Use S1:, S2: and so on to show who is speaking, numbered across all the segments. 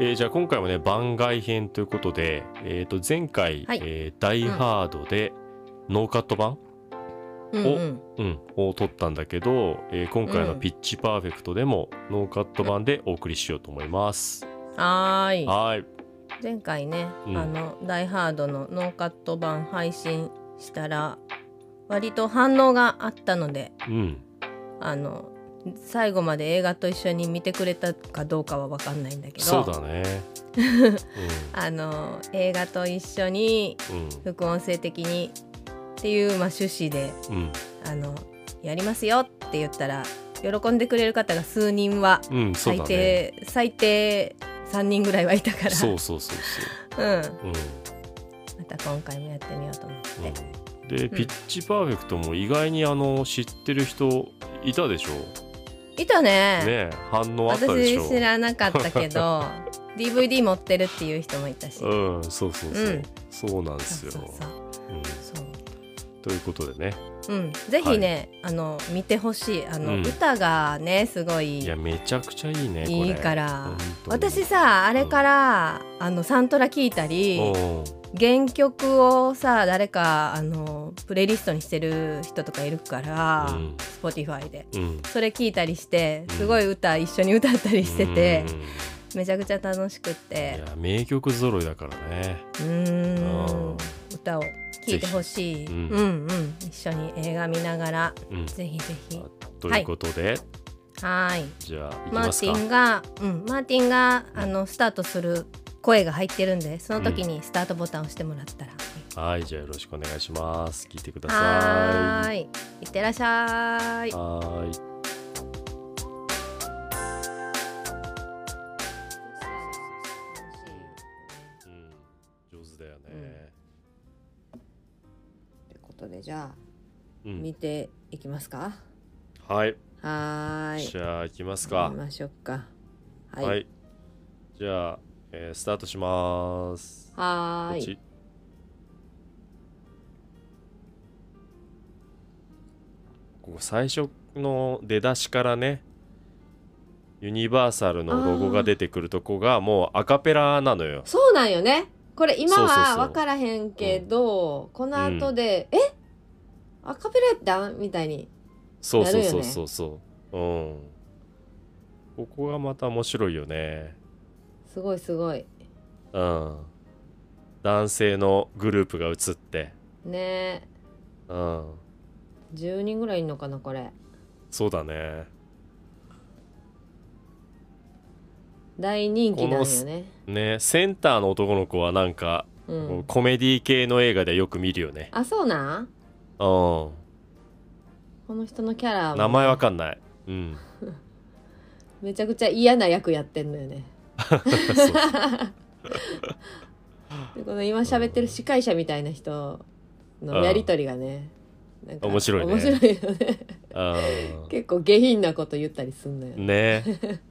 S1: えーじゃあ今回もね番外編ということで、えー、と前回、
S2: はい
S1: えーダイハード」でノーカット版、
S2: うんうん、
S1: うん、を撮ったんだけど、えー今回の「
S2: うん
S1: ピッチパーフェクト」でもノーカット版でお送りしようと思います。
S2: はーい
S1: はい
S2: 前回ね、
S1: うん
S2: あの「ダイ・ハード」のノーカット版配信したら割と反応があったので
S1: うん
S2: あの最後まで映画と一緒に見てくれたかどうかは分かんないんだけど
S1: そうだ ね。
S2: あの映画と一緒に
S1: うんうん
S2: 副音声的にっていう、まあ、趣旨で
S1: うん
S2: あのやりますよって言ったら喜んでくれる方が数人は
S1: うん、そう
S2: 最
S1: だね。
S2: 低、最低3人ぐらいはいたから
S1: そうそうそうそ
S2: うん、
S1: う。うん
S2: また今回もやってみようと思って。
S1: うん、で、ピッチパーフェクトも意外にあの知ってる人いたでしょ
S2: いた
S1: ね
S2: ね
S1: 反応あったでしょ
S2: 私知らなかったけど DVD 持ってるっていう人もいたし、
S1: うん、そうそうそう、
S2: うん
S1: そうなんです
S2: そう
S1: よ
S2: そう
S1: うん
S2: そう
S1: ということでね、
S2: そう、うん、ぜひね、あの見てほしいあ
S1: う
S2: の、
S1: ん
S2: 歌がねすごい
S1: いやめちゃくちゃいいねこれ。
S2: いいから
S1: 本当に
S2: 私さあれから、あのサントラ聞いたり
S1: うん
S2: 原曲をさ誰かあのプレイリストにしてる人とかいるから、
S1: うん
S2: Spotify で
S1: うん、
S2: それ聞いたりして
S1: うん
S2: すごい歌一緒に歌ったりしてて
S1: う、ん
S2: めちゃくちゃ楽しくっ
S1: い
S2: て
S1: や名曲揃いだからね。
S2: うー
S1: うん
S2: ん歌を聴いてほ
S1: ぜ
S2: しい、う
S1: ひ
S2: ん、
S1: う
S2: うん一緒に映画見ながら
S1: うん、
S2: ぜひぜひは
S1: ということで、
S2: ーい
S1: じゃあ行き
S2: マ
S1: ま
S2: ー
S1: す
S2: テ
S1: か。
S2: ィンが、うん、マーティンがあのスタートする声が入ってるんでその時にスタートボタンを押してもらったら、
S1: はい、じゃあよろしくお願いします。聞いてくだ
S2: は
S1: さ
S2: ーいいってらっしゃい
S1: い。はーい。うん、上手だよね。
S2: ということでじゃあ
S1: うん
S2: ていきますか
S1: はい、
S2: は
S1: じゃあ行きますか。
S2: ましょうか
S1: はい、じゃあ、えースタートします。
S2: は
S1: こっちここ最初の出だしからねユニバーサルのロゴが出てくるとこがもうアカペラなのよ
S2: そうなんよね。これ今
S1: そうそうそう
S2: は分からへんけど、この後で、えアカペラやったんみたいに。
S1: そうそう
S2: やる
S1: そ
S2: よ
S1: う
S2: ね
S1: そうそう、うんここがまた面白いよね
S2: すごいすごい。
S1: うん男性のグループが映って
S2: ねえ。
S1: うん
S2: 10人ぐらいいんのかな、これ。
S1: そうだね
S2: 大人気なん
S1: こ
S2: よね。
S1: ねセンターの男の子はなんか
S2: う。
S1: こうんコメディ系の映画でよく見るよね。
S2: あ、そうなん
S1: うん。
S2: この人のキャラも
S1: 名前わかんない。うん。
S2: めちゃくちゃ嫌な役やってんのよね。
S1: そう
S2: でこの今喋ってる司会者みたいな人
S1: う
S2: の
S1: ん
S2: やりとりがね。なんか
S1: 面白いね
S2: 面白いよね。
S1: う
S2: 結構下品なこと言ったりすんのよ。
S1: ん。 ね。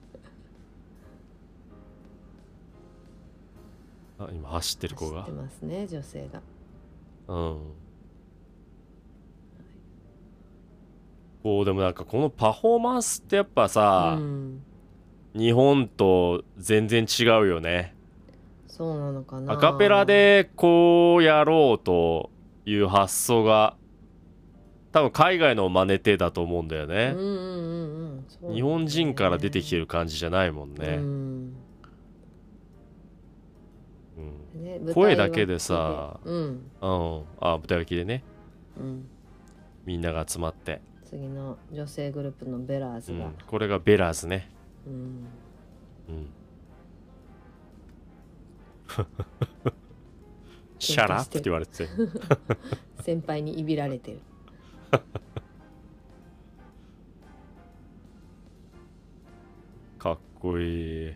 S1: あ今走ってる子
S2: 知っ
S1: が
S2: て。ますね、女性が。
S1: うん。こうでもなんかこのパフォーマンスってやっぱさ
S2: う、ん。
S1: 日本と全然違うよね。
S2: そうなのかな
S1: アカペラでこうやろうという発想が多分海外の真似手だと思うんだよ
S2: うん
S1: ね
S2: うん。うんうんそうだね
S1: 日本人から出てきてる感じじゃないもんね
S2: う。ん
S1: うん
S2: ね
S1: 声だけでさ
S2: 舞台は聞いて
S1: うん、あ舞台脇でね
S2: うん、うん、
S1: みんなが集まって、
S2: 次の女性グループのベラー
S1: う
S2: ズが
S1: ん、、これがベラーズね、
S2: うん
S1: うん、シャラップって言われてて
S2: 先輩にいびられてる
S1: かっこいい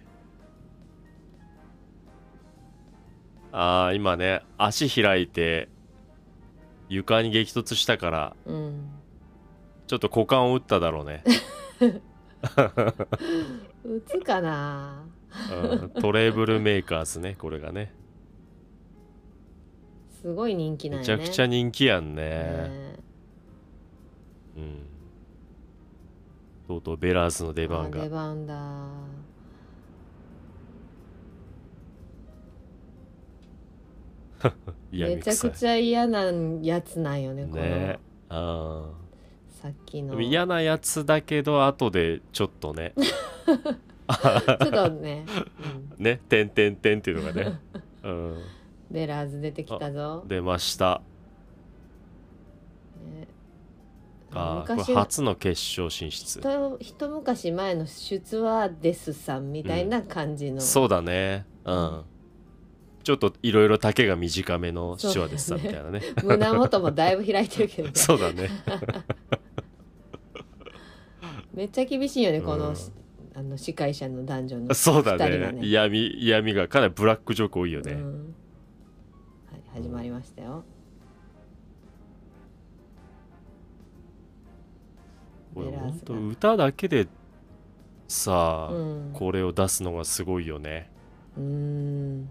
S1: あー今ね足開いて床に激突したから
S2: うん
S1: ちょっと股間を打っただろうね、
S2: 打つかな
S1: うん、トレーブルメーカーズねこれがね
S2: すごい人気なん
S1: めち
S2: やね
S1: ゃくちゃ人気やんね
S2: ね
S1: うんとうとうベラーズの出
S2: 出
S1: 番が
S2: 出番だ
S1: 嫌
S2: め
S1: み
S2: ちゃ
S1: 臭
S2: く
S1: い
S2: ちゃ嫌なやつなんよねこ
S1: ねあ
S2: のさっき
S1: ーで
S2: の
S1: も嫌なやつだけど後でちょっと ね
S2: ちょっとね、うん
S1: ね「てんてんてん」っていうのがね、うん、
S2: ベラーズ出てきたぞ、
S1: 出ました
S2: ね
S1: あーこ
S2: 昔
S1: れ
S2: は
S1: 初の決勝進出
S2: 一一昔前の出話ですさんみたいな感じの、
S1: そうだねうんちょっといろいろ丈が短めの手話でした
S2: そう
S1: み
S2: だね
S1: たいなね
S2: 胸元もだいぶ開いてるけど、ね、
S1: そうだね
S2: めっちゃ厳しいよねこの,、
S1: うん
S2: あの司会者の男女の
S1: そうだ
S2: 二人が
S1: ね
S2: ね
S1: 嫌味嫌味がかなりブラックジョーク多いよね、
S2: うんはい、始まりましたよ。
S1: これ
S2: ベラ
S1: ほ
S2: ー
S1: ん
S2: ズ
S1: と
S2: が
S1: 歌だけでさあ、
S2: うん
S1: これを出すのがすごいよね
S2: うん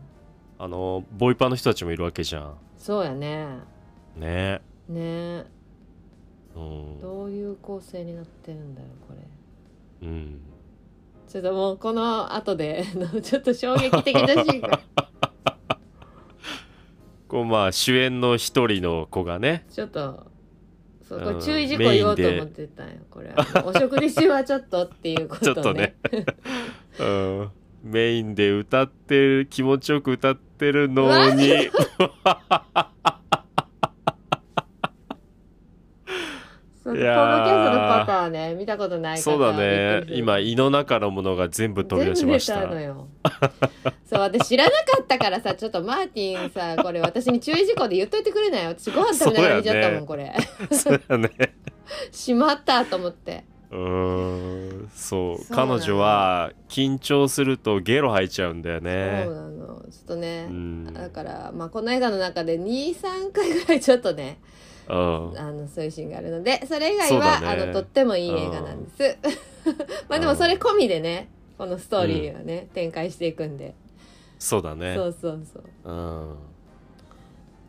S1: あのボイパーの人たちもいるわけじゃん
S2: そうやね。
S1: ね
S2: ね
S1: うん
S2: どういう構成になってるんだろうこれ。
S1: うん
S2: ちょっともうこの後で あのちょっと衝撃的なシーンが
S1: こうまあ主演の一人の子がね
S2: ちょっとそうこ
S1: うん
S2: れ注意事項言おうと
S1: メインで
S2: 思ってたんよこれはお食事中はちょっとっていうこ
S1: ち
S2: と
S1: ょ
S2: ね
S1: っとねうん、メインで歌ってる気持ちよく歌ってるの に
S2: そう
S1: い
S2: ポードキャスト
S1: や
S2: の
S1: ー
S2: パターンね見たことないから
S1: そうだね
S2: びっくりする
S1: 今胃の中のものが全部取り出しました
S2: 全部出たのよそう私知らなかったからさちょっとマーティンさこれ私に注意事項で言っといてくれない私ご飯食べながら見ちゃったもん、
S1: そ
S2: これ
S1: そうだね
S2: しまったと思って
S1: うーんそう
S2: そうなの
S1: 彼女は緊張するとゲロ吐いちゃうんだよ
S2: そう
S1: ね
S2: なのちょっとね、
S1: うん
S2: だからまあこの映画の中で23回ぐらいちょっとね
S1: うん
S2: あのそういうシーンがあるのでそれ以
S1: そ
S2: 外
S1: うだ
S2: は、
S1: ね
S2: あのとってもいい映画なんです まあでもそれ込みでねこのストーリーをね、展開していくんで、
S1: そうだね
S2: そうそうそう
S1: うん
S2: っ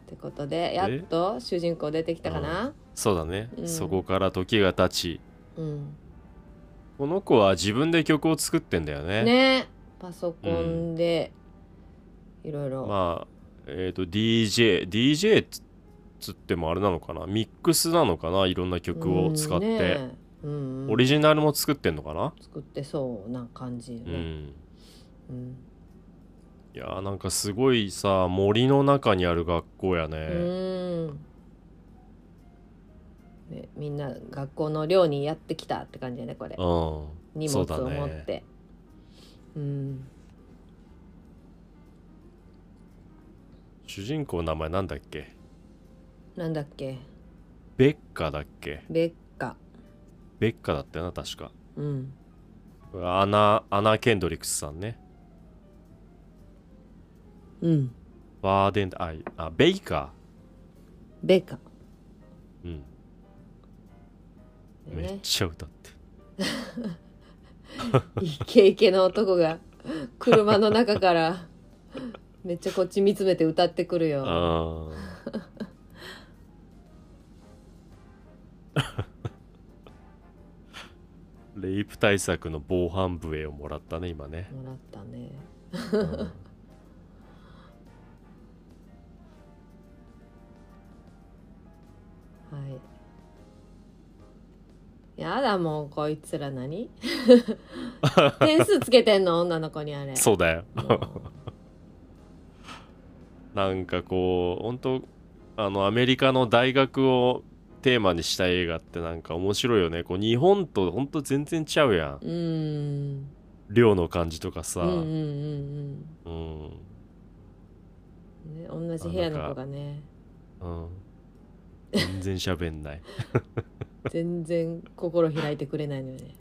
S2: てことでやっと主人公出てきたかな
S1: そうだね、
S2: うん
S1: そこから時が経ち
S2: うん
S1: この子は自分で曲を作ってんだよね
S2: ねパソコンでいろいろ
S1: まあえっ、と DJDJ つつってもあれなのかなミックスなのかないろんな曲を使って、
S2: うんねうん
S1: オリジナルも作ってんのかな
S2: 作ってそうな感じよ
S1: うん、
S2: ねうん
S1: いやーなんかすごいさ森の中にある学校やね、
S2: うんねみんな学校の寮にやってきたって感じだねこれ
S1: うん
S2: 荷
S1: そ
S2: 物
S1: うだ
S2: を持っ
S1: ね
S2: てうん
S1: 主人公の名前なんだっけ
S2: なんだっけ
S1: ベッカだっけ
S2: ベッカ
S1: ベッカだったよな確か
S2: うん
S1: アナアナ・ケンドリックスさんね
S2: うん
S1: バーデンあいあベイカ
S2: ベッカ
S1: ーうんめっ
S2: ね
S1: ちゃ歌ってる
S2: イケイケの男が車の中からめっちゃこっち見つめて歌ってくるよ
S1: あーレイプ対策の防犯笛をもらったね今ね、
S2: もらったね
S1: うん
S2: はいやだもうこいつら何点数つけてんの女の子にあれ
S1: そうだよ
S2: もう
S1: なんかこう本当あのアメリカの大学をテーマにした映画ってなんか面白いよねこう日本と本当全然ちゃうやん
S2: うーん
S1: 寮の感じとか
S2: う
S1: さ、
S2: んうんうん
S1: うん
S2: うん、ね、同じ部屋の子がね
S1: うん全然喋んない
S2: 全然心開いてくれないのよね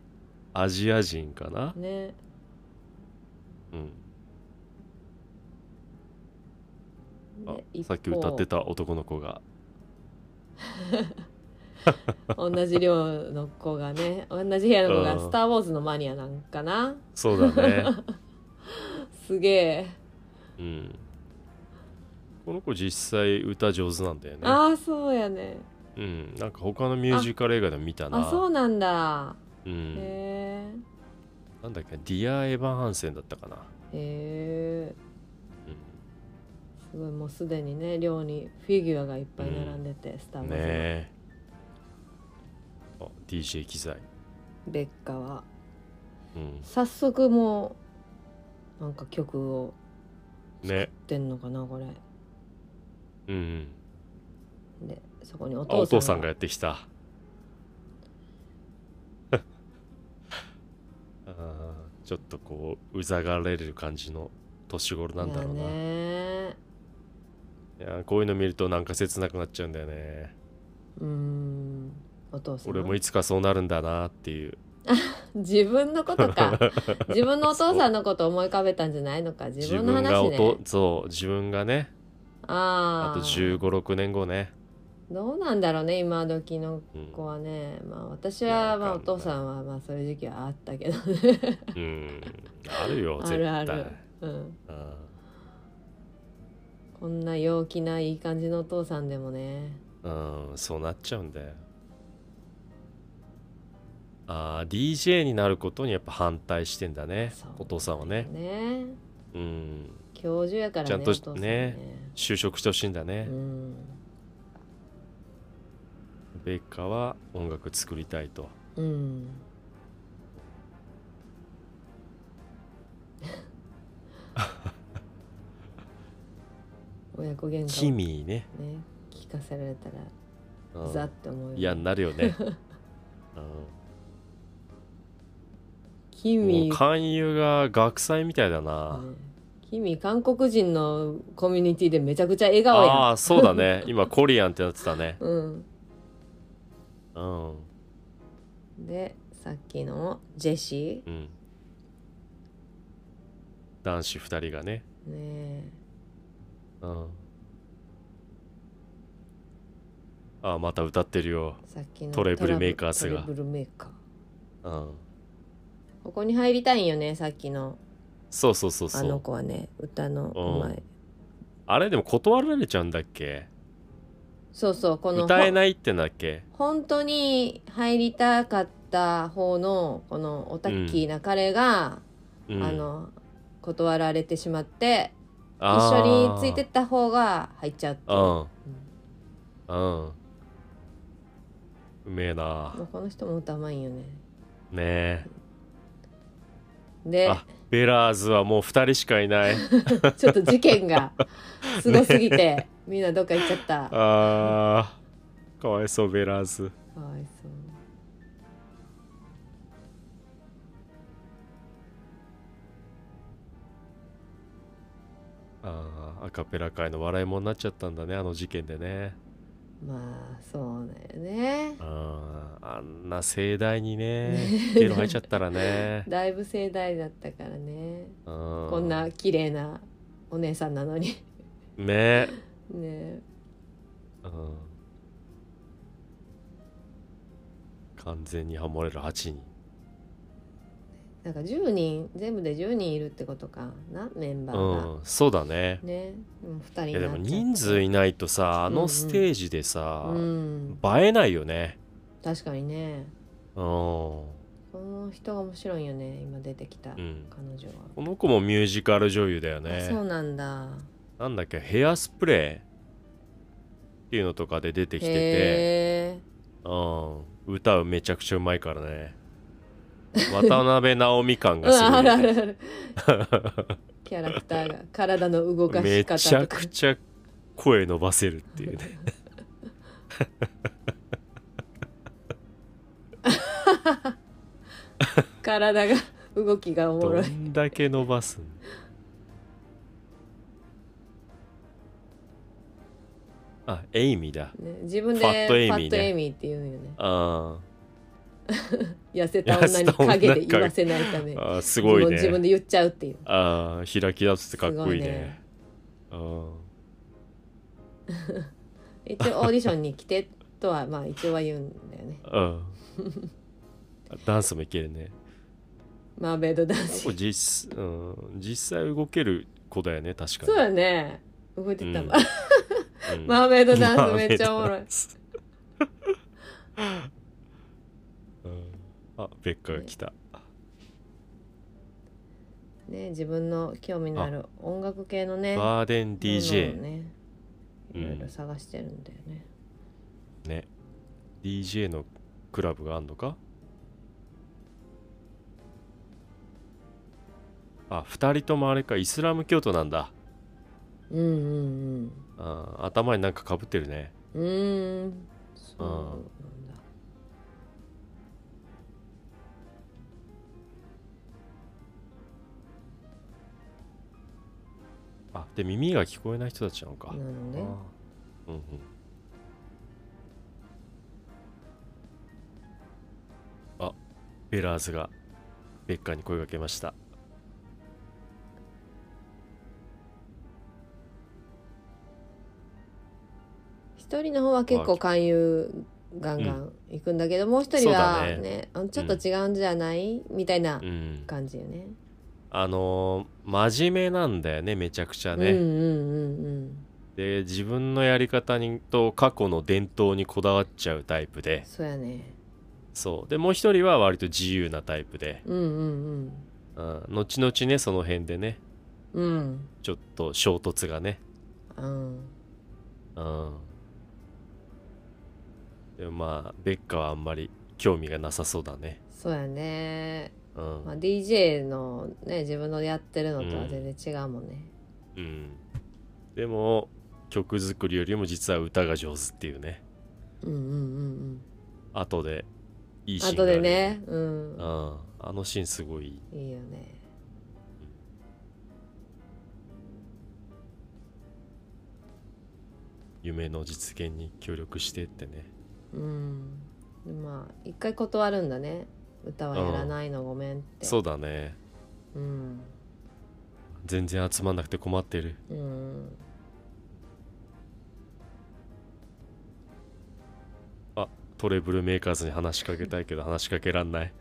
S1: アジア人かな、
S2: ね
S1: うん、あ
S2: ね一
S1: さっき歌って
S2: 方
S1: た男の子が
S2: 同じ寮の子がね同じ部屋の子が「スター・ウォーズ」のマニアなんかな
S1: そうだ ね、
S2: すげえ
S1: うん、この子実際歌上手なんだよね、
S2: ああそうやね
S1: うん、なんか他のミュージカル映画でも見たな
S2: あそうなんだ
S1: うん、
S2: へ
S1: なんだっけディア・エヴァン・ハンセンだったかな、
S2: えへえ
S1: うん、
S2: すごいもうすでにね寮にフィギュアがいっぱい並んでて、スター・ウォーズ
S1: ね
S2: の
S1: えあ DJ 機材
S2: ベッカは
S1: うん
S2: 早速もうなんか曲を
S1: ね
S2: 作ってんのかなこれ
S1: うんうん
S2: でそこにお
S1: あお
S2: 父
S1: 父
S2: さ
S1: さ
S2: ん
S1: ん
S2: が
S1: がやってき たあーちょっとこううざがられる感じの年頃なんだろうな、
S2: いやね
S1: いやーこういうの見るとなんか切なくなっちゃうんだよね
S2: うーんお父さん
S1: 俺もいつかそうなるんだなっていう
S2: 自分のこと か自分のお父さんのこと思い浮かべたんじゃないのか自分の
S1: が
S2: 話
S1: お
S2: ね
S1: とそう自分がねあ
S2: ああ
S1: と1 5 6年後ね、
S2: どうなんだろうね今時の
S1: うん
S2: 子はねまあ私
S1: いやわかん
S2: はまあ
S1: ない
S2: お父さんはまあそういう時期はあったけど ね
S1: うん、あるよ
S2: あ
S1: 絶
S2: る
S1: 対
S2: ある、うん、
S1: うん
S2: こんな陽気ないい感じのお父さんでもね
S1: うん、そうなっちゃうんだよ。ああ、DJ になることにやっぱ反対してんだね
S2: そう、
S1: お父さんはね。
S2: ね
S1: うん、
S2: 教授やからね
S1: ちゃんと
S2: お父さんね
S1: 就職してほしいんだね
S2: う。ん、
S1: ベッカは音楽作りたいと。
S2: うん、親子喧嘩
S1: キ
S2: をね
S1: ミーね。
S2: 聞かせられたら
S1: うん
S2: ザって思うよね
S1: 嫌になるよ ね。
S2: キ
S1: うん、もう
S2: ミ
S1: 勧誘が学祭みたいだな。
S2: ねキミ韓国人のコミュニティでめちゃくちゃ笑顔
S1: あ
S2: や
S1: あ、そうだね。今、コリアンってなってたね。
S2: ん、うん、
S1: うん、
S2: でさっきのジェシ
S1: うん。男子二人がね。
S2: ーね
S1: うん。あ、また歌ってるよ。
S2: えさっきの
S1: トレブルメーカーズが
S2: トラブトレブルメーカー
S1: うん。
S2: ここに入りたいんよねさっきの
S1: そうそうそう
S2: あ
S1: そ
S2: の
S1: う。
S2: 子はね歌のうまい、
S1: うんあれでも断られちゃうんだっけ
S2: そうそうこの
S1: 歌えないってんだっけ
S2: 本当に入りたかった方のこのオタッキーな彼が、
S1: うん。
S2: あの断られてしまって一
S1: あー、
S2: 緒についてった方が入っちゃうっていうう、
S1: ん。うん。うめえな。
S2: まあこの人も歌うまいんよね
S1: ねえ。
S2: で
S1: あ、ベラーズはもう二人しかいない。
S2: ちょっと事 件がすごすぎて、みんなどっか行っちゃったか
S1: あー、かわいそう、ベラーズ。
S2: わいそう
S1: あーアカペラ界の笑いもんになっちゃったんだね、あの事件でね。
S2: まあそうだよね
S1: あーあんな盛大に ねっていうの入っちゃったらね
S2: だいぶ盛大だったからね
S1: こ
S2: こんな綺麗なお姉さんなのに
S1: ね
S2: ね
S1: うん完全にハモれる8人
S2: なんか10人全部で10人いるってことかなメンバーが、
S1: うんそうだね
S2: ねもう2人
S1: い
S2: に
S1: や
S2: な
S1: で
S2: っちゃ
S1: も
S2: って
S1: 人数いないとさあ
S2: うんう
S1: の
S2: ん
S1: ステージでさ、
S2: うん
S1: 映えないよね
S2: 確かにね
S1: うん、
S2: この人が面白いよね今出てきた、
S1: うん、
S2: 彼女は、
S1: この子もミュージカル女優だよ
S2: あそう
S1: ね
S2: なんだ
S1: なんだっけヘアスプレーっていうのとかで出てきてて
S2: へえ
S1: うん、歌うめちゃくちゃうまいからね渡辺直美感
S2: うん
S1: がすご
S2: あ
S1: い
S2: る
S1: よ
S2: あ
S1: ね、
S2: る あるキャラクターが体の動かし
S1: め
S2: 方
S1: ちゃ
S2: とか
S1: くちゃ声伸ばせるっていうね
S2: 体が動きがおも
S1: ど
S2: ろい
S1: んだけ伸ばすんあエイミーだ
S2: ね、自分で
S1: ファ
S2: フ
S1: ッ
S2: ァ
S1: トエイミーね
S2: ットエイミーって言うんよね
S1: あ
S2: 痩せた女に影で言わせないため
S1: ーあーすごい
S2: 自分自分
S1: ね
S2: で言っちゃうっていう
S1: あー開き出すってかっこいいねうん
S2: 一応オーディションに来てとはまあ一応は言うんだよね
S1: うんダンスもいけるね
S2: マーメイドダンス
S1: これ実,、うん、実際動ける子だよね確かに
S2: そうだね動いてた、
S1: うんうん
S2: マーメイドダンスめっちゃおもろい、
S1: うんあベッカが来た
S2: ね、自分の興味のある音楽系のね
S1: バーデン
S2: ものを
S1: DJ
S2: ね
S1: うん
S2: いろいろ探してるんだよね、
S1: ね DJ のクラブがあんのかあ二人ともあれかイスラム教徒なんだ
S2: うん、うん
S1: あー頭になんかかぶってるね
S2: うんうんんそうなんだ
S1: あで耳が聞こえない人たちなのか
S2: なのね
S1: あーうんうんあベラーズがベッカーに声かけました
S2: 一人の方は結構勧誘ガンガン行くんだけど、もう一人は
S1: そうだ
S2: ね
S1: ね
S2: あちょっと違うんじゃない、みたいな
S1: うん
S2: 感じよね。
S1: あのー真面目なんだよねめちゃくちゃね、
S2: うんうんうん
S1: で自分のやり方にと過去の伝統にこだわっちゃうタイプ
S2: うん。
S1: で
S2: そうやね。
S1: そうでもう一人は割と自由なタイプで、
S2: うんうん
S1: うん、後々ねその辺でね
S2: うん。うん。
S1: ちょっと衝突がね
S2: うん。
S1: うんでもまあベッカはあんまり興味がなさそうだね
S2: そうやね。
S1: うん、
S2: まあ DJ のね自分のやってるのとは全然違うもんね。
S1: うん、でも曲作りよりも実は歌が上手っていうね
S2: うんうんうん
S1: 後でいい
S2: うん。
S1: シーン
S2: 後
S1: があ
S2: で
S1: る
S2: ね。うん
S1: う。ん、あのシーンすごいいい
S2: いいよね。
S1: 夢の実現に協力してってね
S2: うん。でまあ一回断るんだね。歌はやらないのごめんって。
S1: そうだね
S2: うん。
S1: 全然集まんなくて困ってる
S2: うん。
S1: トレブルメーカーズに話しかけたいけど話しかけらん ない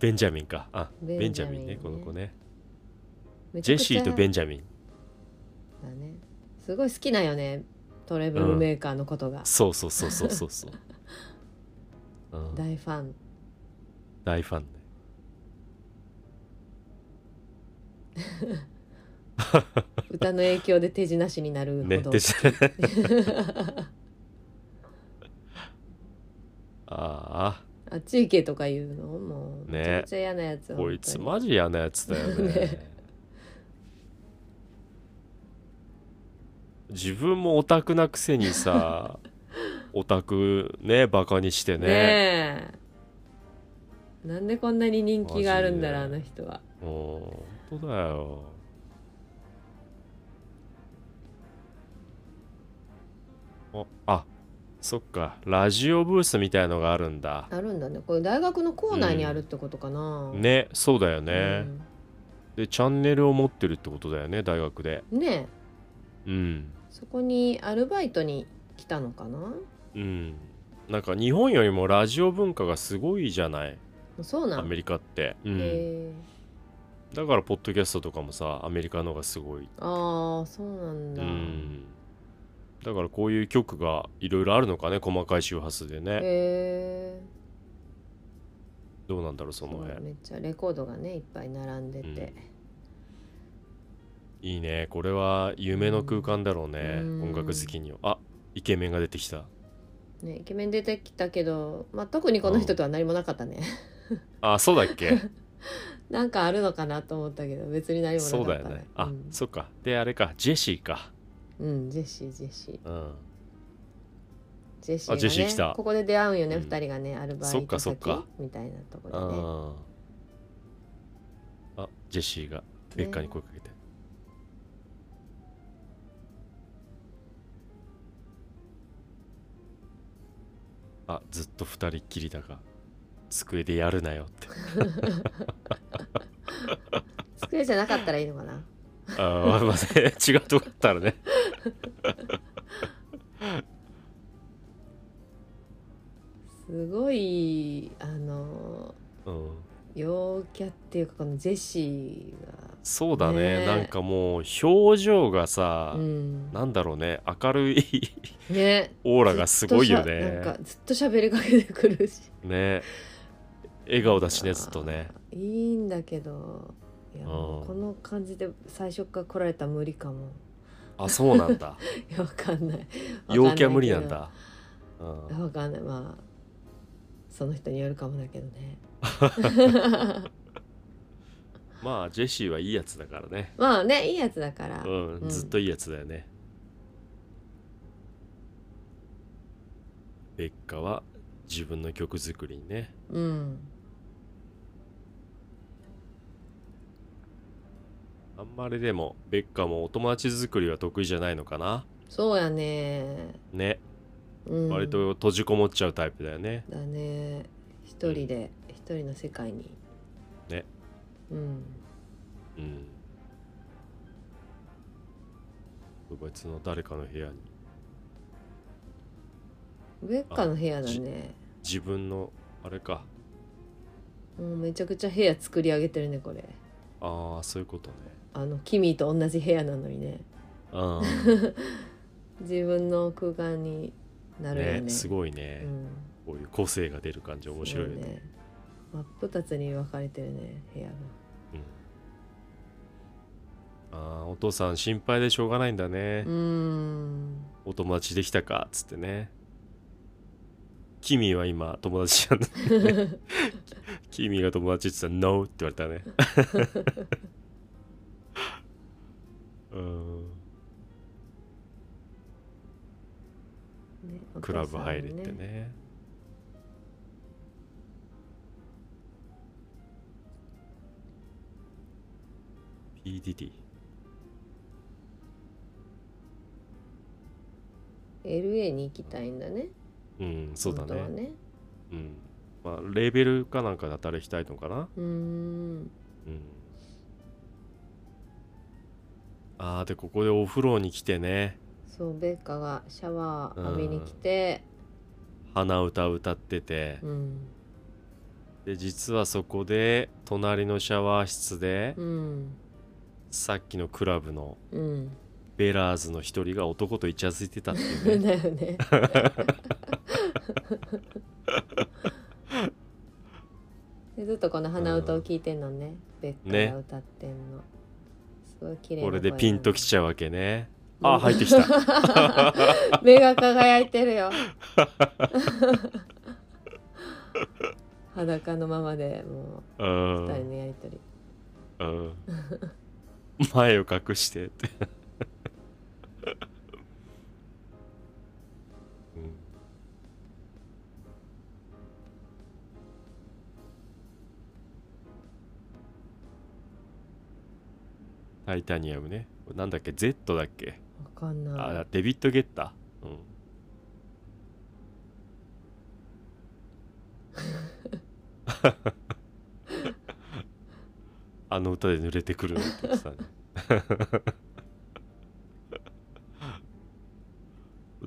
S1: ベンジャミンかあベ
S2: ベ
S1: ン
S2: ン
S1: ジ
S2: ジ
S1: ャ
S2: ャ
S1: ミン
S2: ミン
S1: ね
S2: ね
S1: この子ね
S2: めち
S1: ジ
S2: ゃ
S1: ェ
S2: く
S1: シ
S2: ちゃ
S1: ーとベンジャミン
S2: だねすごい好きなんよねトレブルメーカーのことが、
S1: そうそうそうそうそうそう、 うん、
S2: 大ファン
S1: 大ファンね
S2: 歌の影響で手品師になるほ
S1: ね
S2: ど、
S1: でし あ
S2: あっち行けとか言うのもう
S1: ね
S2: めちゃくちゃ嫌なやつ、
S1: あ
S2: 本当
S1: こ
S2: に
S1: いつマジ嫌なやつだよね
S2: ね
S1: 自分もオタクなくせに さオタクねバカにして
S2: ね
S1: ね
S2: えなんでこんなに人気があるんだろうあ
S1: マジで
S2: の人は
S1: もう本当だよおあそっかラジオブースみたいのがあるんだ
S2: あるんだねこれ大学の校内にあるってことかな、
S1: ねそうだよ
S2: う
S1: ね、
S2: ん
S1: でチャンネルを持ってるってことだよね大学で
S2: ねえ
S1: うん
S2: そこにアルバイトに来たのかな
S1: うんなんか日本よりもラジオ文化がすごいじゃない
S2: そうな
S1: ア
S2: ん
S1: メリカって、うん
S2: へえ
S1: だからポッドキャストとかもさアメリカの方がすごい、
S2: ああそうなん
S1: う
S2: だ、
S1: ん、だからこういう曲がいろいろあるのかね細かい周波数でね
S2: へえ
S1: どうなんだろうその
S2: そう
S1: 辺
S2: めっちゃレコードがねいっぱい並んでて、
S1: いいねこれは夢の空間だろうね、
S2: うん
S1: 音楽好きにはあイケメンが出てきた
S2: ねイケメン出てきたけど、まあ、特にこの人とは何もなかったね
S1: あそうだっ け
S2: なんかあるのかなと思ったけど別に何もなか
S1: そう
S2: った
S1: だよねあ、
S2: うん、
S1: そっかであれかジェシーか
S2: うんジェシージェシー
S1: うん
S2: ジェシー,、ね、
S1: ジェシー来た
S2: ここで出会うんよね、
S1: う
S2: 二
S1: ん
S2: 2人がねアルバ
S1: そっ
S2: イ
S1: か
S2: ト
S1: そっ
S2: 先
S1: か
S2: みたいなところでね
S1: あーあジェシーがベッカーに声かけて、あずっと二人っきりだが机でやるなよって
S2: 机じゃなかったらいいのかな
S1: あーまあ ね違うとこだったらね
S2: すごいあの
S1: うん
S2: 陽キャっていうかこのジェシーが
S1: そうだね
S2: ねえ
S1: なんかもう表情がさ、
S2: うん、
S1: なんだろうね明るい
S2: ね
S1: オーラがすごいよ
S2: ずっとしゃなん
S1: ね
S2: かずっと喋りかけてくるし
S1: ね笑顔だしねずっとね
S2: いいんだけどいや
S1: うん
S2: この感じで最初から来られたら無理かも
S1: あそうなんだ
S2: いやわかんない
S1: 陽キャ無理なんだ、うん
S2: わかんないまあその人によるかもだけどね
S1: まあジェシーはいいやつだからね
S2: まあねいいやつだから、
S1: うん、
S2: うん
S1: ずっといいやつだよねベッカは自分の曲作りにね
S2: うん、
S1: あんまりでもベッカもお友達作りは得意じゃないのかな
S2: そうやね、
S1: ね、
S2: うん、
S1: 割と閉じこもっちゃうタイプだよね
S2: だね一人で、一人の世界に
S1: ね
S2: うん
S1: うん別の誰かの部屋に
S2: ベッカの部屋だね
S1: 自分のあれか
S2: もうめちゃくちゃ部屋作り上げてるねこれ
S1: ああそういうことね
S2: あのキミと同じ部屋なのにね
S1: う
S2: 自分の空間になるよね
S1: んねすごいね、
S2: うん、
S1: こういう個性が出る感じ面白いよ
S2: す
S1: ね
S2: ご真っ二つに分かれてるね部屋が
S1: ああお父さん心配でしょうがないんだね、
S2: うーん
S1: お友達できたかっつってねキミは今友達なんだ、ね、 キミが友達って言ったら「NO」って言われたね うん
S2: ねお
S1: ク
S2: 父
S1: ラ
S2: さ
S1: ブ
S2: んも
S1: 入れてねピ PDD
S2: LA に行きたいんだね
S1: うんそうだ
S2: 本当は
S1: ね
S2: ね
S1: うんまあレーベルかなんかで働きたいのかな
S2: うーん
S1: うんあーでここでお風呂に来てね
S2: そうベッカがシャワー浴びに来て
S1: 鼻歌歌ってて
S2: うん
S1: で実はそこで隣のシャワー室で
S2: うん
S1: さっきのクラブの
S2: うん、
S1: ベラーズの一人が男とイチャついてたって
S2: だ
S1: い
S2: よ
S1: うね
S2: ねでずっとこの鼻歌を聴いてんのね、ベッカが歌ってんの、すごい綺麗な
S1: これで
S2: 声
S1: ピンときちゃうわけねあー入ってきた
S2: た目が輝いてるよ裸のままでも
S1: う
S2: う二人
S1: ん
S2: のやりとり
S1: うん前を隠してってうんタイタニアムねこれなんだっけ Z だっけ
S2: わかんな
S1: あ
S2: い
S1: デビッド・ゲッター、うん、あの歌で濡れてくるのって言ってたね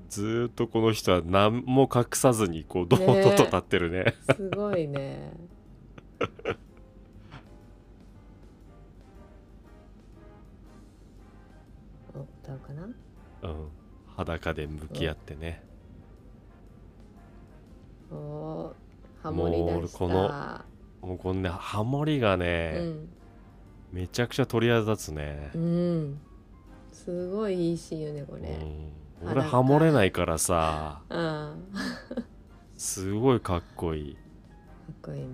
S1: ずーっとこの人は何も隠さずにこう堂々と立ってるね
S2: すごいねお歌うかな
S1: うん、裸で向き合ってね、
S2: おーハモリ出した
S1: もうこのもうこんなハモリがね、めちゃくちゃ取り立つね、
S2: うん、うん、すごいいいシーンよねこれ、
S1: うん、
S2: あ
S1: 俺
S2: なんか
S1: ハモれないからさ
S2: ああか
S1: すごいかっこいい
S2: っこいいね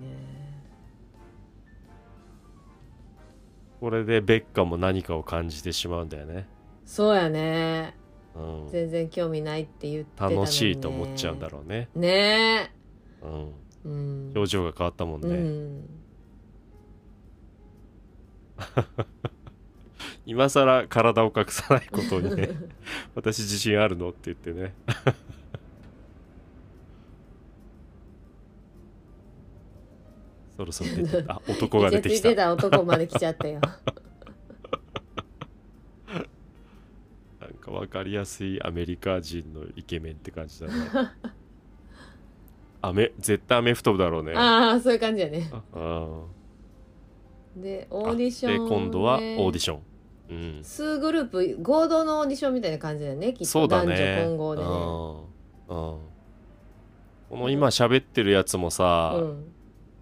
S1: これでベッカも何かを感じてしまうんだよね、
S2: そうやね
S1: うん、
S2: 全然興味ないって言ってたのに、ね、
S1: 楽しいと思っちゃうんだろうね、
S2: うね
S1: うん、
S2: えうん
S1: 表情が変わったもんね、
S2: うん
S1: 今さら体を隠さないことに ね私自信あるのって言ってねそろそろ出てたあ男が出て
S2: イチャ
S1: き
S2: つい
S1: た
S2: てた男まで来ちゃ ったよ
S1: なんか分かりやすいアメリカ人のイケメンって感じだ ね。アメ絶対アメフト部だろうね。
S2: ああそういう感じやね
S1: ああ
S2: でオーディション、ね、
S1: で今度はオーディション、うん、
S2: 数グループ合同のオーディションみたいな感じだよねきっと
S1: そうだね
S2: 男女混合で
S1: う
S2: ね
S1: んうんこの今喋ってるやつもさ、
S2: うん、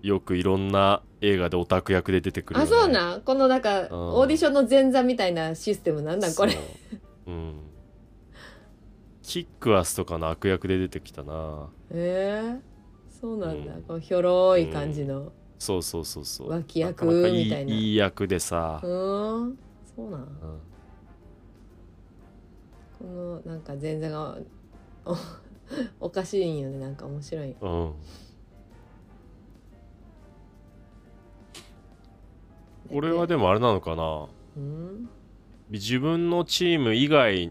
S1: よくいろんな映画でオタク役で出てくるよ、
S2: あ
S1: ね、
S2: そうなんこのなん
S1: ん
S2: かオーディションの前座みたいなシステムなんだこれ
S1: そううんキックアスとかの悪役で出てきたな
S2: えー、そうなんだ、
S1: うん
S2: こうひょろい感じの
S1: そうそうそうそう
S2: 脇役
S1: なかか
S2: みたいない
S1: い役でさ
S2: う、ーんそうなん
S1: うん
S2: このなんか前座が おおかしいんよねなんか面白い
S1: うん俺はでもあれなのかな
S2: うん
S1: 自分のチーム以外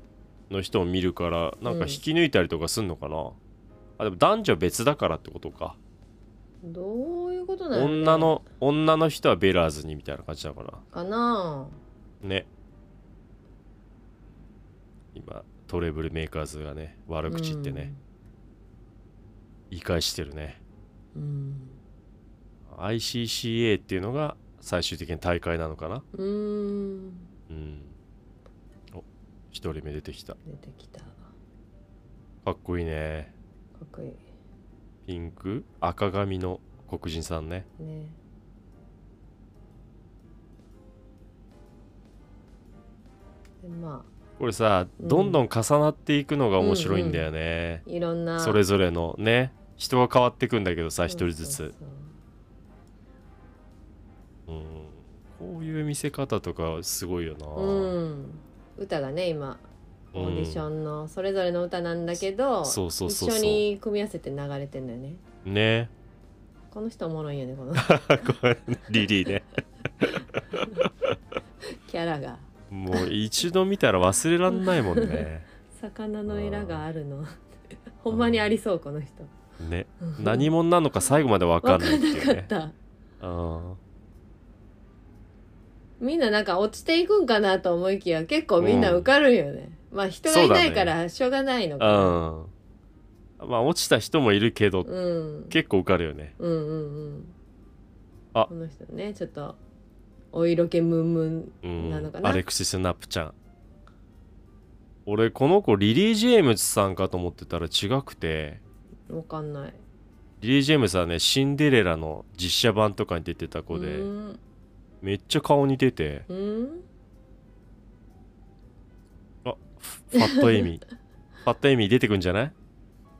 S1: の人を見るからなんか引き抜いたりとかすんのかな、あでも男女別だからってことか
S2: どういうことなの
S1: 女の女の人はベラーズにみたいな感じなのか
S2: かな
S1: なね今トレブルメーカーズがね悪口言ってね、言い返してるね
S2: うん、
S1: ICCA っていうのが最終的に大会なのかな
S2: うーん、
S1: うんお一人目出てきた
S2: 出てきたか
S1: かっこいいね
S2: っこい
S1: ピンク赤髪の黒人さんね
S2: いねでま
S1: これさ、
S2: うん
S1: どんどん重なっていくのが面白いんだよね、
S2: あいろんな
S1: それぞれのね人は変わってくんだけどさ一人ず
S2: そう
S1: つ
S2: そう
S1: うんこういう見せ方とかすごいよな、
S2: そううん歌がね今
S1: うん
S2: オーディションのそれぞれの歌なんだけど、
S1: そうそうそうそう
S2: 一緒に組み合わせて流れてんだよね
S1: ね
S2: この人おもろいよねこの
S1: ごめんねリリーね
S2: キャラが
S1: もう一度見たら忘れらんないもんね
S2: 魚のエラがあるのほんまにありそうこの人
S1: ね何者なのか最後まで分かん
S2: 分
S1: な
S2: か
S1: いってい
S2: んな
S1: う
S2: か
S1: ね
S2: っ、た
S1: うん
S2: みんななんか落ちていくんかなと思いきや結構みんな受かるよね、まあ人がいないからしょうがないの
S1: う
S2: かな、
S1: んまあ落ちた人もいるけど、
S2: うん、
S1: 結構受かるよね
S2: うんうんうん
S1: あ
S2: この人ねちょっとお色気ムンム
S1: う
S2: なの
S1: ん
S2: か、な
S1: アレクシス・ナップちゃん俺この子リリー・ジェームズさんかと思ってたら違くて
S2: ンわかんない
S1: リリー・ジェームズはねシンデレラの実写版とかに出てた子
S2: う
S1: で
S2: ん
S1: めっちゃ顔似てて
S2: うん
S1: あフファットエイ ミーファットエイミー出てくんじゃない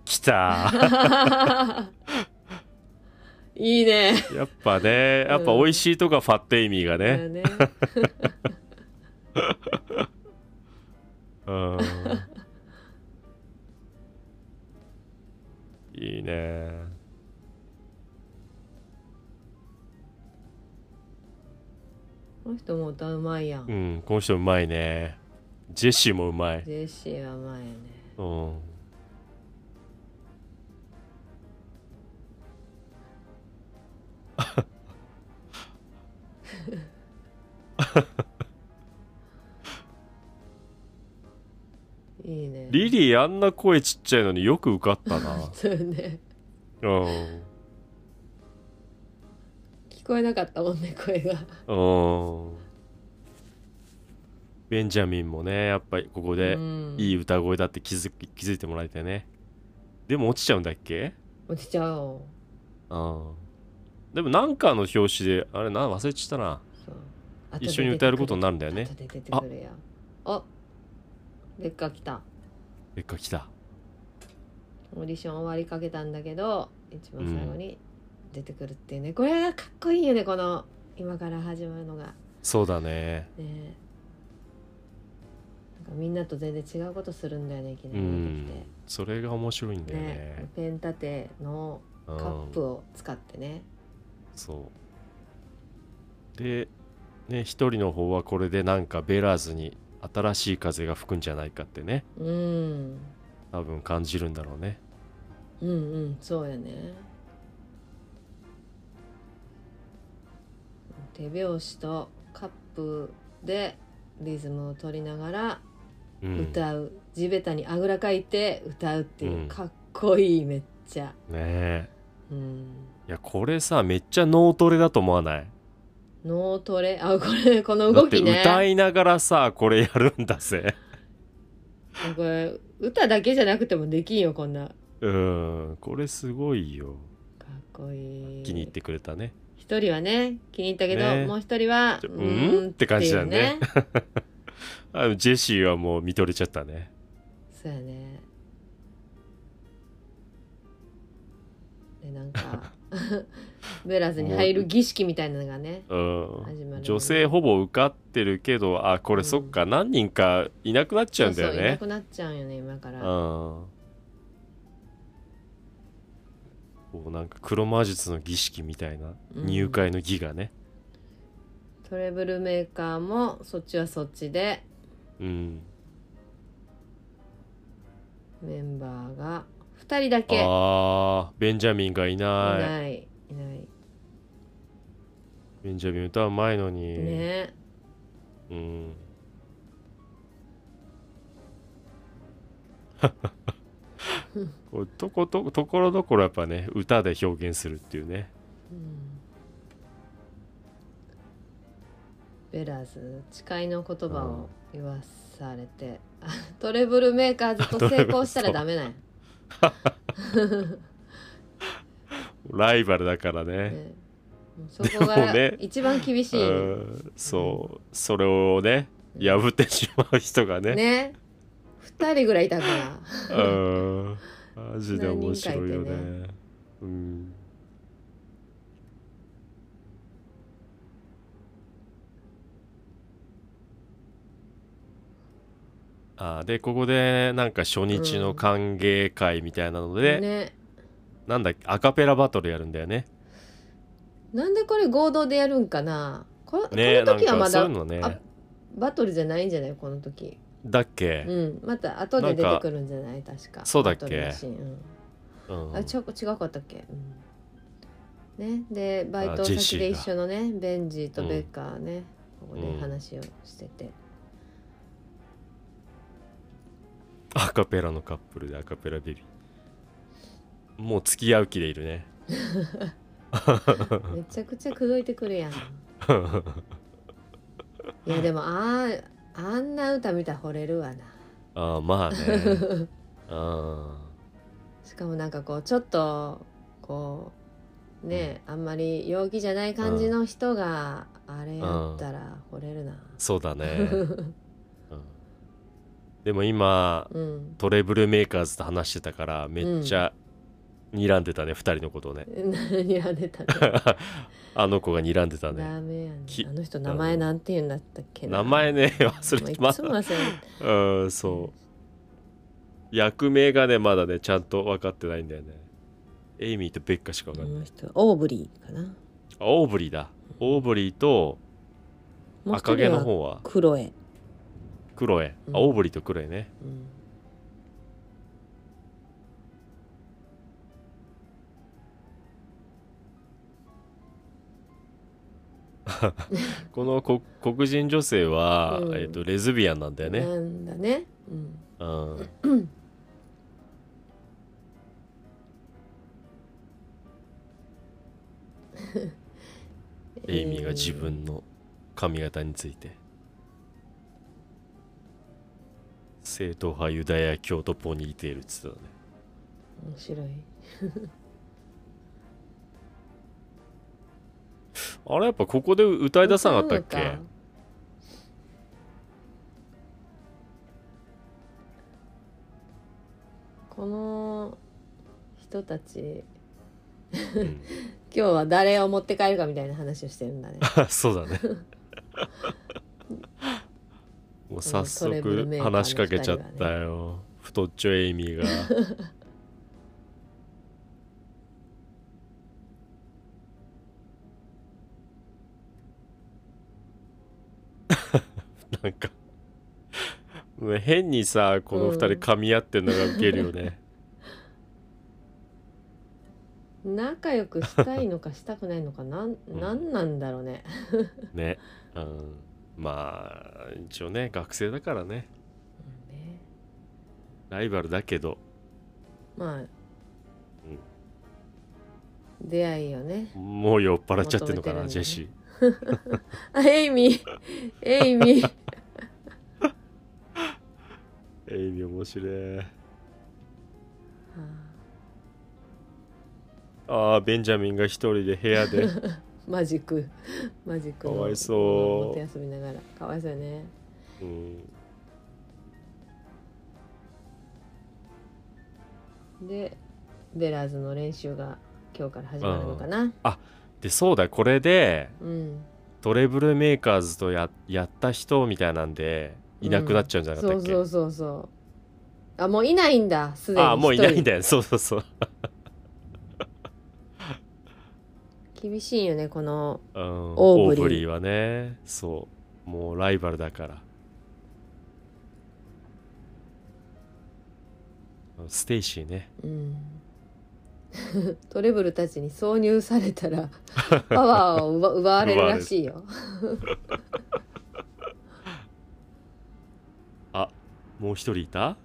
S1: 来た ー
S2: いいね
S1: やっぱねやっぱ美味しいとかファットエイミーが
S2: だよ
S1: ね
S2: ね
S1: うんいいね
S2: この人も歌うまいやん、
S1: うんこの人うまいねジェシーもうまい
S2: ジェシーはうまいよね
S1: うん
S2: いいね
S1: リリーあんな声ちっちゃいのによく受かったな。
S2: そうね
S1: うん。
S2: 聞こえなかったもんね声が
S1: うん。ベンジャミンもね、やっぱりここで
S2: うん
S1: いい歌声だって気づき気づいてもらいたいね。でも落ちちゃうんだっけ
S2: 落ちちゃおう
S1: うん。でもなんかの表紙で、あれな、忘れちゃったな。
S2: そう後で
S1: 一緒に歌えることになるんだよね
S2: 出。てくる後で出てくるやあ劣化来た
S1: えっか、来た。
S2: オーディション終わりかけたんだけど一番最後に出てくるっていうね、これがかっこいいよねこの今から始まるのが
S1: そうだね。
S2: ねなんかみんなと全然違うことするんだよねいきな
S1: う
S2: り出
S1: ん
S2: てきて。
S1: それが面白いんだよね。
S2: ね、ペン立ての
S1: うん
S2: カップを使ってね、
S1: そうでね一人の方はこれでなんかベラーズに新しい風が吹くんじゃないかってね
S2: うん、うん
S1: 多分感じるんだろうね
S2: うんそうやね手拍子とカップでリズムを取りながら
S1: うんね
S2: 歌う、地べたにあぐらかいて歌うっていう、
S1: うん
S2: かっこいいめっちゃ、
S1: え
S2: うん、
S1: いやこれさめっちゃ脳トレだと思わない
S2: 脳トレあこ れこの
S1: だっ
S2: 動
S1: て
S2: きね
S1: 歌いながらさこれやるんだぜ
S2: これ歌だけじゃなくてもできんよこんな
S1: うんこれすごいよ
S2: かっこいい
S1: 気に入ってくれたね
S2: 一人はね気に入ったけど、
S1: ね
S2: もう一人は
S1: ちょ
S2: う
S1: うんって感じだよね
S2: っていう
S1: あジェシーはもう見とれちゃったね
S2: そうやねでな んかベラーズに入る儀式みたいなのがね
S1: う
S2: 始まる
S1: ん女性ほぼ受かってるけどあこれそっか、何人かいなくなっちゃうんだよ
S2: そうそういな
S1: ね
S2: くなっちゃうんよね今か
S1: う
S2: ら
S1: んこうなんか黒魔術の儀式みたいな
S2: うん
S1: 入会の儀がね
S2: トレブルメーカーもそっちはそっちで
S1: うん、
S2: メンバーが2人だけいな
S1: あーベンジャミンがいない
S2: いないいない
S1: ベンジャミン歌うまいのに、
S2: ね
S1: うんこうとことところどころやっぱね歌で表現するっていうね
S2: うんベラーズ誓いの言葉を言わされて、あトレブルメーカーズと成功したらダメなんや、
S1: ライバルだからね
S2: ね、もうそこ
S1: でも
S2: が
S1: ね
S2: 一番厳しい
S1: うんんそうそれをね破ってしまう人が
S2: や
S1: ね
S2: ね二2人ぐらいいたから
S1: うんマジで面白いよね
S2: 何人
S1: うんあーでここでなんか初日の歓迎会みたいなので、
S2: ね
S1: なんだっけアカペラバトルやるんだよね。
S2: なんでこれ合同でやるんかなこ
S1: ね
S2: こ
S1: な
S2: の
S1: ん
S2: 時はま
S1: かそうい
S2: だ
S1: うのね
S2: あバトルじゃないんじゃないこの時
S1: だっけ、
S2: うんまた後で出てくるんじゃない確か
S1: そうだっけ
S2: バトルのシーンうん
S1: うん
S2: あちょ違うかったっけ、うんねでバイト
S1: ジェシ
S2: 先
S1: ー
S2: で
S1: が
S2: 一緒のねベンジーと
S1: うん
S2: ベッカーね、ここ
S1: うん
S2: で話をしてて、
S1: アカペラのカップルでアカペラベビーもう付き合う気でいるね
S2: めちゃくちゃ口説いてく るやんいやでもあーあんな歌見たら惚れるわな
S1: ああまあねあ
S2: しかもなんかこうちょっとこうね、あんまり陽気じゃない感じの人があれやったら惚れるな
S1: そうだね、うんでも今
S2: うん
S1: トレブルメーカーズと話してたからめっちゃ睨んでたね、二人のことをね
S2: 何が出たね
S1: あの子が睨んでたね
S2: ダメやね
S1: き
S2: あの人名前なんて言うんだったっけな
S1: 名前ね忘
S2: もう
S1: れ
S2: い
S1: てま
S2: つも忘れる
S1: だうんそう役名がねまだねちゃんと分かってないんだよねエイミーとベッカしか分
S2: こ
S1: かんない、
S2: の人オーブリーかな
S1: あオーブリーだオーブリーと
S2: もう一
S1: 赤毛
S2: 人
S1: の
S2: は
S1: 方は
S2: クロエ、
S1: クロエ、
S2: うん
S1: あオーブリーとクロエね
S2: うん、
S1: このこ黒人女性は、
S2: うん
S1: えっとレズビアンなんだよね、
S2: なんだね、うん、
S1: うん、エイミーが自分の髪型について正統派ユダヤ教徒ポニーテールっつってたね
S2: えー面白い
S1: あれやっぱここで歌い出さなかったっ
S2: 歌う
S1: け
S2: のかこの人たち
S1: うん
S2: 今日は誰を持って帰るかみたいな話をしてるんだ ね
S1: あそうだ ねもう早
S2: トレブルメ
S1: 速
S2: ーカーの
S1: 話しかけちゃったよ、太っちょエイミーが なんかね変にさこの二人
S2: うん
S1: 噛み合ってるのがウケるよね、
S2: 仲良くしたいのかしたくないのかなんなんなんだろうね
S1: ね、うん、まあ一応ね学生だからね
S2: うんね
S1: ライバルだけど
S2: まあ、出会いをね
S1: もう酔っ払っちゃってんのかな、
S2: 求め
S1: ジェ
S2: て
S1: シ
S2: る
S1: ー。
S2: あエイミーエ イミー
S1: エイミー面白いああベンジャミンが一人で部屋で
S2: マジックマジックの
S1: かわいそう
S2: お手休みながらかわいそうよね
S1: うん
S2: でベラーズの練習が今日から始まるのかな
S1: でそうだこれで
S2: うん
S1: ドレブルメーカーズとややった人みたいなんでいなくなっちゃうんじゃなかっ
S2: そ
S1: たっ
S2: う
S1: け、
S2: そうそうそうあもういないんだすでに
S1: ああもういないん
S2: だ
S1: だよ そうそうそう
S2: 厳しいよねこの
S1: うん
S2: オ
S1: オ
S2: ー
S1: ー
S2: ブリー
S1: ブリーはねそうもうライバルだからステイシーね
S2: うん トレブルたちに挿入され たらパワーを奪奪われるらしいよ
S1: もう一人いた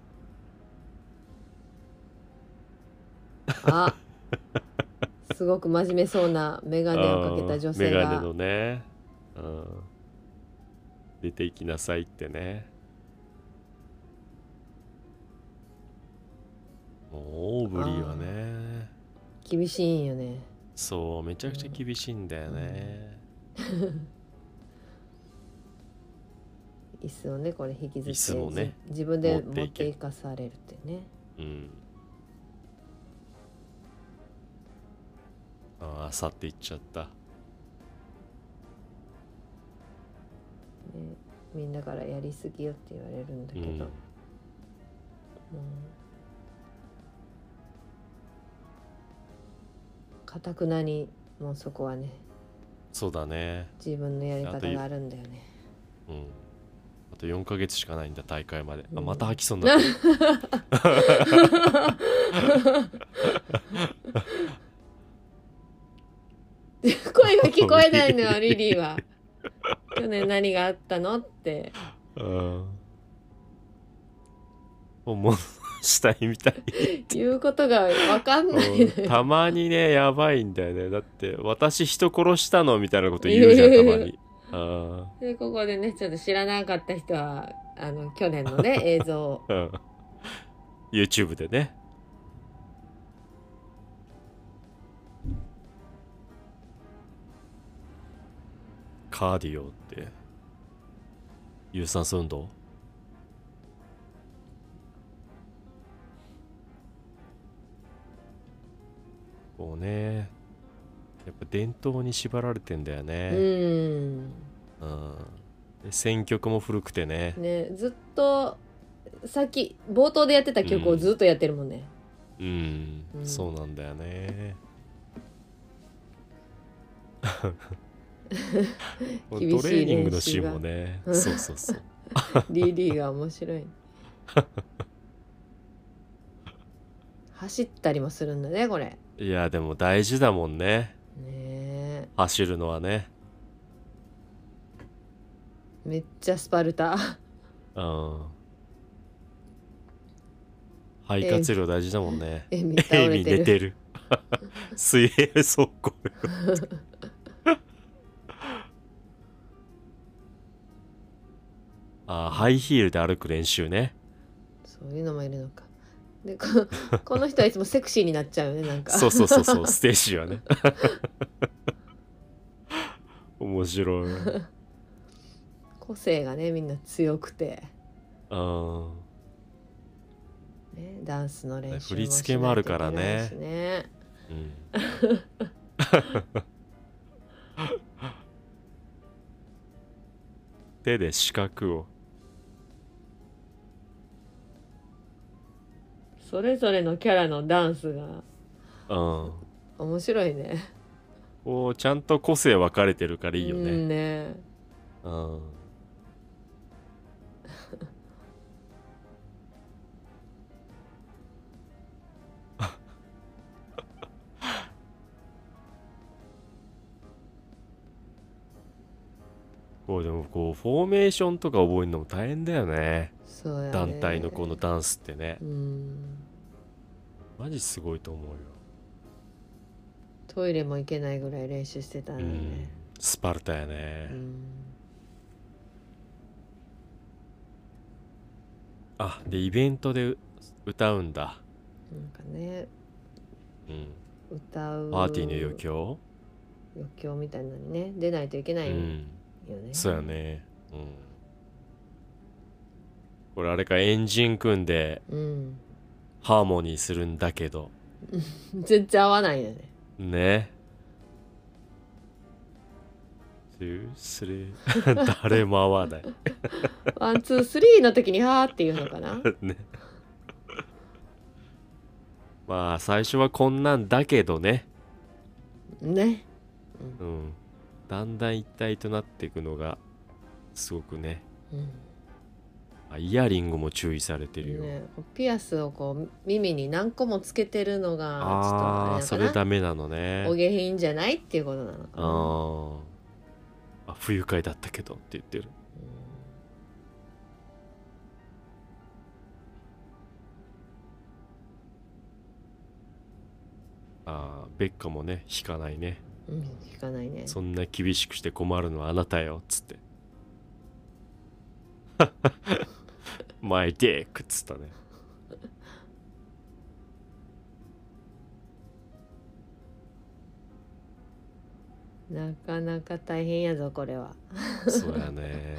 S2: あすごく真面目そうな眼鏡をかけた女性
S1: うんメガネ
S2: が
S1: のね、うん、出ていきなさいってねもうオーブリーはね
S2: 厳しいんよね
S1: そうめちゃくちゃ厳しいんだよね、
S2: 椅子をねこれ引きずって
S1: 椅子もね
S2: じ自分で
S1: 持って
S2: 持っ
S1: いけ
S2: ていかされるってね
S1: うんああ去っていっちゃった
S2: ねみんなからやりすぎよって言われるんだ
S1: う
S2: けど、
S1: ん
S2: かたくなにもうそこはね
S1: そうだね
S2: 自分のやり
S1: あ
S2: 方
S1: とい
S2: があるんだよね
S1: うんあと4ヶ月しかないんだ大会まで、
S2: う
S1: あ
S2: ん
S1: また吐きそうになった
S2: 声が聞こえないのよリリーは去年何があったのって
S1: うん思い出したいみたい
S2: いうことが分かんないの
S1: うん
S2: よ
S1: たまにねやばいんだよねだって私人殺したのみたいなこと言うじゃんたまにあ
S2: でここでねちょっと知らなかった人はあの去年の ね映像を
S1: ー、うん、YouTube でねカーディオって有酸素運動こうねやっぱ伝統に縛られてんだよね、
S2: うん
S1: うんで選曲も古くてね、
S2: ねずっとさっき冒頭でやってた曲をずっとやってるもんね、
S1: うん、
S2: うん
S1: そうなんだよ ね。トレ
S2: 厳し
S1: ー
S2: い練習が
S1: ニングのシーンもね、
S2: うん
S1: そうそうそう。
S2: リリーが面白 い走ったりもするんだねこれね
S1: いや、でも大事だもんね、
S2: え
S1: 走るのはね。
S2: めっちゃスパルタ
S1: うん。肺活量大事だもんね。
S2: エミ倒
S1: エイ
S2: れ
S1: ミ
S2: て
S1: 寝
S2: る
S1: て る。水平走行。 あーハイヒールで歩く練習ね。
S2: そういうのもいるのかでこ この人はいつもセクシーになっちゃうよね なんか
S1: そうそうそうそう、ステーシーはね。 面白い。うん。
S2: 個性がねみんな強くて、ね、ダンスの練習
S1: 振り付けもあるからね
S2: しないといけないしね
S1: うん、 手で四角を。
S2: それぞれのキャラのダンスが
S1: うん。
S2: 面白いね
S1: こうちゃんと個性分かれてるからいいよ
S2: う
S1: ね。
S2: んね
S1: うん。こうでもこうフォーメーションとか覚えるのも大変だよね
S2: そうやね
S1: 団体のこのダンスってね
S2: うん
S1: マジすごいと思うよ
S2: トイレも行けないぐらい練習してたん
S1: う
S2: だよ
S1: ん
S2: ね、
S1: スパルタや
S2: う
S1: ね
S2: ん
S1: あでイベントでう歌うんだ
S2: なんかね
S1: うん
S2: 歌う
S1: パーティーの余興
S2: 余興みたいなのにね出ないといけ
S1: う
S2: ないよね、
S1: んそうやねうんこれあれかエンジン組んで
S2: うん
S1: ハーモニーするんだけど
S2: 全然合わないよね
S1: ね Two, three 誰も合わない
S2: ワンツースリーの時に「はー」って言うのかな
S1: ねまあ最初はこんなんだけどね、
S2: ね
S1: うん、だんだん一体となっていくのがすごくね
S2: うん
S1: あイヤリングも注意されてるよ、
S2: ねピアスをこう耳に何個もつけてるのがちょっと
S1: あ
S2: あ
S1: あー
S2: れ
S1: そ
S2: だ
S1: れ
S2: か
S1: ダメなのね
S2: なお下品じゃないっていうことなのかな
S1: あーあ不愉快だったけどって言ってるあーベッカもね引かないね
S2: うん、うん聞かないね
S1: そんな厳しくして困るのはあなたよっつって マイディックっつったね
S2: なかなか大変やぞこれは
S1: そうやね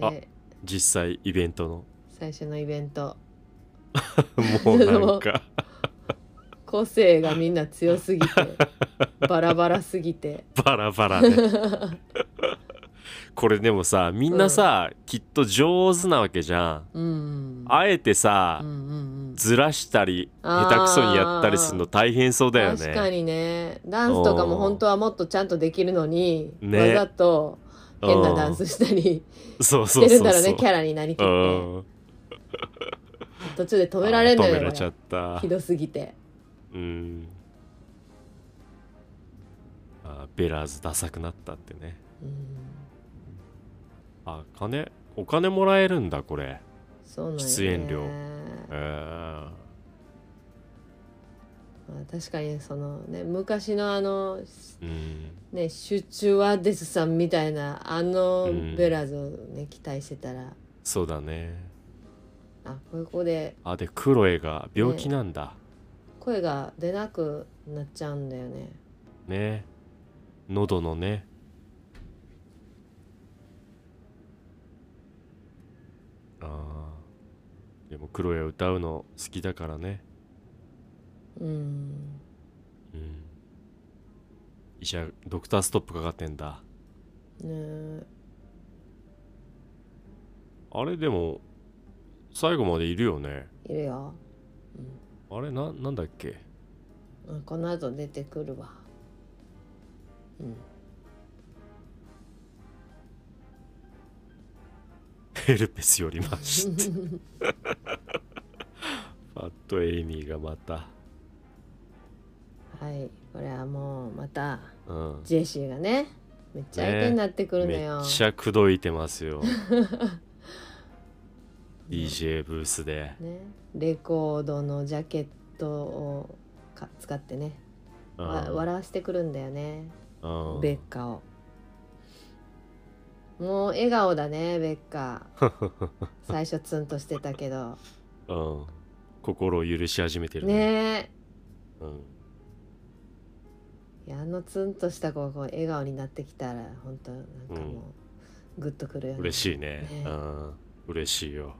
S1: あ
S2: で
S1: 実際イベント の
S2: 最初のイベント
S1: もうなんか
S2: 個性がみんな強すぎ てバラバラすぎて
S1: バラバラでこれでもさみんなさ、きっと上手なわけじゃん
S2: うん
S1: あえてさ、
S2: うんうんうん
S1: ずらしたり下手くそにやったりするの大変そうだよね
S2: 確かにねダンスとかも本当はもっとちゃんとできるのに、
S1: ね
S2: わざと変なダンスしたり
S1: そう
S2: し
S1: そう
S2: て
S1: そうそ
S2: る
S1: う
S2: んだろうねキャラになりきっ
S1: う
S2: て
S1: ん
S2: 途中で止められんの
S1: あ
S2: よ
S1: 止められ
S2: こ
S1: ちゃった
S2: れひどすぎて
S1: うんあベラーズダサくなったってね
S2: うん
S1: あ金お金もらえるんだこれ
S2: そうなんよね
S1: 出演料えー、
S2: まあ、確かにそのね昔のあの
S1: うん
S2: ねシュチュワデスさんみたいなあの
S1: うん
S2: ベラーズをね期待してたら、
S1: そうだね
S2: あこれここで
S1: あでクロエが病気なんだ
S2: 声が出なくなっちゃうんだよね
S1: ね喉のねあーでもクロエ歌うの好きだからね
S2: うん
S1: うん医者ドクターストップかかってんだ
S2: ね
S1: あれでも最後までいるよね
S2: いるよ、
S1: あれななんだっけ
S2: うん、この後出てくるわうん
S1: ヘルペスよりまして ファットエイミーがまた
S2: はいこれはもうまた
S1: うん
S2: ジェシーがねめっちゃ相手になってくるの
S1: め
S2: よ、
S1: っちゃ口説いてます よ DJ ブースで
S2: ね、レコードのジャケットをか使ってね、
S1: うん
S2: わ笑わせてくるんだよね、
S1: うん
S2: ベッカをもう笑顔だねベッ カ最初ツンとしてたけど
S1: うん心を許し始めてるね
S2: ね
S1: うん
S2: えいやあのツンとした子がこう笑顔になってきたら本当なんかもうグッとくるよね、
S1: 嬉しいね
S2: ね
S1: うん嬉しいよ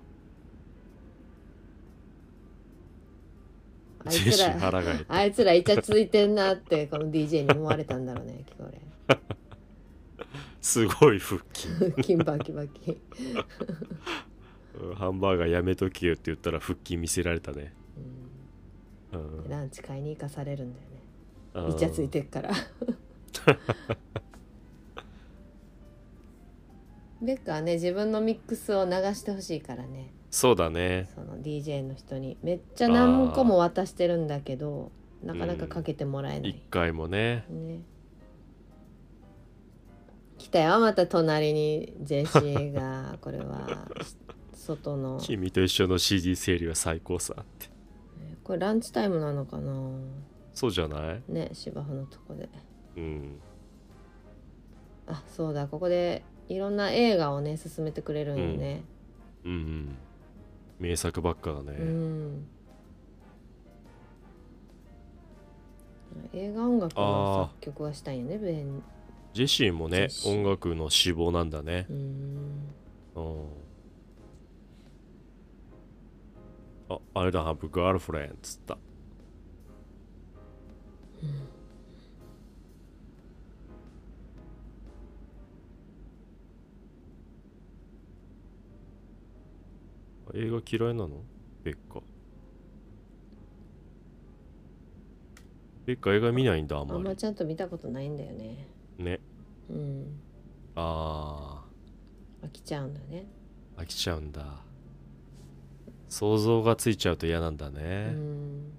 S2: あい
S1: ジェ
S2: つ
S1: シー
S2: ら
S1: 腹が減った
S2: あいつらイチャついてんなってこの DJ に思われたんだろうねきっとこれ。
S1: すごい腹筋
S2: 金バキバキ、
S1: うんハンバーガーやめときよって言ったら腹筋見せられたね
S2: う、
S1: うんん
S2: ランチ買いに行かされるんだよね
S1: うん
S2: イチャついて っからベッカはね自分のミックスを流してほしいからね
S1: そうだね
S2: その DJ の人にめっちゃ何個も渡してるんだけどなかなかかけてもらえな
S1: 一
S2: い、
S1: 回もね
S2: ね来たよまた隣にジェシーが これは外の
S1: 君と一緒の CD 整理は最高さって
S2: これランチタイムなのかな
S1: そうじゃない
S2: ね芝生のとこで
S1: うん
S2: あそうだここでいろんな映画をね勧めてくれるんよね、
S1: うんうん名作ばっかだね、
S2: うん映画音楽の作曲はしたいよねベン
S1: ジェシーもね
S2: ジェシー
S1: 音楽の志望なんだね
S2: うん
S1: うんあ、I don't have a girlfriend っつった。映画嫌いなのベッカ。ベッカ映画見ないんだ、あん
S2: あん
S1: ま
S2: ま
S1: り。
S2: ちゃんと見たことないんだよね
S1: ね。
S2: うん
S1: あ
S2: 飽きちゃうんだね、
S1: あ、飽きちゃうんだ。想像がついちゃうと嫌なんだ
S2: う
S1: ね。
S2: ん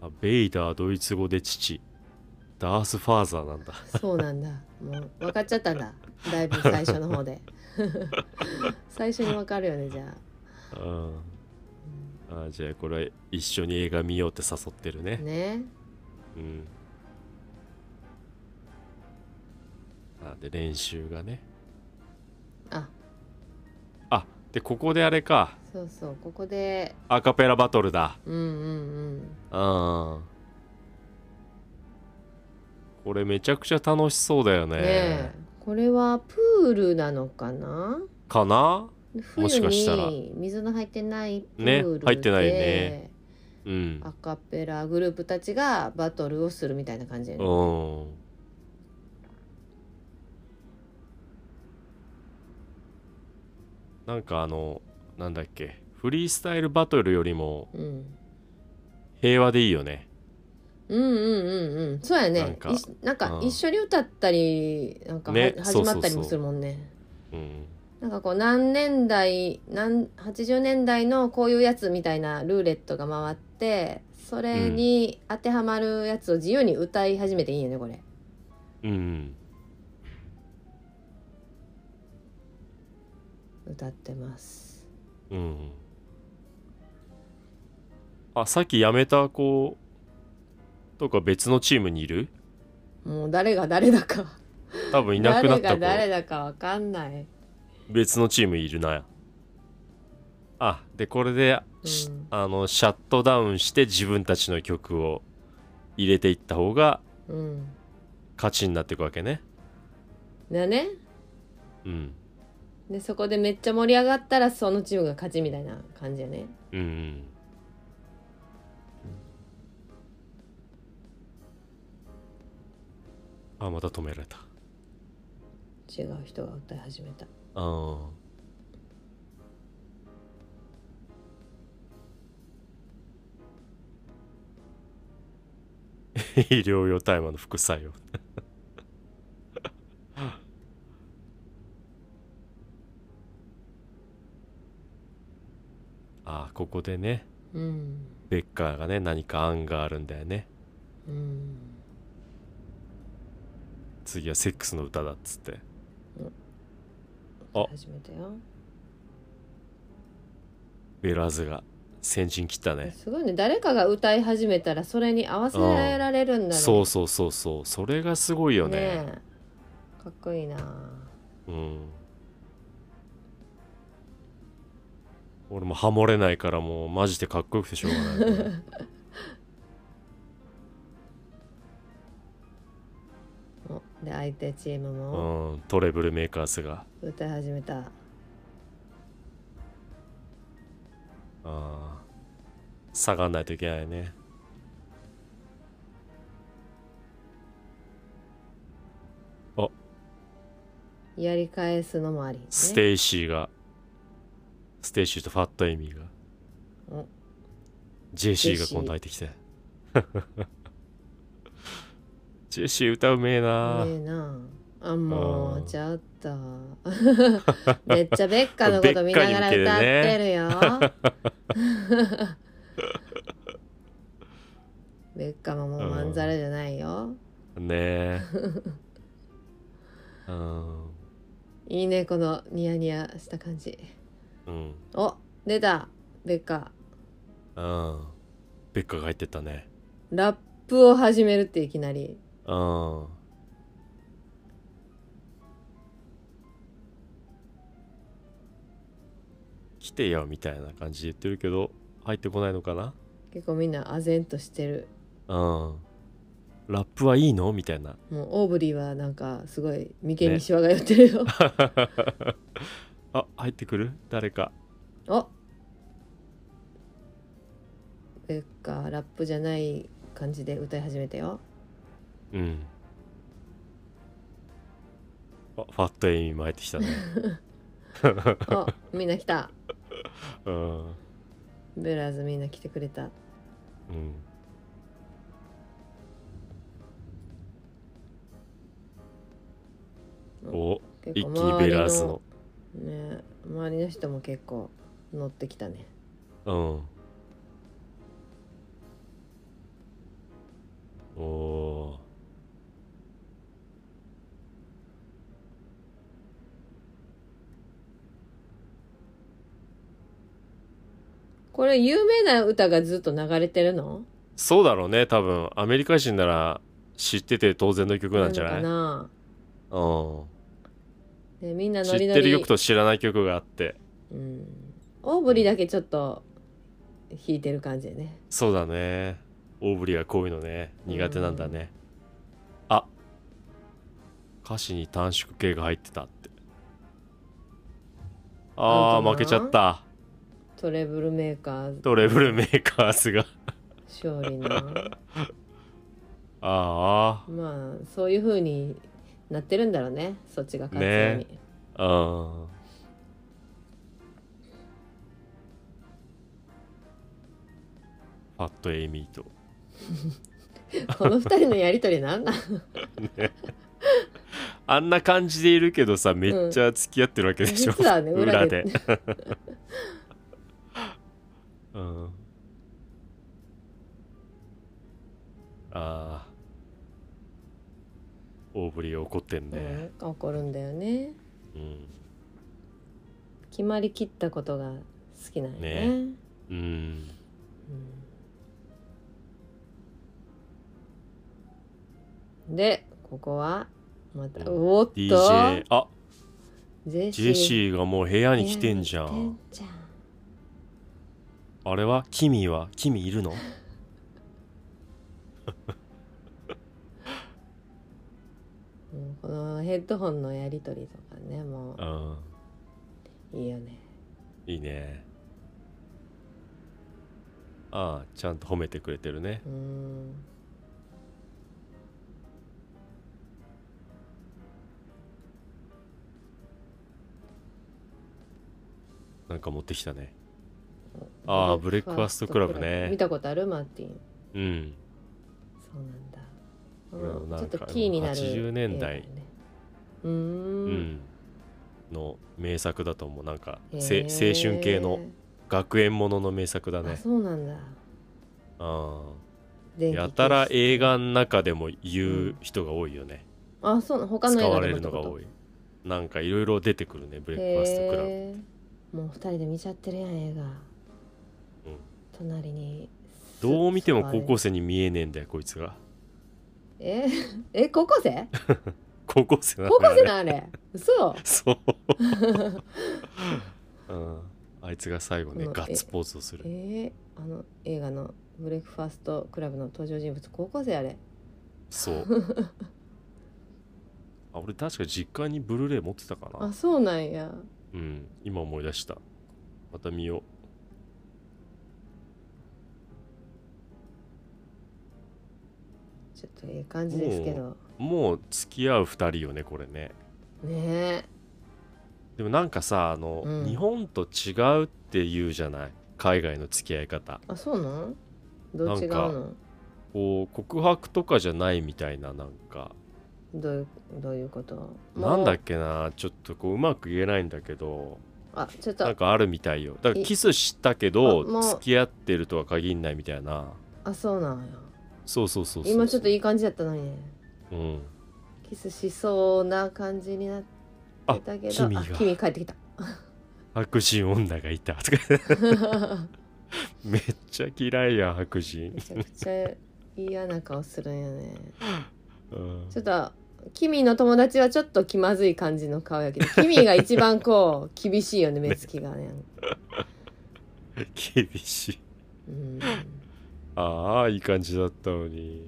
S1: あベイダードイツ語で父ダースファーザーなんだ
S2: そうなんだもう分かっちゃったんだだいぶ最初の方で 最初に分かるよねじゃあ
S1: うんあじゃあこれ一緒に映画見ようって誘ってるね
S2: ね
S1: うんあで練習がね
S2: あ
S1: あでここであれか
S2: そうそうここで
S1: アカペラバトルだ
S2: うんうん
S1: うんこれめちゃくちゃ楽しそうだよ
S2: うん
S1: ね
S2: ねえこれはプールなのかな
S1: かなも
S2: 冬
S1: しかしたら
S2: に水の入ってないプール
S1: ね
S2: で、
S1: 入ってないねうん
S2: アカペラグループたちがバトルをするみたいな感じやね
S1: うん。なんかあの、なんだっけ、フリースタイルバトルよりも
S2: うん、
S1: 平和でいいよね。
S2: うんうんうんうんそうやね
S1: な
S2: なんん
S1: か
S2: かなんか
S1: うん
S2: 一緒に歌ったりなんかは、
S1: ね
S2: 始まった
S1: そうそ
S2: り
S1: うそ
S2: も
S1: う
S2: するもんね
S1: うん。
S2: なんかこう何年代何80年代のこういうやつみたいなルーレットが回ってそれに当てはまるやつを自由に歌い始めていいよねこれ
S1: うん。
S2: 歌ってます
S1: うん。あ、さっき辞めた子とか別のチームにいる
S2: もう誰が誰だか
S1: 多分いなくなっ
S2: 誰
S1: た
S2: が
S1: 子。
S2: 誰だかわかんない
S1: 別のチームいるな。あ、で、これで、し
S2: うん
S1: あの、シャットダウンして自分たちの曲を入れていった方が
S2: うん
S1: 勝ちになっていくわけね。
S2: だね
S1: うん。
S2: でそこでめっちゃ盛り上がったらそのチームが勝ちみたいな感じやね
S1: うんうん。あ、また止められた。
S2: 違う人が歌い始めた
S1: あー 医療用大麻の副作用 あーここでね
S2: うん
S1: ベッカーがね何か案があるんだよね
S2: うん
S1: 次はセックスの歌だっつってあ
S2: 歌い始めたよ
S1: ベラーズが先陣切ったね
S2: すごいね誰かが歌い始めたらそれに合わせられるんだね
S1: そうそうそうそうそれがすごいよね
S2: ねえかっこいいな
S1: うん俺もハモれないからもうマジでかっこよくてしょうがない、 ね、
S2: おで相手チーム
S1: う
S2: も
S1: んトレブルメーカーズが
S2: 歌い始めた、
S1: あー下がんないといけないね
S2: やり返すのもあり、ね、
S1: ステイシーがステイシーとファットエミーが
S2: お
S1: ジェシーが今度入ってきてジェシー歌うめえな、
S2: ねえなああも
S1: あ
S2: う
S1: ー
S2: ちょっとめっちゃベッカのこと見ながら歌ってるよベッカももうまんざらじゃないよ、
S1: ねえうん
S2: いいねこのニヤニヤした感じ
S1: うん
S2: お出たベッカ
S1: うんベッカが入ってったね
S2: ラップを始めるっていきなり
S1: うん来てよみたいな感じで言ってるけど入ってこないのかな
S2: 結構みんな唖然としてる
S1: うんラップはいいのみたいな
S2: もうオーブリーはなんかすごい眉間にシワが寄ってるよ、
S1: あ入ってくる誰か
S2: おベッカラップじゃない感じで歌い始め たよ
S1: うんあファットエイミーも入ってきたね
S2: おみんな来た
S1: うん
S2: ベラーズみんな来てくれた
S1: うんお
S2: 結
S1: 一
S2: 構
S1: 気にベラーズの
S2: 周りのね周りの人も結構乗ってきたね
S1: うん。おー
S2: これ有名な歌がずっと流れてるの
S1: そうだろうね、多分。アメリカ人なら知ってて当然の曲なんじゃない
S2: のかな
S1: うん。
S2: でみんな
S1: 知
S2: ノ
S1: っ
S2: リノ
S1: て
S2: リ
S1: る曲と知らない曲があって。
S2: うん、オーブリーだけちょっと弾いてる感じでね
S1: そうだね。オーブリーはこういうのね、苦手なんだね。あ歌詞に短縮系が入ってたって。あ
S2: アウト
S1: ー、
S2: な
S1: 負けちゃった。
S2: トレブルメーカー
S1: トレブルメーカーズが。
S2: 勝利の
S1: ああ。
S2: まあそういう風になってるんだろうねそっちが勝つように、
S1: うんパッとエイミーと。
S2: この二人のやりとりなんなん
S1: あんな感じでいるけどさ、めっちゃ付き合ってるわけでしょ。
S2: 実はね裏
S1: 裏
S2: で
S1: で。うん。ああ。大振り怒ってん ね。
S2: うん、怒るんだよね
S1: うん。
S2: 決まりきったことが好きなんよ
S1: ね
S2: ね
S1: うん。
S2: うんでここはまた、
S1: うん
S2: おっと
S1: DJ、あ、
S2: ジェ
S1: ジェシーがもう部屋に来てんじゃ
S2: 部屋に
S1: ん。
S2: 来てんじゃん
S1: あれはキミはキミいるの
S2: もうこのヘッドホンのやり取りとかねも
S1: うん。
S2: ういいよね
S1: いいね。ああ、ちゃんと褒めてくれてるね。
S2: うん
S1: なんか持ってきたね。ああ、ブレックファーストクラブ
S2: 見
S1: ね。
S2: たことあるマーティン
S1: うん。
S2: そうなんだ
S1: これも
S2: うん
S1: なん
S2: ち
S1: か
S2: ょっとキーになる
S1: 80年代
S2: 映画だねうー
S1: うんん。の名作だと思う。なんか、
S2: へ
S1: せ
S2: ー
S1: 青春系の学園ものの名作だ
S2: あ
S1: ね。
S2: そうなんだ
S1: ああ。
S2: 電気
S1: やたら
S2: 消し
S1: 映画の中でも言う人が多いよね。
S2: あそうなの他
S1: 使
S2: の映
S1: わ
S2: 画で
S1: れ
S2: も
S1: る
S2: って
S1: の
S2: こ
S1: が
S2: と
S1: 多い。なんかいろいろ出てくるね、ブレックファーストクラブ。
S2: へーもう二人で見ちゃってるやん映画、
S1: うん
S2: 隣に
S1: どう見ても高校
S2: 生
S1: 生に見えねえんだよ、こいつが。
S2: え え高校生
S1: 高校生な
S2: 高
S1: の
S2: 校
S1: よ
S2: 生
S1: ね
S2: な んあれ嘘
S1: そう。 うん、あいつが最後ね
S2: この
S1: ガッツポーズをする。
S2: えー、あの映画の「ブレックファーストクラブ」の登場人物高校生あれ
S1: そう。 あ俺確か実家にブルーレイ持ってたか
S2: あ
S1: な。
S2: そうなんや
S1: うん今思い出した。また見よ
S2: ちょっとええ感じですけど
S1: う。もう付き合う二人よねこれね。
S2: ね
S1: でもなんかさあの、
S2: うん
S1: 日本と違うって言うじゃない海外の付き合い方。
S2: えあそうなんどう違う
S1: な
S2: の
S1: こう告白とかじゃないみたいななんか
S2: どういうどういうことも
S1: な
S2: うん
S1: だっけなちょっとこううまく言えないんだけど。
S2: あちょっ
S1: なん
S2: と
S1: かあるみたいよだから
S2: い
S1: キスしたけ
S2: あも
S1: ど
S2: う
S1: 付き合ってるとは限んないみたいな
S2: あそうなんや
S1: そうそうそうそう
S2: 今ちょっといい感じだったのにね
S1: うん
S2: キスしそうな感じになっ
S1: あ
S2: 出たけど
S1: 君が
S2: あ君帰ってきた
S1: 白人女がいた とかめっちゃ嫌いやん白人
S2: め、ちゃくちゃ嫌な顔するんよね
S1: うん
S2: ちょっと君の友達はちょっと気まずい感じの顔やけ ど君が一番こう厳しいよね目つきがね、
S1: 厳しい
S2: うん、
S1: ああいい感じだったのに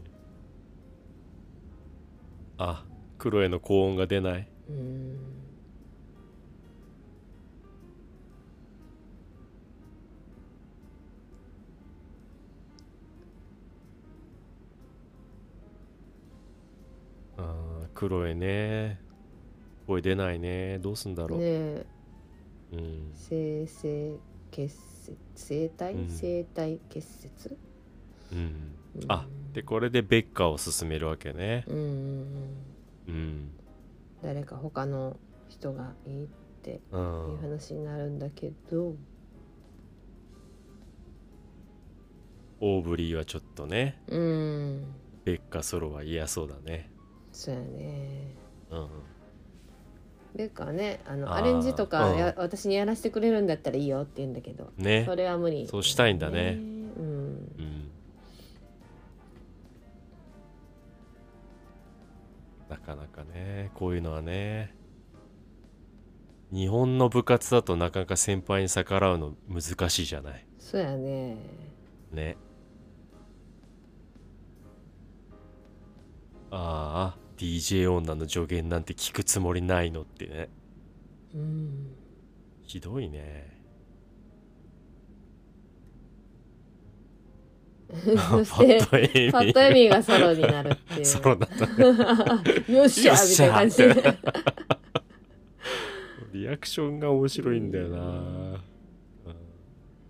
S1: あクロエの高音が出 ない
S2: うん
S1: あークロエね声出ないねどうすんだろう、
S2: ねえ
S1: うん、
S2: 生成結節生体、
S1: うん
S2: 生体結節、
S1: うん、
S2: うん
S1: あでこれでベッカを進めるわけね
S2: うんうんうん
S1: うん、、
S2: 誰か他の人がいいっていううん話になるんだけど、
S1: オーブリーはちょっとね
S2: うん
S1: ベッカソロは嫌そうだね
S2: そうやね
S1: うん
S2: ベッカはねあの
S1: あー
S2: アレンジとかや、
S1: う
S2: 私にやらせてくれるんだったらいいよって言うんだけど
S1: ね
S2: それは無理、
S1: そうしたいんだね
S2: うん
S1: うんなかなかねこういうのはね日本の部活だとなかなか先輩に逆らうの難しいじゃない
S2: そうやね
S1: ねああ DJ 女の助言なんて聞くつもりないのってね
S2: うん
S1: ひどいね
S2: そ
S1: パ
S2: して
S1: ッとエ
S2: パッとエミーがソロになるってい う
S1: ソロだったね
S2: よっしゃ
S1: よっ
S2: み
S1: した
S2: いな
S1: ゃ
S2: 感じで
S1: リアクションが面白いんだよな、うん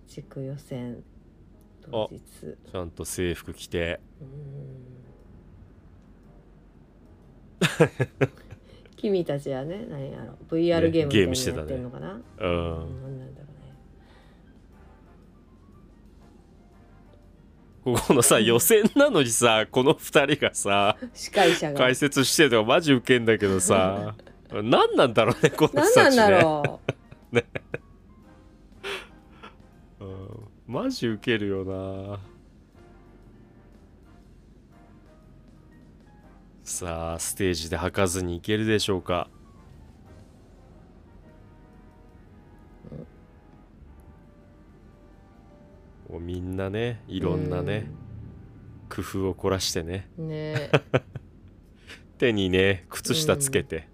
S2: 地区予選当日
S1: ちゃんと制服着て
S2: うーん君たちはね何やろ VR
S1: ね
S2: ゲーム
S1: ゲーム
S2: み
S1: したて
S2: いな
S1: たね
S2: のやってんのかな、
S1: う
S2: うんなんなんだろ
S1: ここのさ予選なのにさこの2人がさ
S2: うね司会者が
S1: 解説してるのがマジウケんだけどさ何なんだろうねこの
S2: 何
S1: 人
S2: な
S1: た
S2: ん
S1: ち
S2: だ
S1: ね
S2: ろ
S1: う
S2: う
S1: んマジウケるよなさあステージで履かずにいけるでしょうかもうみんなね いろんなね工夫を凝らしてね
S2: うんね
S1: 手にね靴下つけて、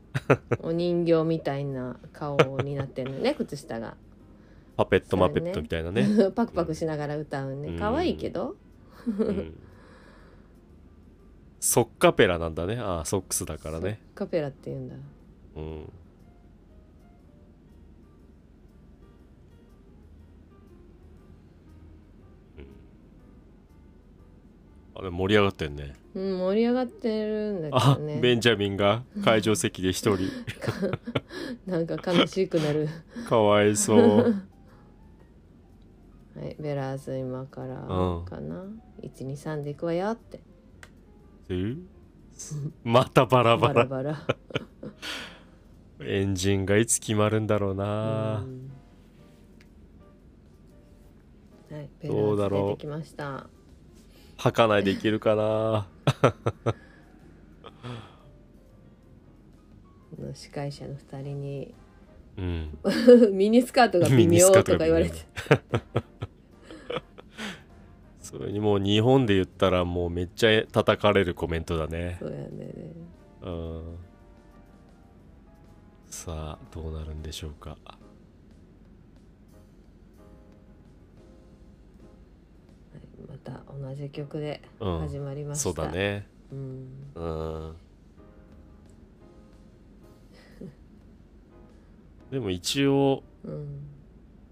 S2: お人形みたいな顔になってる のね靴下が、
S1: パペットマペットみたいなね
S2: パクパクしながら歌う
S1: う
S2: ね
S1: ん
S2: 可愛いけど
S1: うん ソッカペラなんだねああソックスだからね
S2: カペラって言うんだ
S1: うんあれ盛り上がってんね
S2: うん盛り上がってるんだけ
S1: あ
S2: どね
S1: ベンジャミンが会場席で一 人
S2: なんか悲しくなる
S1: かわいそう
S2: はいベラーズ今から
S1: うん
S2: かな、123でいくわよって
S1: えまたバラバ
S2: バラ
S1: ラ
S2: バラ
S1: エンジンがいつ決まるんだろうな
S2: うんはい、ベラ
S1: どうだ
S2: ー
S1: ろう
S2: ズ出てきました。
S1: 吐かないでいけるかな
S2: この司会者の二人に
S1: うん
S2: ミニスカートが
S1: ミ
S2: 微
S1: ニス
S2: 妙
S1: カー
S2: と
S1: ト
S2: か
S1: が微妙
S2: 言われて、
S1: それにもう日本で言ったらもうめっちゃ叩かれるコメントだね
S2: そうやね。
S1: うんさあどうなるんでしょうか
S2: また同じ曲で
S1: うん
S2: 始まりました。
S1: そうだね
S2: うん。
S1: うんでも一応
S2: うん。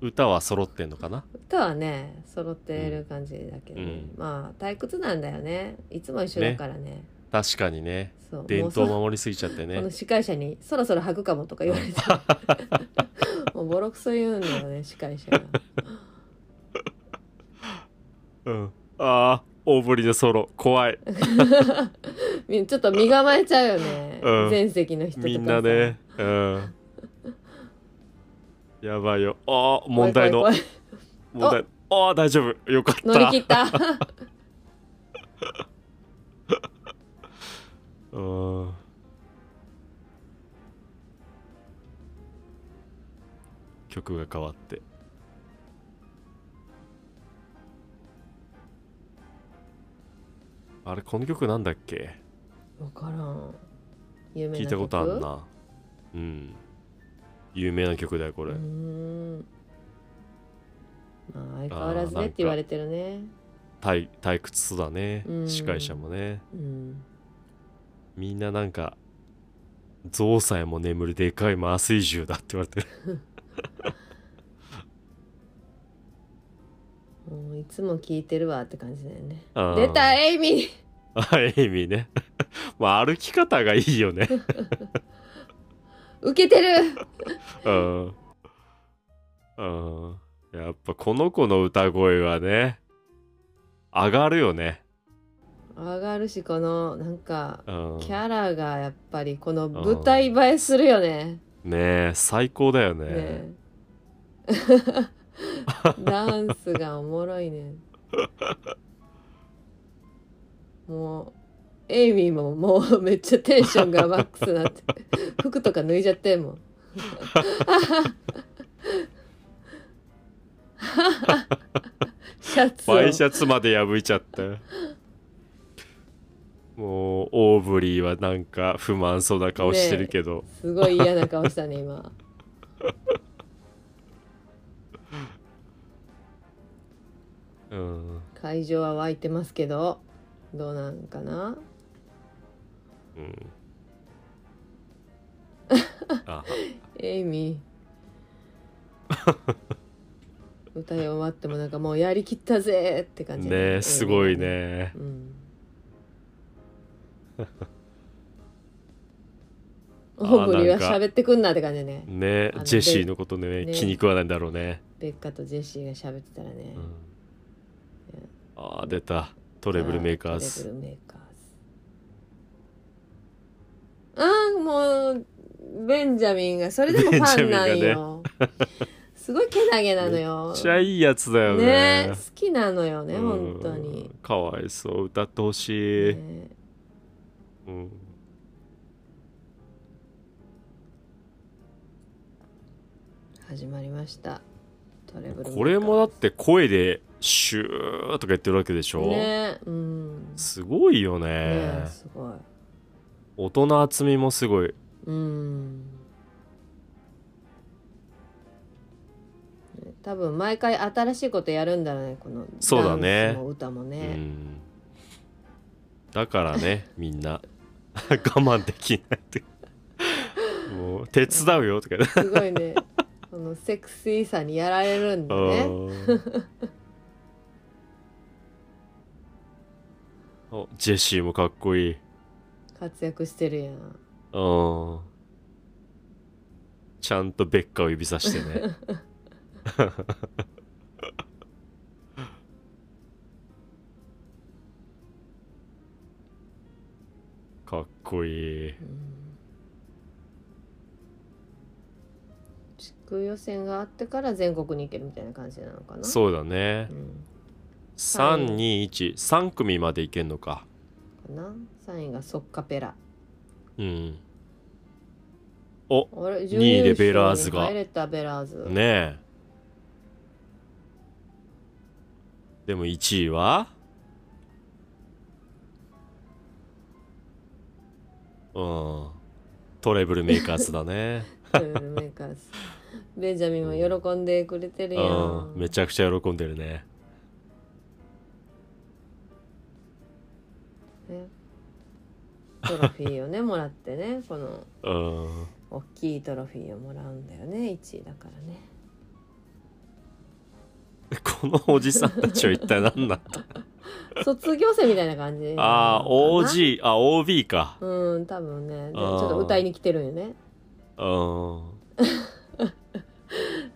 S1: 歌は揃ってんのかな
S2: 歌はね、揃ってる感じだけどね、
S1: うん
S2: まあ退屈なんだよね。いつも一緒だからね。
S1: 確かにね
S2: そう。
S1: 伝
S2: もう
S1: 統
S2: そ
S1: 守りすぎちゃって
S2: こ
S1: ね
S2: の司会者にそろそろ吐くかもとか言 われてもうボロクソ言うんだよね司会者が
S1: うんああ大ぶりのソロ怖い
S2: みちょっと身構えちゃうよね、
S1: うん
S2: 全席の人とかさ
S1: みんなねうんやばいよああ問題の
S2: 怖い
S1: 問題ああ大丈夫よかった
S2: 怖い怖い乗り切った
S1: うん曲が変わってあれこの曲なんだっけ
S2: 分からん有名な曲
S1: 聞いたことあんなうん有名な曲だよこれ、
S2: うーんまあ相変わらずねって言われてるね
S1: 退退屈そうだね、
S2: うん
S1: 司会者もね
S2: うん
S1: みんななんかゾウさえも眠るでかい麻酔銃だって言われてる
S2: もういつも聞いてるわって感じだよね
S1: あー
S2: 出たエイミー
S1: あエイミーね まあ歩き方がいい よね
S2: 受けてる
S1: うんうんやっぱこの子の歌声はね上がるよね
S2: 上がるしこのなんか
S1: うん
S2: キャラがやっぱりこの舞台映えするよね
S1: ねえ最高だよ
S2: ね
S1: ね
S2: えダンスがおもろいねもうエイミーももうめっちゃテンションがマックス なって服とか脱いじゃってんもんシャツを
S1: ワイシャツまで破いちゃったよもうオーブリーはなんか不満そうな顔してるけど、
S2: すごい嫌な顔したね今
S1: うん
S2: 会場は沸いてますけどどうなんかな
S1: うんあ
S2: エイミー歌い終わってもなんかもうやりきったぜって感じだ
S1: ね
S2: エイミーが
S1: えすごいね
S2: うん、オ
S1: あ
S2: ーブリー
S1: な
S2: は
S1: んか
S2: 喋ってくんなって感じだね
S1: ね
S2: あの
S1: ジェシーのことね
S2: ね
S1: 気に食わないんだろうね、
S2: ベッカとジェシーが喋ってたらね、
S1: うん、あー出たトレブルメーカー
S2: トレ
S1: ズ
S2: ブルメーカーズあーもうベンジャミンがそれでもファンなん
S1: ベンジャミン
S2: よ、 すごいけなげなのよ
S1: めっちゃいいやつだよね
S2: ね好きなのよね
S1: うん
S2: 本当に、
S1: かわいそう歌ってほしい、
S2: ね
S1: うん
S2: 始まりましたトレブルメーカー
S1: これもだって声でシューとか言ってるわけでしょ、
S2: ねうん
S1: すごいよね
S2: ねすごい
S1: 音の厚みもすごい
S2: うんね多分毎回新しいことやるんだろうねこの
S1: そうだね
S2: ダンスも歌も
S1: う
S2: ね、
S1: んだから ねみんな 我慢できないってもう手伝うよとかね
S2: すごいねそのセクシーさにやられるんだね
S1: うん おジェシーもかっこいい
S2: 活躍してるやん
S1: うんちゃんとベッカを指さして ね かっこいい
S2: うん地区予選があってから全国に行けるみたいな感じなのかなう、
S1: そうだね
S2: ん、
S1: 3213組までいけんのか
S2: かな3位がソッカペラ
S1: うんお
S2: あれ
S1: 2位でベラーズが
S2: 準優勝に入れたベラーズ、
S1: ねえでも1位はうんトレブルメーカーズだね
S2: トレブルメーカーズベンジャミンも喜んでくれてるや
S1: うん
S2: ん
S1: めちゃくちゃ喜んでるね
S2: ねトロフィーをねもらってねこの
S1: うん
S2: 大きいトロフィーをもらうんだよね1位だからね
S1: このおじさんたちは一体何なんだ
S2: 卒業生みたいな感じなのかな
S1: ああ OG あ OB か
S2: うん多分ねでち
S1: あー
S2: ょっと歌いに来てるんよね
S1: うん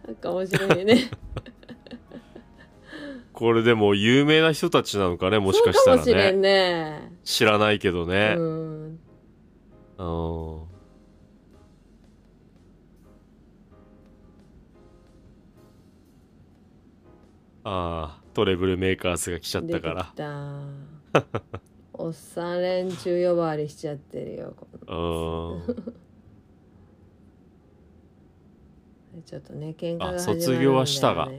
S2: なんか面白いよね
S1: これでも有名な人たちなのか ねもしかした
S2: そ
S1: ら
S2: うかもしれ
S1: ね
S2: んね
S1: 知らないけどね
S2: うん
S1: うんああトレブルメーカーズが来ちゃった
S2: 出て
S1: か
S2: き
S1: ら
S2: た おっさん連中呼ばわりしちゃってるよこ
S1: う
S2: の
S1: ーん
S2: ちょっとね喧嘩が
S1: あ
S2: 始まるんだよ、ね、
S1: 卒業はしたがうん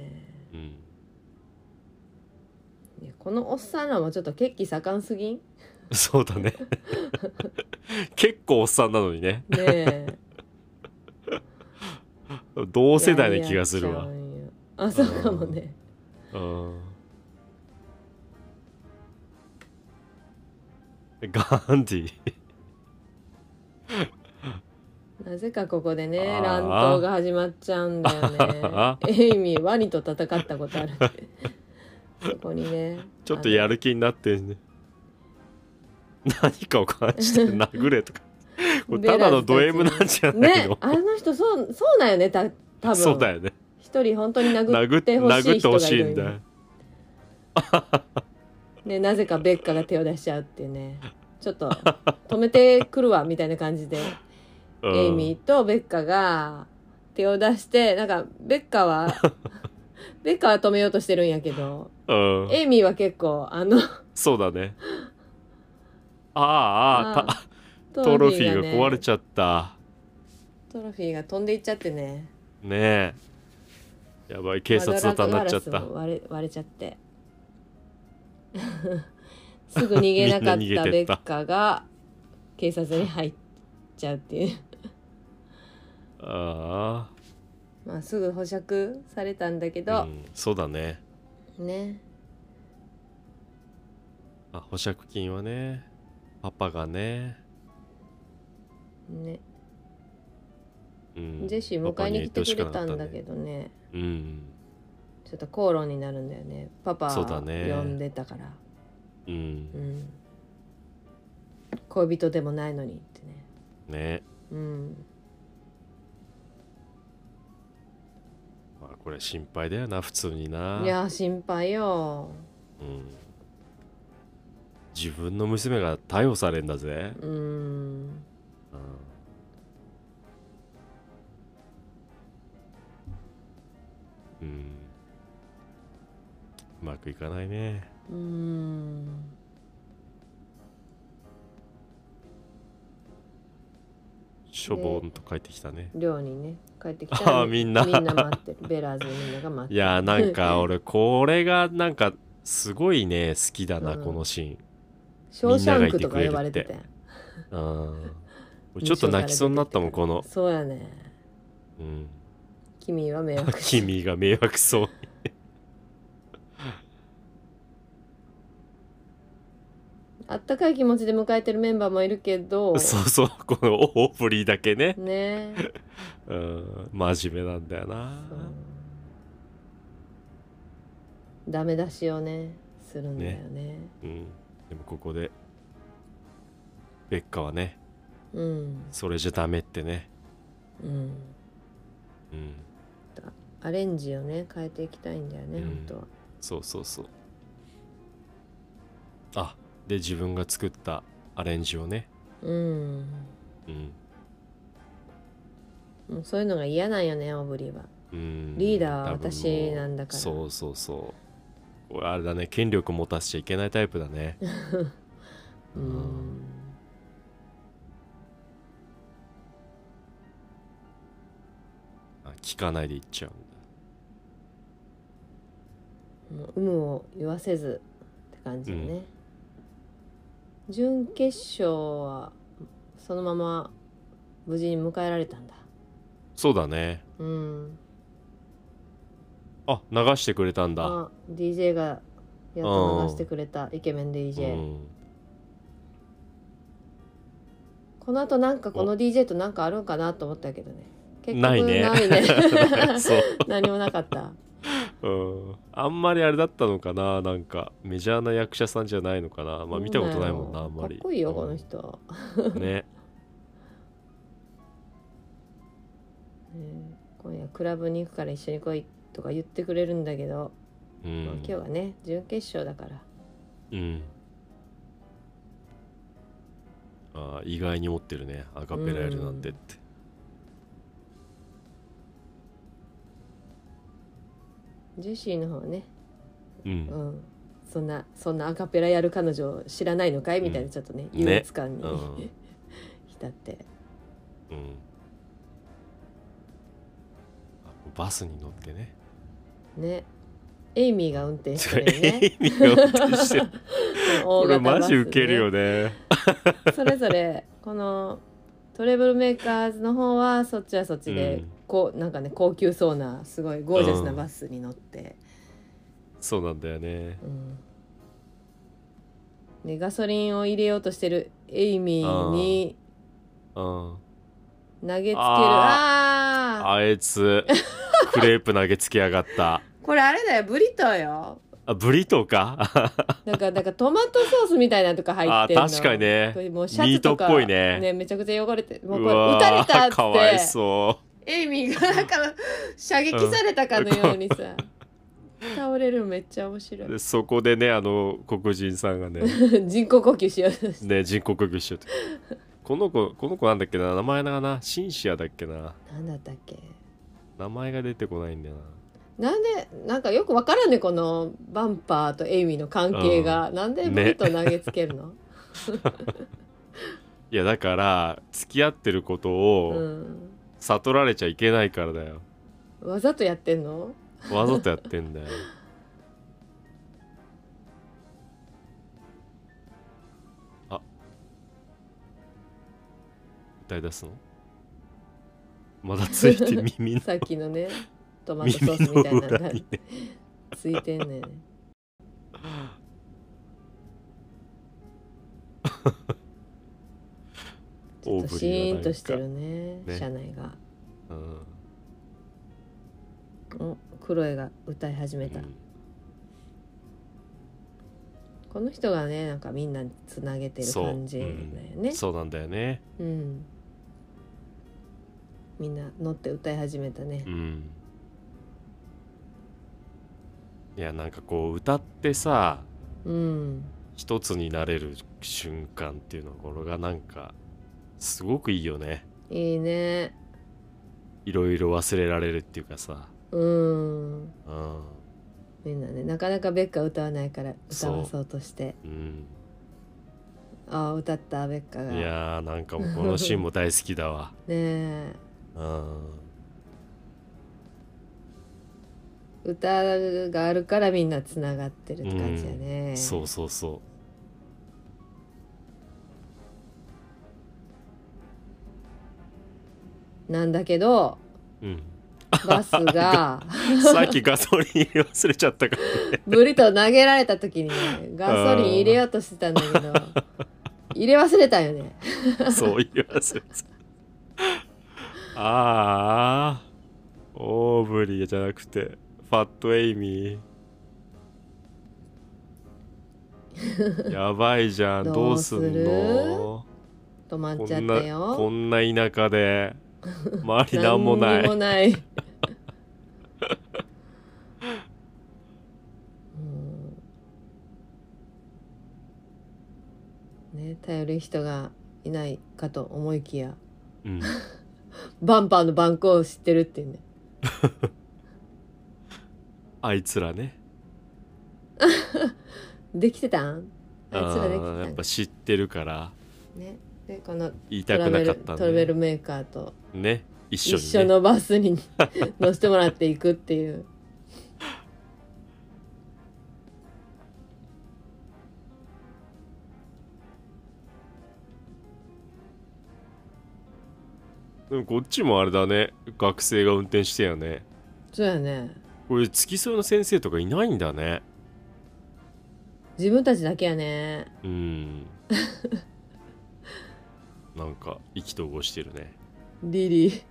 S2: いやこのおっさんらもちょっと血気盛んすぎんね
S1: そうだね 結構おっさんなのにね
S2: え
S1: 同世代な気がするわ
S2: やりやっちゃうんよあそうかもね
S1: うんガンディ
S2: なぜかここで
S1: あ
S2: ね
S1: ー
S2: 乱闘が始まっちゃうんだよね エイミーワニと戦ったことあるってそこにね
S1: ちょっとや
S2: る
S1: る気になってね何かを感じて殴れとかこれただのド M なんじゃない
S2: ね
S1: の、
S2: あの人そうそうなんよねた多分
S1: そうだよね
S2: 一人本当に殴
S1: 殴
S2: っ
S1: ってて
S2: ほし
S1: 殴
S2: い
S1: って
S2: 人
S1: ほ
S2: がい
S1: しい
S2: る
S1: ん
S2: んよ
S1: だ
S2: ね、なぜかベッカが手を出しちゃうっていうねちょっと止めてくるわみたいな感じで、
S1: うん
S2: エイミーとベッカが手を出してなんかベッ カはベッカは止めようとしてるんやけど
S1: うん
S2: エイミーは結構あの
S1: そうだねああああたトロフィーが壊れ
S2: ね
S1: ちゃった
S2: トロフィーが飛んでいっちゃってね
S1: ねえやばい警察沙汰になっちゃっ
S2: 窓
S1: た
S2: ガラスも割れ割れちゃって すぐ逃げなかっ
S1: みんな逃
S2: た
S1: げ
S2: ベ
S1: てった
S2: ッカが警察に入っちゃうっていう
S1: あ
S2: まあすぐ保釈されたんだけ
S1: あ、う
S2: ど、
S1: ん、そうだね
S2: ね
S1: あ保釈金はねパパがね、
S2: ね
S1: うん、
S2: ジェシー迎えに来てくれたんだけ
S1: ど
S2: どね
S1: うん
S2: ちょっと口論になるんだよねパパ
S1: そう
S2: 呼
S1: だね
S2: んでたから
S1: う
S2: うんん恋人でもないのにってね
S1: ね
S2: うん
S1: まあこれ心配だよな普通にない
S2: やー心配よ
S1: うん、自分の娘が逮捕されんだぜ、
S2: うん
S1: うんうん、うまくいかないね
S2: うん
S1: しょぼんと帰ってきたね
S2: 寮にね帰ってきた
S1: あ
S2: ら
S1: あみんな
S2: みんな待って るベラーズみんなが待って
S1: い
S2: る
S1: やーなんか 俺これがなんかすごいね好きだな、
S2: うん
S1: このシ
S2: ショーシャンクとか呼ばれてたやん
S1: ー ンうん俺ちょっと泣きそうになったもんこの、
S2: そうやね
S1: うん、
S2: 君は迷惑し
S1: 君が迷惑そうに
S2: あったかい気持ちで迎えてるメンバーもいるけど
S1: そうそうこのオープリーだけね、
S2: ね
S1: うん、真面目なんだよな
S2: ダメ出しをねするんだよね
S1: うん、でもここでベッカはね
S2: うん
S1: それじゃダメってね、
S2: うん
S1: うん、
S2: アレンジをね変えていきたいんだよね、
S1: うん
S2: 本当は
S1: そうそうそうあで自分が作ったアレンジをね、
S2: うん
S1: うん
S2: もうそういうのが嫌なんよねオブリーは
S1: うん、
S2: リーダーは
S1: 多分もう
S2: 私なんだから
S1: そうそうそうこれあれだね権力持たせちゃいけないタイプだ ね
S2: う
S1: うん
S2: ん
S1: あ聞かないでいっちゃうんだ
S2: もう有無を言わせずって感じよね、準決勝はそのまま無事に迎えられたんだ
S1: そうだね
S2: うん
S1: あ流してくれたんだ
S2: あ DJ がやっと流してくれたイケメン
S1: う
S2: DJ、
S1: ん、
S2: このあとんかこの DJ となんかあるんかなと思ったけどね結局
S1: ないね
S2: ないね
S1: そう
S2: 何もなかった
S1: うんあんまりあれだったのかななんかメジャーな役者さんじゃないのかなまあ見たことないもんなあ
S2: どうん
S1: ま
S2: なの
S1: り
S2: かっこいいよこの人、
S1: うんね
S2: ね今夜クラブに行くから一緒に来いとか言ってくれるんだけど、
S1: う
S2: まあ
S1: ん
S2: 今日はね準決勝だから
S1: うんあー意外に持ってるねアカペラやるなんてって
S2: ジェシーの方はね
S1: う
S2: うんん、そんなそんなアカペラやる彼女知らないのかいみたいなちょっとね、
S1: うん
S2: 優越感に、
S1: ねうん
S2: 浸って
S1: うんあバスに乗ってね
S2: ねエイミーが運転してるよね
S1: 意味をしてるこ
S2: こ
S1: れマジウケるよね
S2: それぞれこのトレブルメーカーズの方はそっちはそっちで、
S1: うん
S2: こうなんかね高級そうなすごいゴージャスなバスに乗って、
S1: そうなんだよね
S2: うんでガソリンを入れようとしてるエイミーに
S1: うん
S2: 投げつけるあー
S1: あいつクレープ投げつけやがった
S2: これあれだよブリトーよ
S1: あブリトーか
S2: なんかなんかトマトソースみたいなのとか入ってんの
S1: あ確かにね
S2: これもうシャツとか
S1: ミートっぽいね
S2: めちゃくちゃ汚れてもう
S1: う
S2: これ打たれ
S1: わ
S2: た
S1: ーかわ
S2: っ
S1: い
S2: つって
S1: そ
S2: エイミーがなんか射撃されたかのようにさ倒れるのめっちゃ面白
S1: うでそこでねあの黒人さん がね
S2: い人工呼吸しようとして
S1: ね人工呼吸しようとこの子この子なんだっけな名前がなシンシアだっけな
S2: なんだったっけ
S1: 名前が出てこないんだよ
S2: なんでなんかよくわからんねこのバンパーとエイミーの関係が、なんでブリトー投げつけるの、
S1: ないやだから付き合ってることを
S2: う
S1: 悟られちゃいけないからだよ
S2: ん、わざとやってんの
S1: わざとやってんだよあ歌い出すのまだついて耳の
S2: さっきのねトマトソー
S1: 耳
S2: スみたい
S1: の
S2: なの
S1: 裏
S2: が
S1: にね
S2: ついてんねんちょっとシーンとしてるね
S1: ね
S2: 車内が、
S1: うん
S2: おクロエが歌い始め
S1: う
S2: た、
S1: ん
S2: この人がねなんかみんなにつなげてる
S1: そう
S2: 感じだよね
S1: そうなんだよね
S2: うん、みんな乗って歌い始めたね
S1: う、んいやなんかこう歌ってさ
S2: うん、
S1: 一つになれる瞬間っていうのこれがなんかすごくいいよね
S2: いいね
S1: いろいろ忘れられるっていうかさ
S2: うん
S1: うん
S2: みんなねなかなかベッカ歌わないから歌わそうとして
S1: うん
S2: ああ歌ったベッカが
S1: い
S2: ね
S1: やーなんかもうこのシーンも大好きだわ
S2: え
S1: うん
S2: 歌があるからみんなつながってるって感じやね、
S1: そうそうそ
S2: なんだ けど
S1: ううん
S2: バスが
S1: さっきガソリン入れ忘れちゃったから
S2: ブリトー投げられた時にねガソリン入れようとしてたんだけど入れ忘れたよね
S1: そう言わせああオーブリーじゃなくてファットエイ ミーやばいじゃんど
S2: ど
S1: う
S2: う
S1: す
S2: す
S1: ん
S2: る
S1: の
S2: 止まっち
S1: こ
S2: ゃっ
S1: ん
S2: た
S1: な
S2: よ
S1: こんな田舎 で周り
S2: な
S1: なんんもない
S2: にもないうんね頼る人がいないかと思いきや
S1: うん、
S2: バンパーの番号を知ってるっていうね
S1: あいつらね
S2: できてたん あいつらで
S1: う
S2: き
S1: んやってぱ知ってるから
S2: たんねでこの
S1: 言いた
S2: ト
S1: く
S2: ラ
S1: な
S2: ベ
S1: か
S2: ル
S1: ったん
S2: トラベル
S1: で
S2: メーカーと
S1: ね一緒
S2: 一
S1: に、ね、
S2: 緒のバスに 乗せてもらっていくっていう
S1: でもこっちもあれだね学生が運転してよね
S2: そうやね
S1: これ付き添いの先生とかいないんだね
S2: 自分たちだけやね
S1: うん なんか意気投合してるね
S2: リリー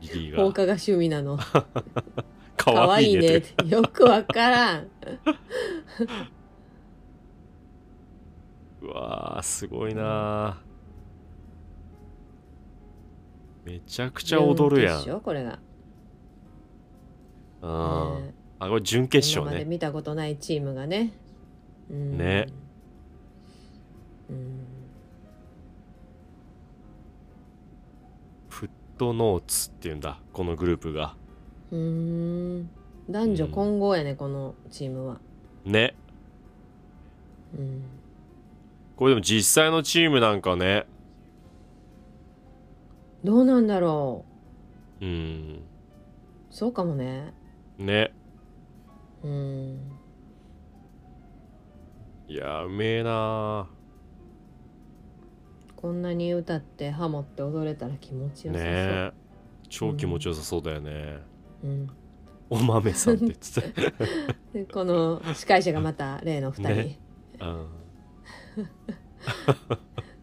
S1: リリー
S2: 放
S1: が
S2: 火が趣味 なの
S1: か
S2: か
S1: わ
S2: わ
S1: い
S2: い
S1: い
S2: い
S1: ね
S2: ね
S1: って
S2: よくわからん
S1: うわーすごいなーめちゃくちゃ踊るやん、
S2: 準決勝これが、
S1: うん、
S2: ね
S1: あこれ準決
S2: 今
S1: 勝
S2: まで
S1: ね
S2: 見たことないチームがね、うん
S1: ね
S2: うん
S1: フットノーツっていうんだこのグループが
S2: うーん男女混合やねこのチームは
S1: ね
S2: うん、
S1: これでも実際のチームなんかね
S2: どうなんだろ
S1: うん
S2: うそうかもね
S1: ね
S2: うん
S1: いやーうめえな
S2: こんなに歌ってハモって踊れたら気持ち
S1: ー
S2: よさ
S1: ね
S2: そう、
S1: え超気持ちよさそうだよね、
S2: うん、
S1: お豆さんって言って
S2: でこの司会者がまた例の2人、
S1: ね た、うん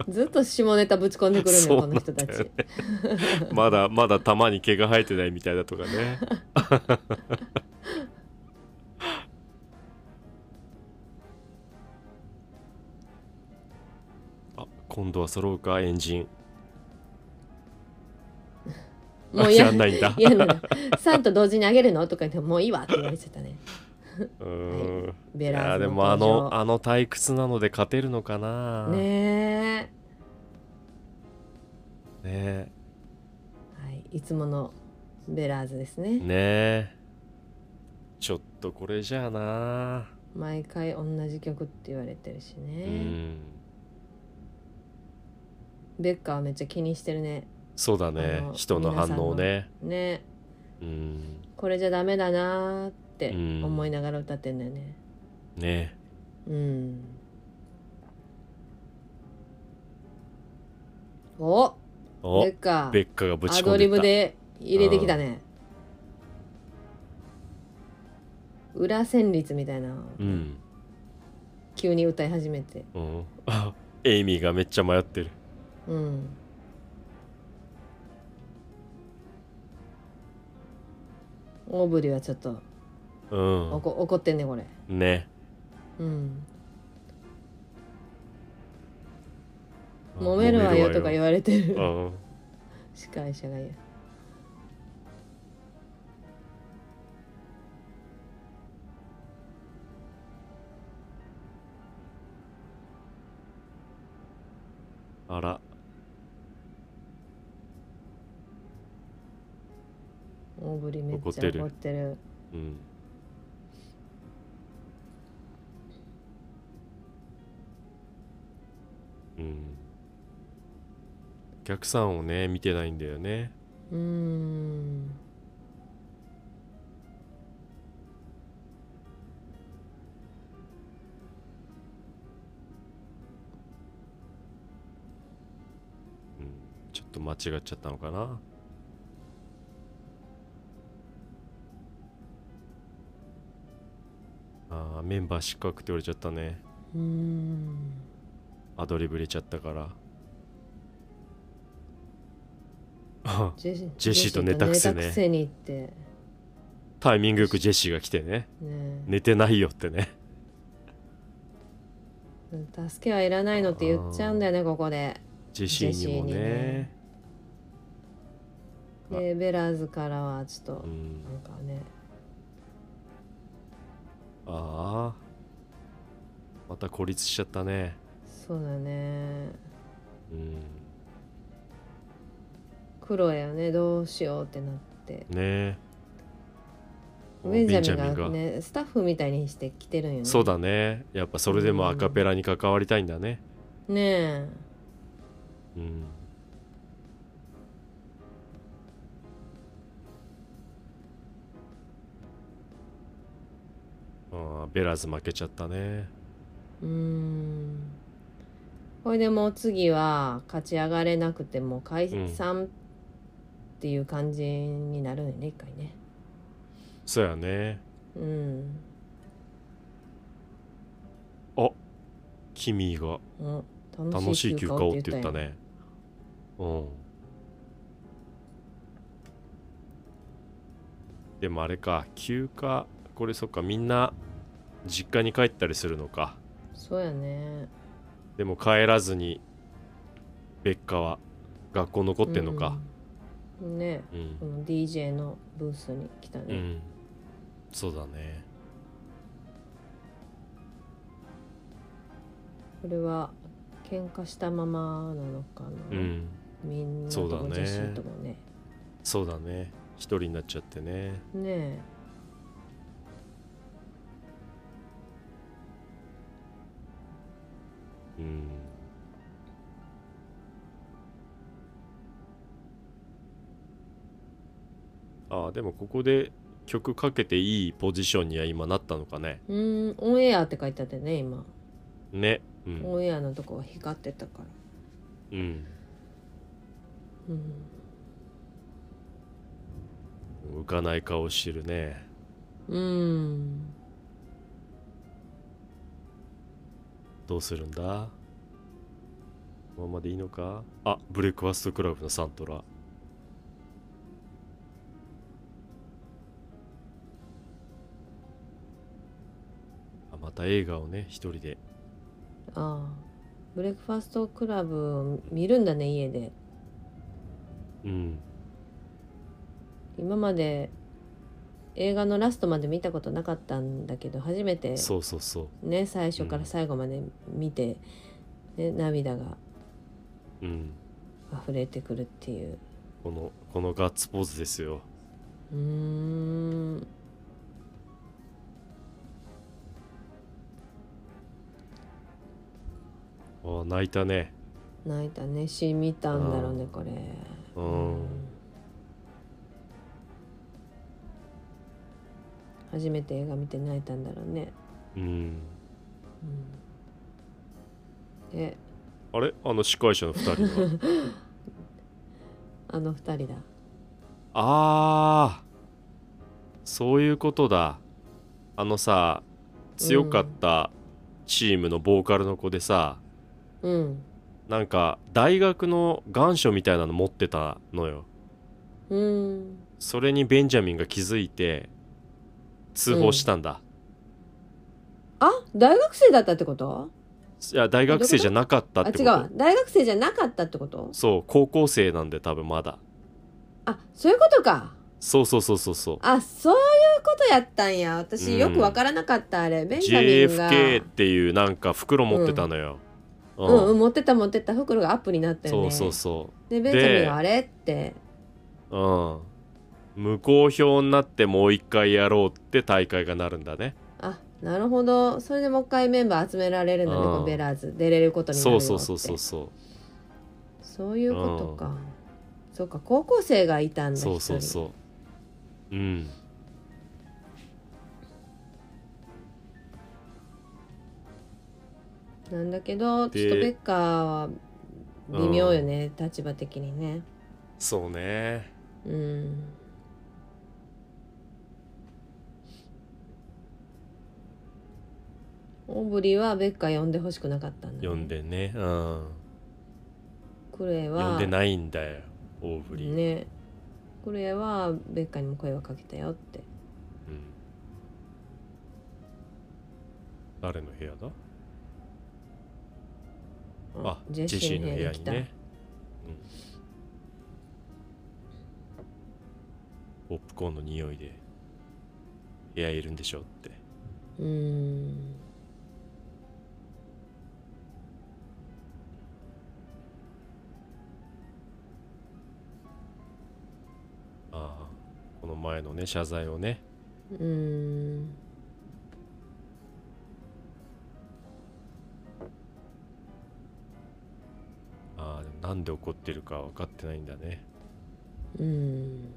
S2: ずっと下ネタぶち込んでくるの
S1: そう
S2: よこの人た
S1: なんだ
S2: ち
S1: よまだまだ玉に毛が生えてないみたいだとか ね あ今度は揃うかエンジン
S2: もう
S1: や
S2: 嫌
S1: んないんだ
S2: 嫌なのさんと同時にあげるのとか言ってもういいわって言われちゃったね
S1: うーんい
S2: ベラ
S1: や
S2: ー
S1: ー
S2: ズ
S1: で
S2: の
S1: もあ
S2: 登
S1: のあの退屈なので勝てるのかな
S2: 場ね
S1: ね
S2: え、はい、いつものベラーズですね
S1: ねえちょっとこれじゃあな
S2: 毎回同じ曲って言われてるし
S1: う
S2: ね、
S1: ん
S2: ベッカーめっちゃ気にしてるね
S1: そうだ
S2: あ
S1: ね
S2: の
S1: 人の反応ね
S2: ね
S1: うん
S2: これじゃダメだなーって
S1: うん
S2: 思いながら歌ってんだよね
S1: ね
S2: うんお
S1: お
S2: ベッカ
S1: ベ
S2: ー
S1: ッカがぶち
S2: ア
S1: 込
S2: ド
S1: んで
S2: リ
S1: った
S2: ブで入れてきたね、裏旋律みたいな、
S1: うん、
S2: 急に歌い始めて
S1: うん、 あエイミーがめっちゃ迷ってる
S2: うんオーブリーはちょっと
S1: う
S2: お
S1: ん
S2: こ怒ってんねこれ
S1: ね
S2: うん揉めるわよとか言
S1: わ
S2: われてる
S1: うん
S2: 司会者が言う
S1: あら
S2: 大ぶりめっちゃ
S1: 怒ってる
S2: 怒ってる
S1: うんうんお客さんをね見てないんだよね
S2: うーん
S1: ちょっと間違っちゃったのかなあーメンバー失格って言われちゃったね
S2: うーん
S1: アドリブ入れちゃったから あ
S2: ジェシ
S1: ジェシーと寝たくせね
S2: ジェシーと寝たくせにって
S1: タイミングよくジェシーが来てね
S2: ね
S1: 寝てないよってね
S2: 助けはいらないのって言っちゃうんだよねここで
S1: ジェシーにも
S2: ジェシーに
S1: ね
S2: ねでベラーズからはちょっと
S1: う
S2: なん
S1: ん
S2: かね
S1: ああまた孤立しちゃったね
S2: そうだね
S1: うん
S2: クロエはねどうしようってなって
S1: ね
S2: ウェンジャミ
S1: ベ
S2: ンがねスタッフみたいにして来てるんよね
S1: そうだねやっぱそれでもアカペラに関わりたいんだね
S2: ね
S1: うんあーベラーズ負けちゃったね
S2: えうーんこれでもう次は勝ち上がれなくてもう解散っていう感じになるんよね一回ね
S1: そうやね
S2: うん
S1: あキミーが
S2: うん
S1: 楽
S2: 楽
S1: し
S2: し
S1: い
S2: い
S1: 休
S2: 休
S1: 暇
S2: 暇
S1: を
S2: を
S1: っ
S2: ってて
S1: 言っ
S2: 言ったたね
S1: ねうんでもあれか休暇これそっかみんな実家に帰ったりするのか
S2: そうやね
S1: でも帰らずにベッカは学校残ってんのか
S2: うんね
S1: うん
S2: この DJ のブースに来たね、
S1: うん、そうだね
S2: これは喧嘩したままなのかな、
S1: うん
S2: みんな
S1: そうだ
S2: と
S1: ね
S2: もジェシーともね
S1: そうだね一人になっちゃってね
S2: ねえ
S1: うんああでもここで曲かけていいポジションには今なったのかね
S2: うーんオンエアって書いてあってね今
S1: ねうん
S2: オンエアのとこが光ってたから
S1: うん
S2: うん
S1: 浮かない顔してるね
S2: うん
S1: どうするんだこのままでいいのかあブレックファストクラブのサントラあまた映画をね一人で
S2: ああブレックファストクラブを見るんだね家で
S1: うん
S2: 今まで映画のラストまで見たことなかったんだけど初めて
S1: そうそうそう
S2: ね最初から最後まで見て、ね、涙が
S1: うん、
S2: 溢れてくるっていう
S1: このこのガッツポーズですよ
S2: うーん
S1: ああ泣いたね
S2: 泣いたねしみたんだろうねこれ
S1: うん、
S2: 初めて映画見て泣いたんだろうね、
S1: うん、
S2: うん、で
S1: あれあの司会者の2人 は
S2: あの二人だ
S1: ああそういうことだあのさ強かったチームのボーカルの子でさ、
S2: うん
S1: なんか大学の願書みたいなの持ってたのよ
S2: うん
S1: それにベンジャミンが気づいて通報したんだ、
S2: あ大学生だったってこと
S1: いや大学生じゃなかったっ
S2: あ
S1: て
S2: 違
S1: こ
S2: う
S1: と
S2: わ大学生じゃなかったってこと
S1: そう高校生なんで多分まだ
S2: あそういうことか
S1: そうそうそうそうそう
S2: あそういうことやったんや
S1: う
S2: 私
S1: ん
S2: よくわからなかった、あれベンジャミンが
S1: JFK っていうなんか袋持ってたのよ、う
S2: うん、うん、持ってた持ってた袋がアップになったよ
S1: そ
S2: ね
S1: うそうそ
S2: でベンジャミンはあれって
S1: ううん無効票になってもう一回やろうって大会がなるんだね
S2: あなるほどそれでもう一回メンバー集められるんだね
S1: うん
S2: このベラーズ出れることになる
S1: そう
S2: よって
S1: そうそうそうそう
S2: そういうことか、そうか高校生がいたんだ
S1: そうそう
S2: 一人
S1: そううん
S2: なんだけど
S1: で
S2: ちょっとベッカーは微妙よね、立場的にね
S1: そうね
S2: うんオーブリーはベッカー呼んでほしくなかったんだ、
S1: 読んでねうん
S2: クレイは
S1: 読んでないんだよ大振り、
S2: ねクレイはベッカーにも声をかけたよって
S1: うん、誰の部屋だあジェシーの部屋
S2: 来
S1: に
S2: た
S1: ね、うん、ポップコーンの匂いで部屋いるんでしょって
S2: うん
S1: ああこの前のね謝罪をね
S2: うん
S1: ああでもなんで怒ってるか分かってないんだね
S2: うん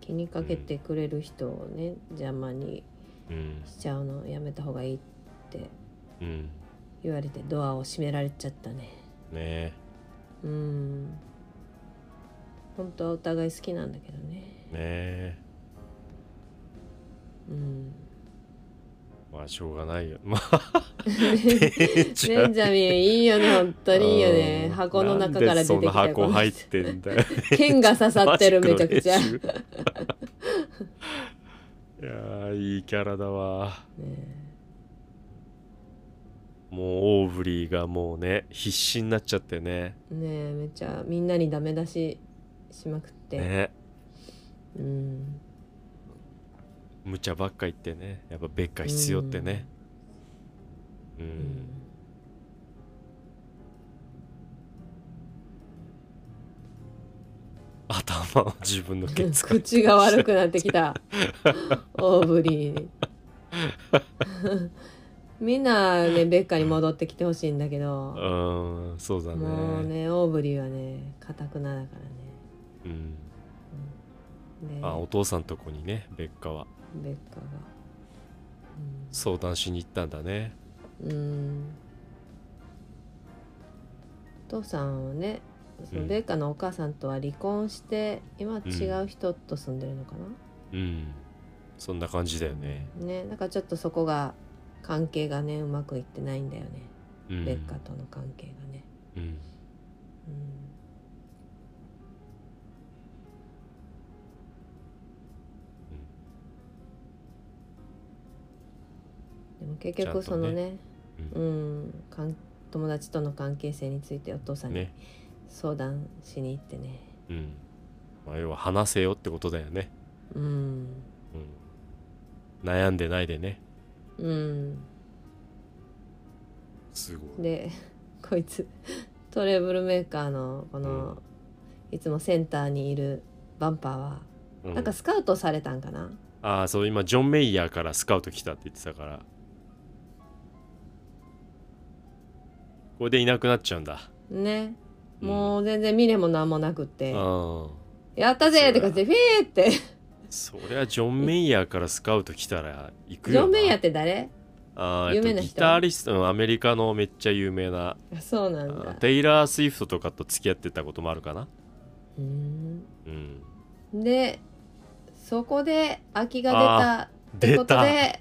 S2: 気にかけてくれる人をね、邪魔に
S1: うん
S2: しちゃうのやめた方がいいって
S1: うんね
S2: 言われてドアを閉められちゃったね
S1: え
S2: うん本当はお互い好きなんだけどね
S1: ねえ
S2: うん
S1: まあしょうがないよまあちゃ
S2: ベンジャミンいいよね本当にいいよ
S1: う
S2: ね
S1: ん
S2: 箱の中から出てきた
S1: なんでそんな箱
S2: この人
S1: 入ってんだよ
S2: 剣が刺さってるめ
S1: マジッ
S2: ちゃ
S1: ク
S2: くちゃ、
S1: の練
S2: ね
S1: 習 いやーいいキャラだわもうオーブリーがもうね必死になっちゃってね
S2: えねえめちゃみんなにダメ出ししまくって、
S1: ね
S2: うん
S1: 無茶ばっか言ってねやっぱベッカ必要ってねうん、
S2: うん
S1: 頭を自分の ケツから
S2: 口が悪くなってきた大ぶりに みんなねベッカに戻ってきてほしいんだけ
S1: う
S2: ど
S1: ーんそうだね
S2: もうね大ぶりはねかたくなだから
S1: うん、
S2: ねで
S1: あお父さんとこにねベッカは
S2: ベッカが
S1: 相談しに行ったんだね
S2: うん、うんお父さんはねその
S1: うん
S2: ベッカのお母さんとは離婚して今
S1: ん
S2: 違う人と住んでるのかな、
S1: うんそんな感じだよね、
S2: ねだからちょっとそこが関係がねうまくいってないんだよね、
S1: うん、
S2: ベッカとの関係がね、
S1: うん
S2: うんでも結局
S1: ちゃ
S2: そ
S1: んとね
S2: のね
S1: う
S2: うんかん友達との関係性についてお父さんに
S1: ね
S2: 相談しに行ってね
S1: うんまあ要は話せよってことだよね、
S2: うん
S1: うん、悩んでないでね
S2: うん
S1: すごい
S2: で こいつトレーブルメーカーのこの、いつもセンターにいるバンパーは、
S1: う
S2: なんかスカウトされたんかな
S1: ああそう今ジョン・メイヤーからスカウト来たって言ってたからこれでいなくなっちゃうんだ
S2: ね
S1: うん
S2: もう全然見れもなんもなくって「
S1: うん
S2: やったぜ!」とかって「フィー!」って
S1: そりゃジョン・メイヤーからスカウト来たら行く
S2: ジ
S1: よな
S2: ョン・メイヤーって誰
S1: あーえっ
S2: 有
S1: と
S2: 名な人
S1: ギタリストのアメリカのめっちゃ有名な
S2: あそうな
S1: あ
S2: んだ
S1: ーテイラー・スウィフトとかと付き合ってたこともあるかな
S2: うん
S1: うん
S2: でそこで空きが出たって
S1: 出
S2: こと
S1: た
S2: で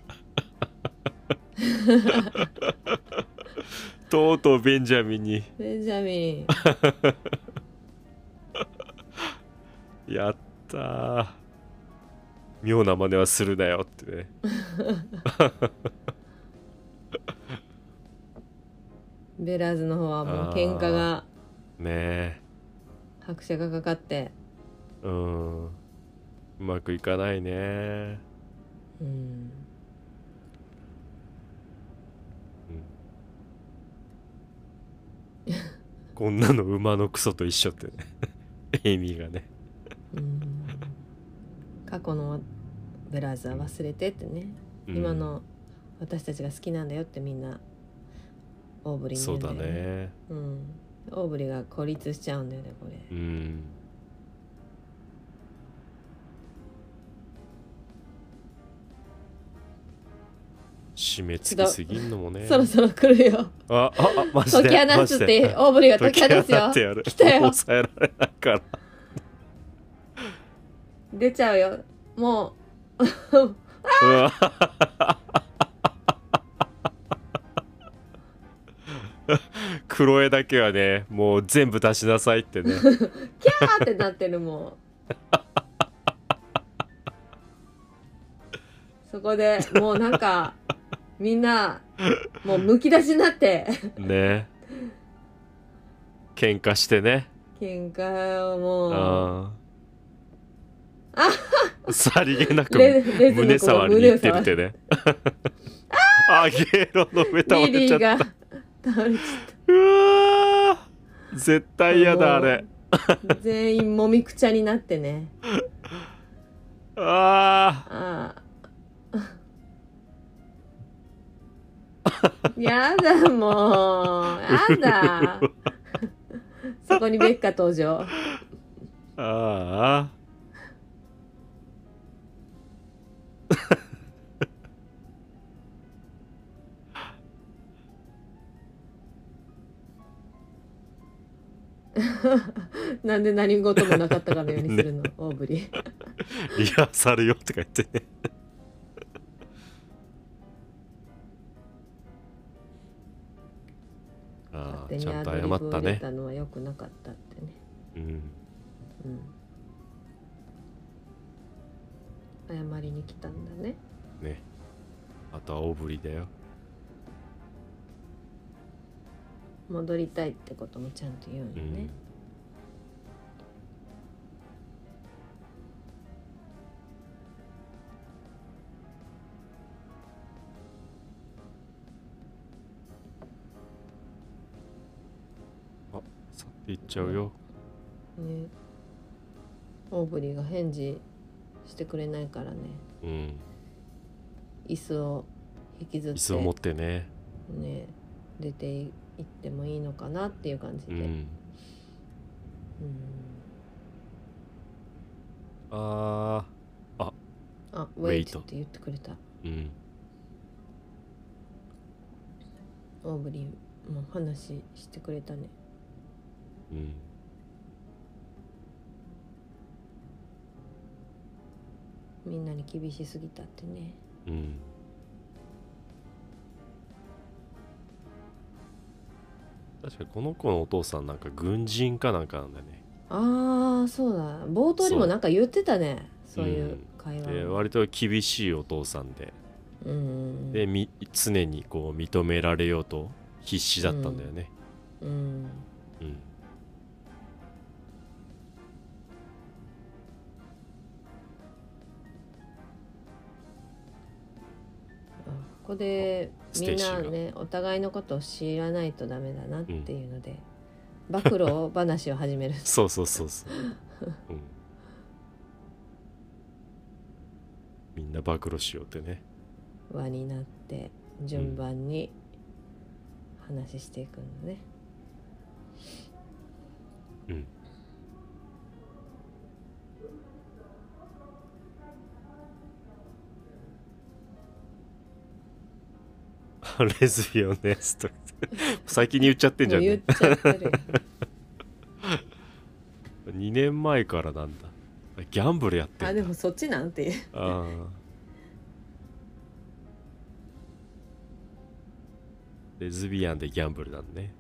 S1: とうとうベンジャミンに
S2: ベンジャミン
S1: やったー妙な真似はするなよってね
S2: ベラーズの方はもう喧嘩が
S1: ねえ
S2: 拍車がかかって
S1: うんうまくいかないね
S2: うん
S1: こんなの馬のクソと一緒ってね エイミーがね
S2: うん過去のベラーズは忘れてってね、
S1: うん
S2: 今の私たちが好きなんだよってみんなオーブリに
S1: そ
S2: 言う
S1: うん
S2: だ
S1: だ
S2: よ
S1: ね
S2: うん、オーブリが孤立しちゃうんだよねこれ
S1: うん締め付けすぎんのもね
S2: そろそろ来るよ
S1: あああマジ
S2: 解
S1: で
S2: き放つってオーブリが解き放つ
S1: 解き放
S2: よ
S1: ってやる
S2: 来たよ
S1: 抑えられないから
S2: 出ちゃうよも
S1: うわ 黒絵だけはねもう全部出しなさい ってね
S2: うキャーってなってるもうそこでもうなんかみんなもうむき出しになって
S1: ね喧嘩してね
S2: 喧嘩をもう
S1: ああさりげなく
S2: レレズ
S1: 胸
S2: の子が
S1: 触りに
S2: 胸
S1: 行
S2: を
S1: ってる
S2: 触
S1: っ
S2: って
S1: てねあゲーロの上倒
S2: リ
S1: れ
S2: リ
S1: ちゃ
S2: ー
S1: った
S2: が倒れちゃっ
S1: うわー絶
S2: た
S1: 対嫌だあれ
S2: もう全員もみくちゃになってね
S1: あ
S2: ああやだもうやだそこにベッカ登場
S1: ーあー
S2: なんで何事もなかったかのようにするの、大振り
S1: リハーサルよとか言ってねあ
S2: 勝手
S1: ー
S2: に
S1: ちゃ
S2: ア
S1: んと
S2: ドリ
S1: 謝
S2: ブ
S1: った
S2: を入れ
S1: ね
S2: たのは良くなかったってね、
S1: うん
S2: うん、謝りに来たんだね
S1: ねあとは大ぶりだよ
S2: 戻りたいってこともちゃんと言うん
S1: う
S2: だ
S1: ん
S2: ね、
S1: あ去っていっちゃうよ
S2: ねオーブリーが返事してくれないからね
S1: うん
S2: 椅子を引きずっ
S1: 椅子を持っててね
S2: ね出ていってもいいのかなっていう感じ
S1: う
S2: で、うん
S1: んあ
S2: あ「
S1: Wait
S2: Wait」って言ってくれた
S1: ーうん
S2: オーブリーも話してくれたね
S1: うん
S2: みんなに厳しすぎたってね
S1: うん確かにこの子のお父さんなんか軍人かなんかなんだよね
S2: ああそうだ冒頭にもなんか言ってたねそういう会
S1: で
S2: 話を
S1: 割と厳しいお父さんで
S2: うんうん
S1: でみ常にこう認められようと必死だったんだよね、
S2: うん
S1: うん、
S2: あここで
S1: ス
S2: み
S1: テ
S2: ん
S1: イシー
S2: な
S1: が
S2: ねお互いのことを知らないとダメだなっていうので、暴露話を始める
S1: そうそうそうそう、うん、みんな暴露しようってね
S2: 輪になって順番に話していくのね、
S1: うんレズビオンですとか 言って先に言っちゃってんじ
S2: も
S1: ゃ
S2: うん言っ
S1: ね
S2: ちゃって るよ
S1: 2年前からなんだギャンブルやって
S2: あ
S1: ん
S2: で
S1: だ
S2: もそっちなんていう
S1: あーレズビアンでギャンブルなん ね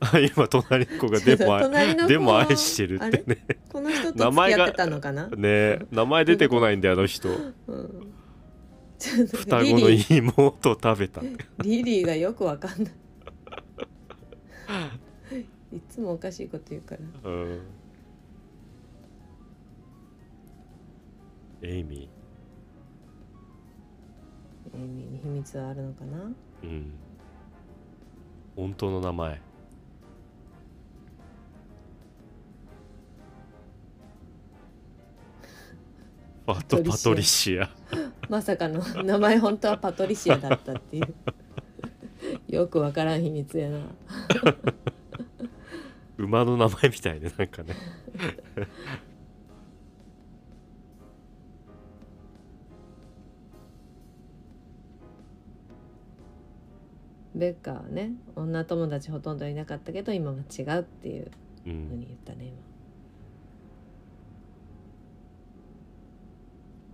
S1: あ今隣の子がでもあ
S2: 隣の子
S1: でも愛してるってね
S2: この人と付き合ってたのかな、
S1: ね名前出てこないんであの人
S2: うん、ちょっと
S1: 双
S2: リ
S1: 子の
S2: リー
S1: 妹を食べた
S2: リリーがよくわか んないいつもおかしいこと言うから
S1: うんエイミ
S2: エイミーに秘密はあるのかな
S1: ーうん本当の名前パトパトリシア
S2: まさかの名前本当はパトリシアだったっていうよくわからん秘密やな
S1: 馬の名前みたいでなんかね
S2: ベッカーはね女友達ほとんどいなかったけど今は違うっていう
S1: う
S2: ふうんに言ったね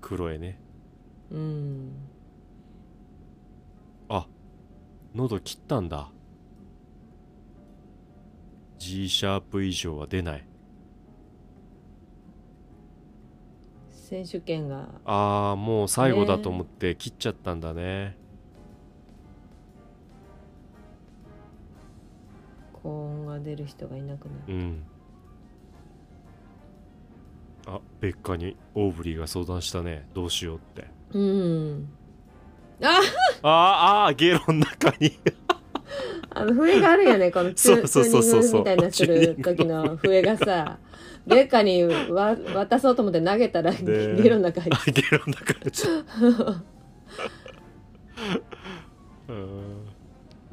S1: クロエね
S2: 今うん
S1: あ喉切ったんだ G シャープ以上は出ない
S2: 選手権が
S1: ああもう最後だと思って切っちゃったんだね
S2: 高音が出る人がいなくなる
S1: うんあベッカにオーブリーが相談したねどうしようって
S2: うんあ
S1: あーあーゲロの中に
S2: あの笛があるよねこのチュ
S1: そうそうそうそう
S2: チューニングみたいなする時の笛がさベッカーにわ渡そうと思って投げたら
S1: で
S2: ゲロの中 に
S1: あゲロの中 にちょっとうーん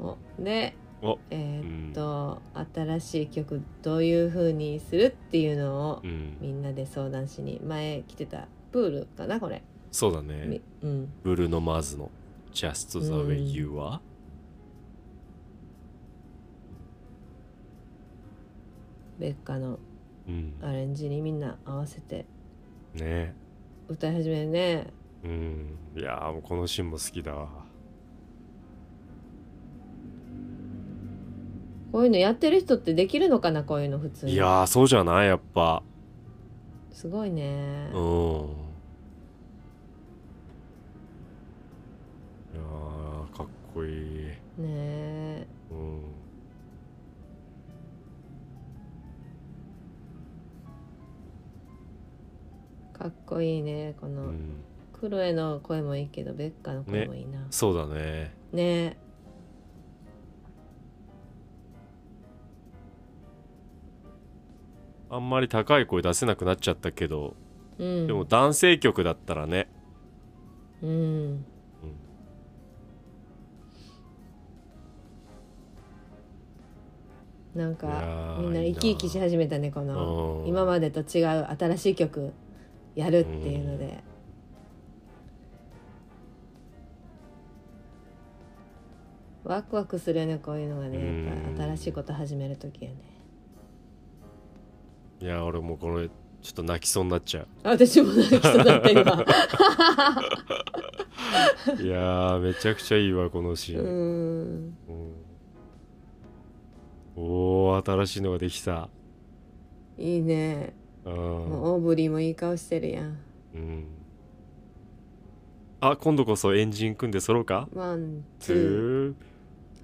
S2: おで
S1: お
S2: えーっと、新しい曲どういう風にするっていうのを
S1: うん
S2: みんなで相談しに前来てたプールかなこれ、
S1: そうだね
S2: みうん
S1: ブルーノ・マーズの Just the
S2: う
S1: way
S2: ん
S1: you are、
S2: ベッカの
S1: うん
S2: アレンジにみんな合わせて
S1: ね
S2: 歌い始めるね
S1: うんいやーもうこのシーンも好きだわ
S2: こういうのやってる人ってできるのかなこういうの普通に
S1: いやーそうじゃないやっぱ
S2: すごいね、
S1: うんいやーかっこいい
S2: ねえ
S1: うん
S2: かっこいいねこ
S1: う
S2: の、
S1: ん
S2: クロエの声もいいけどベッカの声もいいなね
S1: そうだね
S2: え
S1: あんまり高い声出せなくなっちゃったけど
S2: うん
S1: でも男性曲だったらね
S2: うん
S1: うん
S2: なん
S1: いや
S2: か
S1: ー
S2: みんな生き生きし始めたねこの
S1: うん
S2: 今までと違う新しい曲やるっていうのでワクワクするよねこういうのがねやっぱ
S1: うん
S2: 新しいこと始める時やね
S1: いや俺もうこれちょっと泣きそうになっちゃう
S2: あ私も泣きそうだっ た
S1: い
S2: 今
S1: やーめちゃくちゃいいわこのシーン、
S2: うん
S1: うんおー新しいのができた
S2: いいね
S1: うん、
S2: もうオーブリーもいい顔してるやん
S1: うん、あ今度こそエンジン組んで揃うか
S2: ワンツ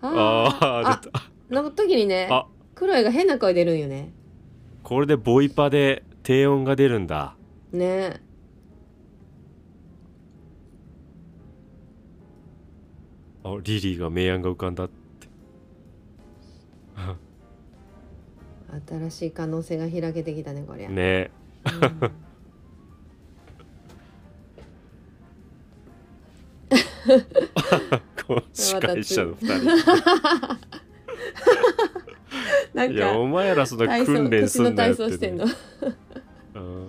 S1: ツー
S2: ー
S1: あ
S2: あ
S1: ー出た
S2: の時にね
S1: あ
S2: クロエが変な声出るんよね
S1: これでボイパで低音が出るんだ
S2: ね
S1: あリリーが明暗が浮かんだ
S2: 新しい可能性が開けてきたねこりゃ、
S1: ね
S2: うん
S1: この司会者の2
S2: な
S1: 人
S2: ん
S1: いや
S2: か
S1: お前らそんな
S2: 体操
S1: 訓練すんなよっ
S2: 口の体操して
S1: て
S2: ん
S1: ね
S2: の
S1: うん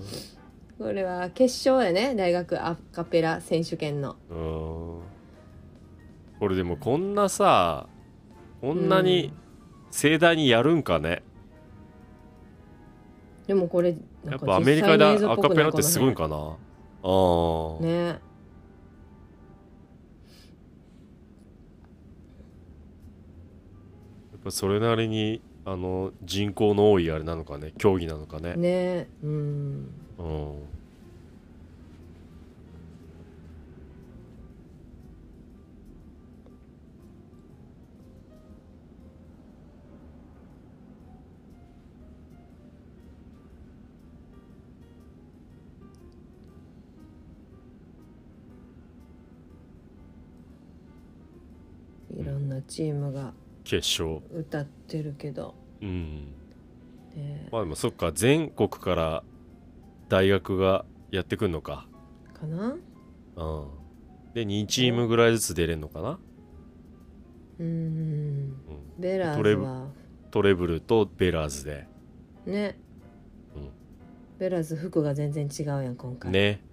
S2: これは決勝やね大学アカペラ選手権の
S1: うんこれでもこんなさこんなに盛大にやるんかね、
S2: でもこれ
S1: や
S2: なん
S1: っ
S2: か
S1: ぱアメリカで
S2: 実際の映像
S1: ア
S2: っぽ
S1: カ
S2: く
S1: ペ
S2: ない
S1: ラってすごいんかなああ、
S2: この辺ね
S1: やっぱそれなりにあの人口の多いあれなのかね競技なのかね
S2: ねうん
S1: うん
S2: いろんなチームが
S1: 決勝
S2: 歌ってるけど、
S1: うん
S2: ね、
S1: まあでもそっか全国から大学がやってくんのか
S2: かな
S1: うんで2チームぐらいずつ出れんのかな、
S2: うん
S1: うん、
S2: ベラーズは
S1: トレブルとベラーズで
S2: ね、
S1: うん
S2: ベラーズ服が全然違うやん今回、
S1: ね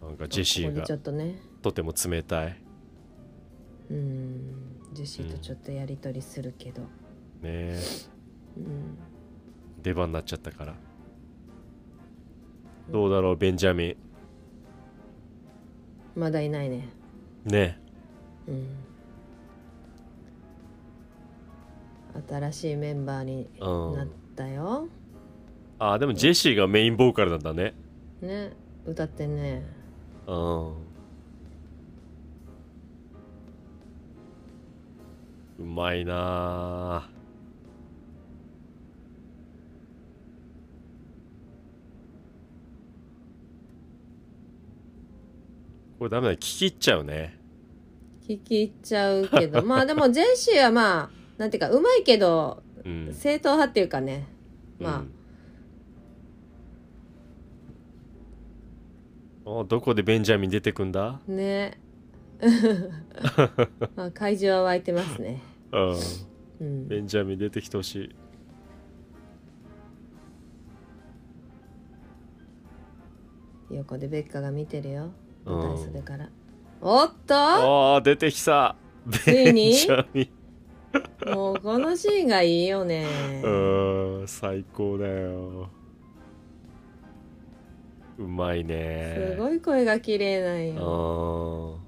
S2: うん、
S1: なんかジェシー
S2: ここ
S1: が
S2: にちょっとね
S1: とても冷たい
S2: うんジェシーとちょっとやり取りするけど、
S1: ね
S2: うん、
S1: 出番になっちゃったからどうだろうベンジャミ
S2: まだいないね、
S1: ンね
S2: うん、新しいメンバーに
S1: う
S2: なっ
S1: ん
S2: たよ、
S1: あでもジェシーがメインボーカルなんだね
S2: ね歌ってね
S1: うんうまいなあこれダメだ聞き入っちゃうね
S2: 聞き入っちゃ うけどまあでもジェシーはまあなんていうかうまいけど
S1: うん
S2: 正統派っていうかねまあ
S1: うんあどこでベンジャミン出てくんだ
S2: ねまあ会場は沸いてますね、
S1: うん
S2: うん、
S1: ベンジャミン出てきてほしい
S2: 横でベッカが見てるよ
S1: うん
S2: 舞台袖から、おっと
S1: あー出てきた
S2: つ
S1: ベ
S2: いに
S1: ンジャミン
S2: もうこのシーンがいいよね
S1: うーん最高だようまいね
S2: すごい声が綺麗なん
S1: う
S2: よ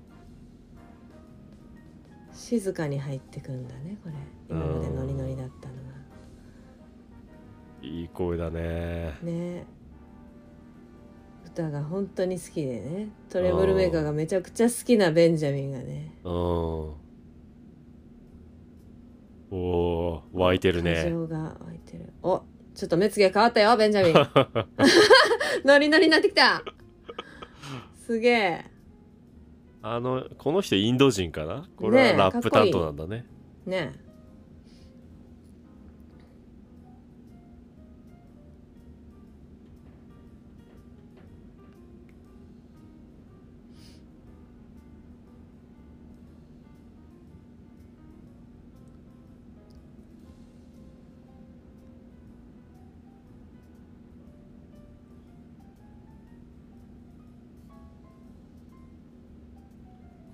S2: 静かに入ってくんだねこれ今までノリノリだったのが
S1: ーんいい声だね
S2: ね歌が本当に好きでねトレブルメーカーがめちゃくちゃ好きなベンジャミンがね
S1: うんおおー湧いてる
S2: 感
S1: ね
S2: 情が湧いてるおちょっと目つげ変わったよベンジャミン ノリノリになってきたすげえ
S1: あのこの人インド人かなこれは
S2: ねえ
S1: ラップ
S2: か
S1: 担
S2: っこいい
S1: 当なんだね
S2: ね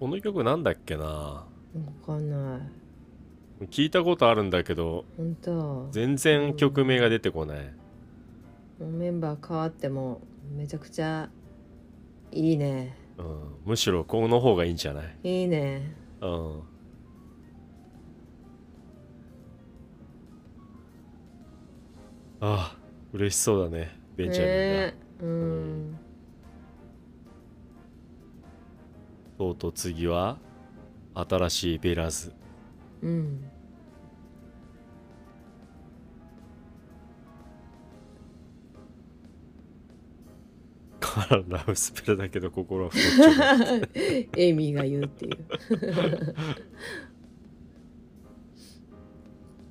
S1: この曲なんだっけな
S2: わかんない
S1: 聞いたことあるんだけど
S2: 本当
S1: 全然曲名が出てこない
S2: もうメンバー変わってもめちゃくちゃいいね
S1: うん、むしろこの方がいいんじゃない、
S2: いいね
S1: うん、ああ嬉しそうだねベンチャミンが、
S2: ねうん
S1: とうとう次は新しいベラズ
S2: うん
S1: からラブスペルだけど心は太っちょ
S2: エイミーが言うっていう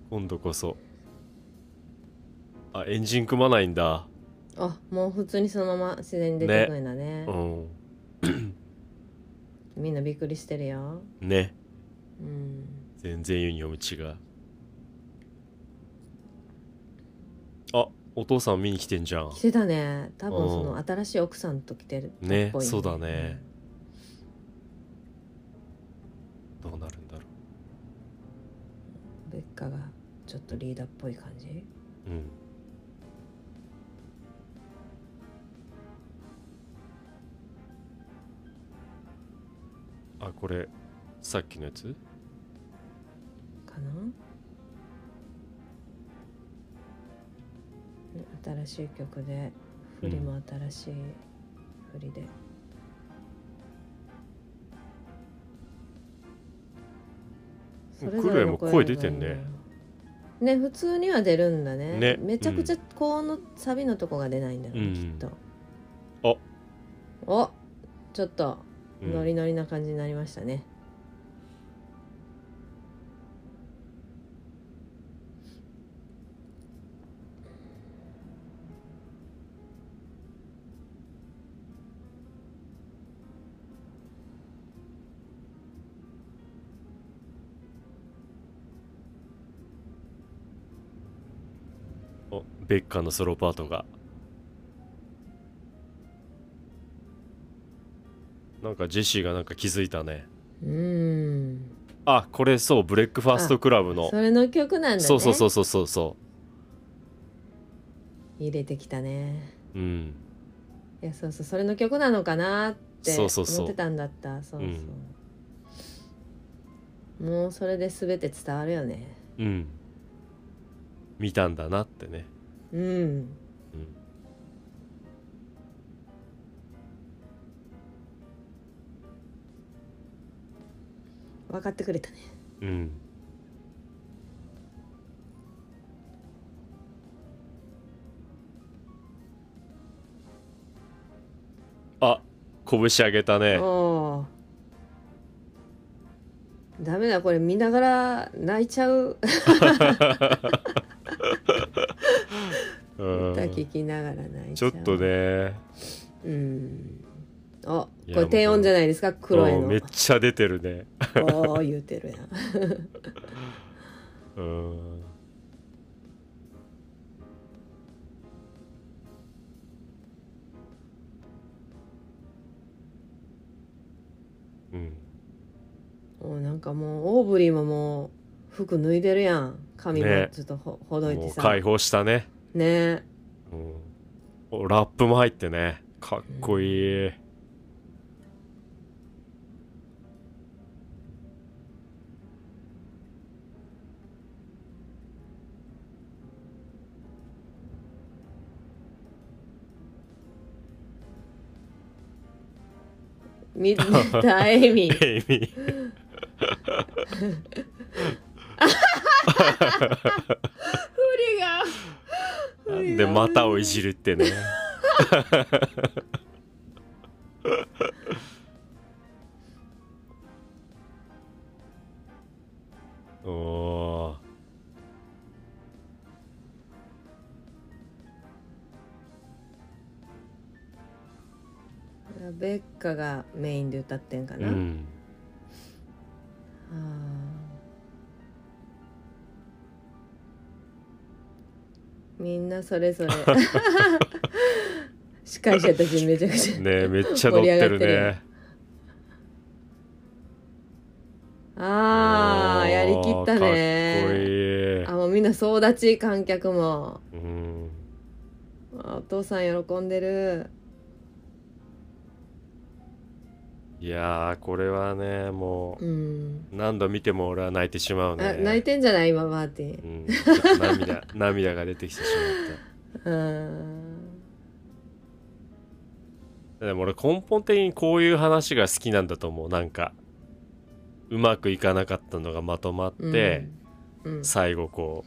S1: 今度こそあエンジン組まないんだ
S2: あもう普通にそのまま自然に出てくるんだね
S1: うん
S2: みんなびっくりしてるよ
S1: ね
S2: うん
S1: 全然ユニフォーム違うあお父さん見に来てんじゃん
S2: 来てたね多分そ
S1: うん
S2: の新しい奥さんと来てるっぽい
S1: ねそうだねどうなるんだろ
S2: うんベッカがちょっとリーダーっぽい感じ
S1: ううんあこれさっきのやつ
S2: かなね新しい曲で振りも新しい振りで、それぞれの
S1: クレイも声出てんね
S2: がいいなね普通には出るんだね
S1: ね
S2: めちゃくちゃこのサビのとこが出ないんだろうね、
S1: うん
S2: きっ
S1: あ
S2: とおちょっと
S1: うん
S2: ノリノリな感じになりましたね、
S1: おベッカのソロパートがなんかジェシーがなんか気づいたね
S2: うーん
S1: あこれそうブレックファーストクラブの
S2: それの曲なんだね
S1: そうそうそうそうそうそ
S2: 入れてきたね
S1: ううん
S2: いやそうそうそれの曲なのかなって
S1: そうそうそう
S2: 思ってたんだったそうそうもうそれで全て伝わるよね
S1: うん見たんだなってね
S2: うん
S1: うん
S2: 分かってくれたね
S1: うんあ拳上げたね
S2: おーダメだこれ見ながら泣いちゃう
S1: う
S2: 歌聞
S1: ん
S2: きながら泣い
S1: ち
S2: ちゃ
S1: ょ
S2: う
S1: っとね
S2: うんあ
S1: いや
S2: これ低音じゃないですか黒い
S1: うん
S2: の
S1: めっちゃ出てるね
S2: おー言うてるやん
S1: うんうん
S2: もうなんかもうオーブリーももう服脱いでるやん髪も
S1: ね
S2: ちょっとほ,、ほどい
S1: も
S2: て
S1: う
S2: さ
S1: 解放したね
S2: ねえ
S1: うんおラップも入ってねかっこいい、
S2: 見たエ
S1: エ
S2: ミ
S1: イミー
S2: リが
S1: なんで股をいじるって ねおお
S2: ベッカがメインで歌ってんか
S1: ー
S2: な、
S1: う
S2: あ
S1: ん
S2: ーみんなそれ ぞれ司会者たちめちゃくちゃ
S1: ねえめっちゃ乗ってる
S2: 盛り上がっ
S1: ね
S2: ああやりきったね
S1: かっこいい
S2: あもうみんな総立ち観客も
S1: うん
S2: あお父さん喜んでる
S1: いやーこれはねも
S2: うん、
S1: う何度見ても俺は泣いてしまう
S2: あ
S1: ね
S2: 泣いてんじゃない今マーティ
S1: う
S2: ン
S1: ん、 ちょっと涙涙が出てきてしまっ
S2: うん
S1: たでも俺根本的にこういう話が好きなんだと思うなんかうまくいかなかったのがまとまって、
S2: うんうん、
S1: 最後こ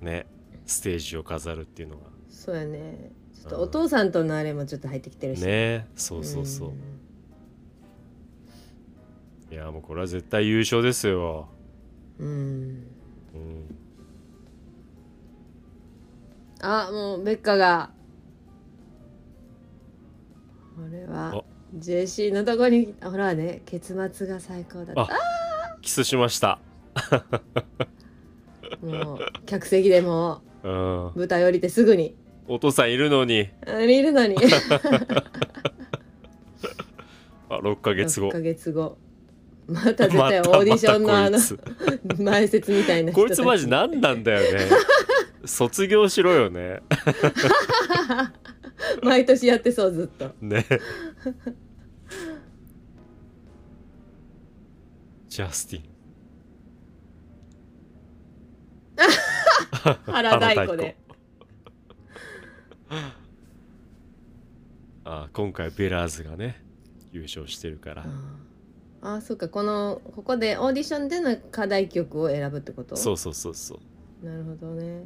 S1: うねステージを飾るっていうのが
S2: そうやねちょっとお父さんとのあれもちょっと入ってきてるし
S1: ねそうそうそう、
S2: ん
S1: いやもうこれは絶対優勝ですよ、
S2: うん
S1: うん、
S2: あもうベッカがこれ
S1: あ
S2: はジェシーのとこにほらね結末が最高だった
S1: あキスしました
S2: もう客席でも
S1: うん
S2: う舞台降りてすぐに
S1: お父さんいるのに
S2: あいるのに
S1: あ6ヶ月 後
S2: 6ヶ月後また絶
S1: ま
S2: 対
S1: た
S2: オーディションのあ の
S1: またこい
S2: 前説みたいな
S1: つ
S2: 人
S1: こ
S2: た
S1: いつ
S2: ち
S1: マジ何なんだよ ね卒業しろよね
S2: 毎年やってそうずっと
S1: ねジャスティン
S2: 腹太鼓で
S1: あ今回ベラーズがね優勝してるから
S2: ああそっかこのここでオーディションでの課題曲を選ぶってこと
S1: そうそうそうそう
S2: なるほどね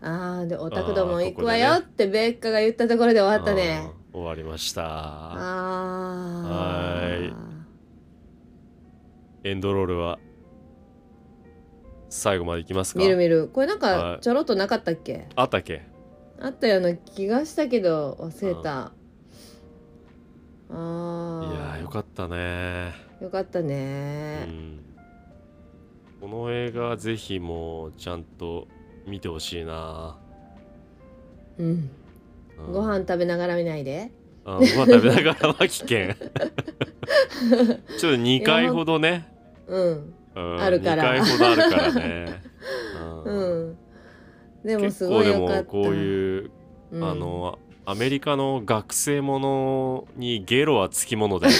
S2: ああでオタク
S1: あー
S2: ども行
S1: こ
S2: く
S1: こ
S2: わ
S1: でね
S2: よってベッカが言ったところで終わったね
S1: あー終わりました
S2: あ
S1: はーいエンドロールは最後までいきますか
S2: 見る見るこれなん
S1: は
S2: か
S1: い
S2: ちょろっとなかったっけ
S1: あったっけ
S2: あったような気がしたけど忘れたあ
S1: いや
S2: あ
S1: ーよかったね
S2: よかった
S1: う
S2: ね
S1: んこの映画ぜひもうちゃんと見てほしいな、
S2: うん
S1: うん
S2: ご飯食べながら見ないで
S1: あご飯食べながらは危 険ちょっと2回ほどね
S2: うん
S1: うん
S2: あるから
S1: 2回ほどあるから ね、うん
S2: うんでもす
S1: 結
S2: ご
S1: 構
S2: い
S1: で
S2: よかった
S1: もこういう、
S2: うん
S1: あのアメリカの学生ものにゲロはつきものだよね、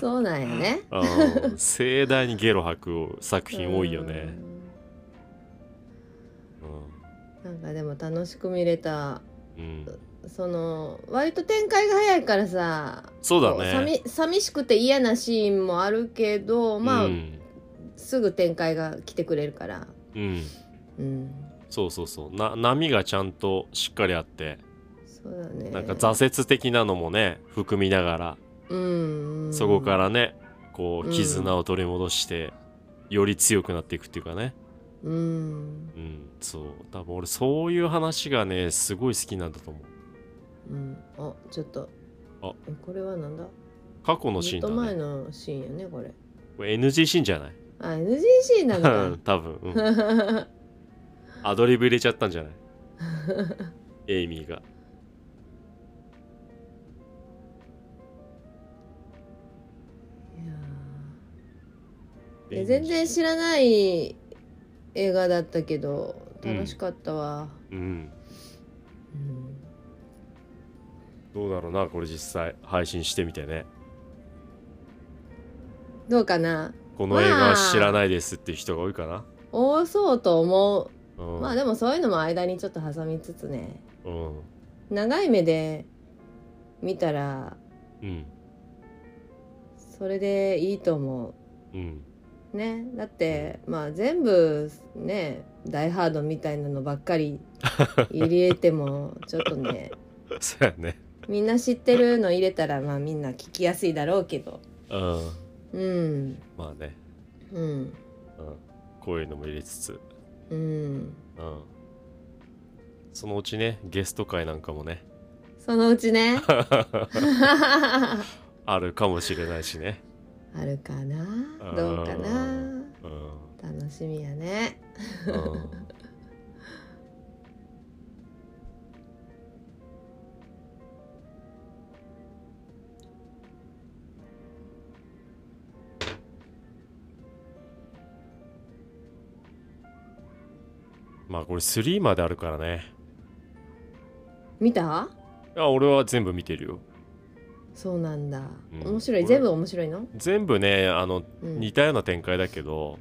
S2: そうなんやね
S1: うん、盛大にゲロ吐く作品多いよね、
S2: うんなんかでも楽しく見れた
S1: うんうん
S2: その割と展開が早いからさ
S1: そうだ
S2: こう
S1: ね
S2: 寂寂しくて嫌なシーンもあるけどまあ、
S1: うん
S2: すぐ展開が来てくれるから
S1: うん
S2: うん
S1: そうそうそうな波がちゃんとしっかりあって
S2: そうだね
S1: なんか挫折的なのもね含みながら、
S2: うんうん
S1: そこからねこう
S2: うん
S1: 絆を取り戻して、より強くなっていくっていうかね
S2: うん
S1: うんそう多分俺そういう話がねすごい好きなんだと思う
S2: うんあちょっと
S1: あ
S2: えこれはなんだ
S1: 過去のシ
S2: ず
S1: ー
S2: っと
S1: ンだ
S2: 前
S1: ね
S2: のシーンやねこれ
S1: これ NG シーンじゃない
S2: あ NG シーンな の
S1: 多分、うん
S2: か
S1: アドリブ入れちゃったんじゃないエイミーが
S2: いやーいや全然知らない映画だったけど
S1: うん
S2: 楽しかったわ、
S1: うん
S2: うん
S1: どうだろうなこれ実際配信してみてね
S2: どうかな
S1: この映画は知らないですっていう人が多いかな、
S2: 多そうと思う、
S1: うん
S2: まあでもそういうのも間にちょっと挟みつつね
S1: うん
S2: 長い目で見たら
S1: うん
S2: それでいいと思
S1: うん
S2: うねだってまあ全部ね「ダイ・ハード」みたいなのばっかり入れてもちょっとね
S1: そうやね
S2: みんな知ってるの入れたらまあみんな聞きやすいだろうけど
S1: うん
S2: うん
S1: まあね、
S2: うん
S1: うん、こういうのも入れつつ、
S2: うん
S1: うん、そのうちねゲスト会なんかもね
S2: そのうちねあ
S1: あるかもしれないしね、
S2: るか
S1: あ
S2: な
S1: ー
S2: どうかな
S1: うん
S2: 楽しみやね
S1: うん、まあこれ3まであるからね
S2: 見た
S1: いや俺は全部見てるよ
S2: そうなんだ、
S1: うん
S2: 面白い
S1: これ
S2: 全部面白いの、
S1: 全部ねあの
S2: うん、
S1: 似たような展開だけど、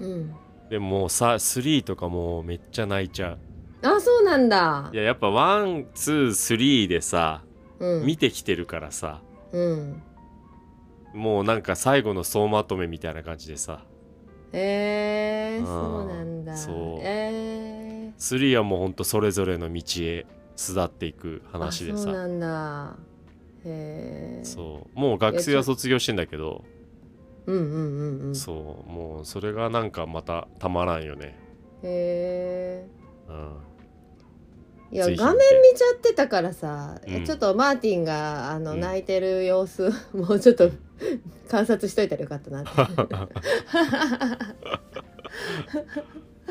S2: うん
S1: でももうさ3とかもうめっちゃ泣いちゃう
S2: あそうなんだ
S1: いややっぱ123でさ
S2: うん
S1: 見てきてるからさ、
S2: うん
S1: もうなんか最後の総まとめみたいな感じでさ
S2: え
S1: うん
S2: ー、そうなんだ
S1: そう
S2: えー、
S1: 3はもうほんとそれぞれの道へ巣立っていく話で
S2: あそう
S1: さ
S2: なんだへえ
S1: そうもう学生は卒業してんだけど
S2: ううんうんうんうん
S1: そうもうそれがなんかまたたまらんよね
S2: へえ
S1: うん
S2: いや
S1: ぜひ見て
S2: 画面見ちゃってたからさ、え
S1: うん
S2: ちょっとマーティンがあの、
S1: うん
S2: 泣いてる様子 もうちょっと観察しといたらよかったなって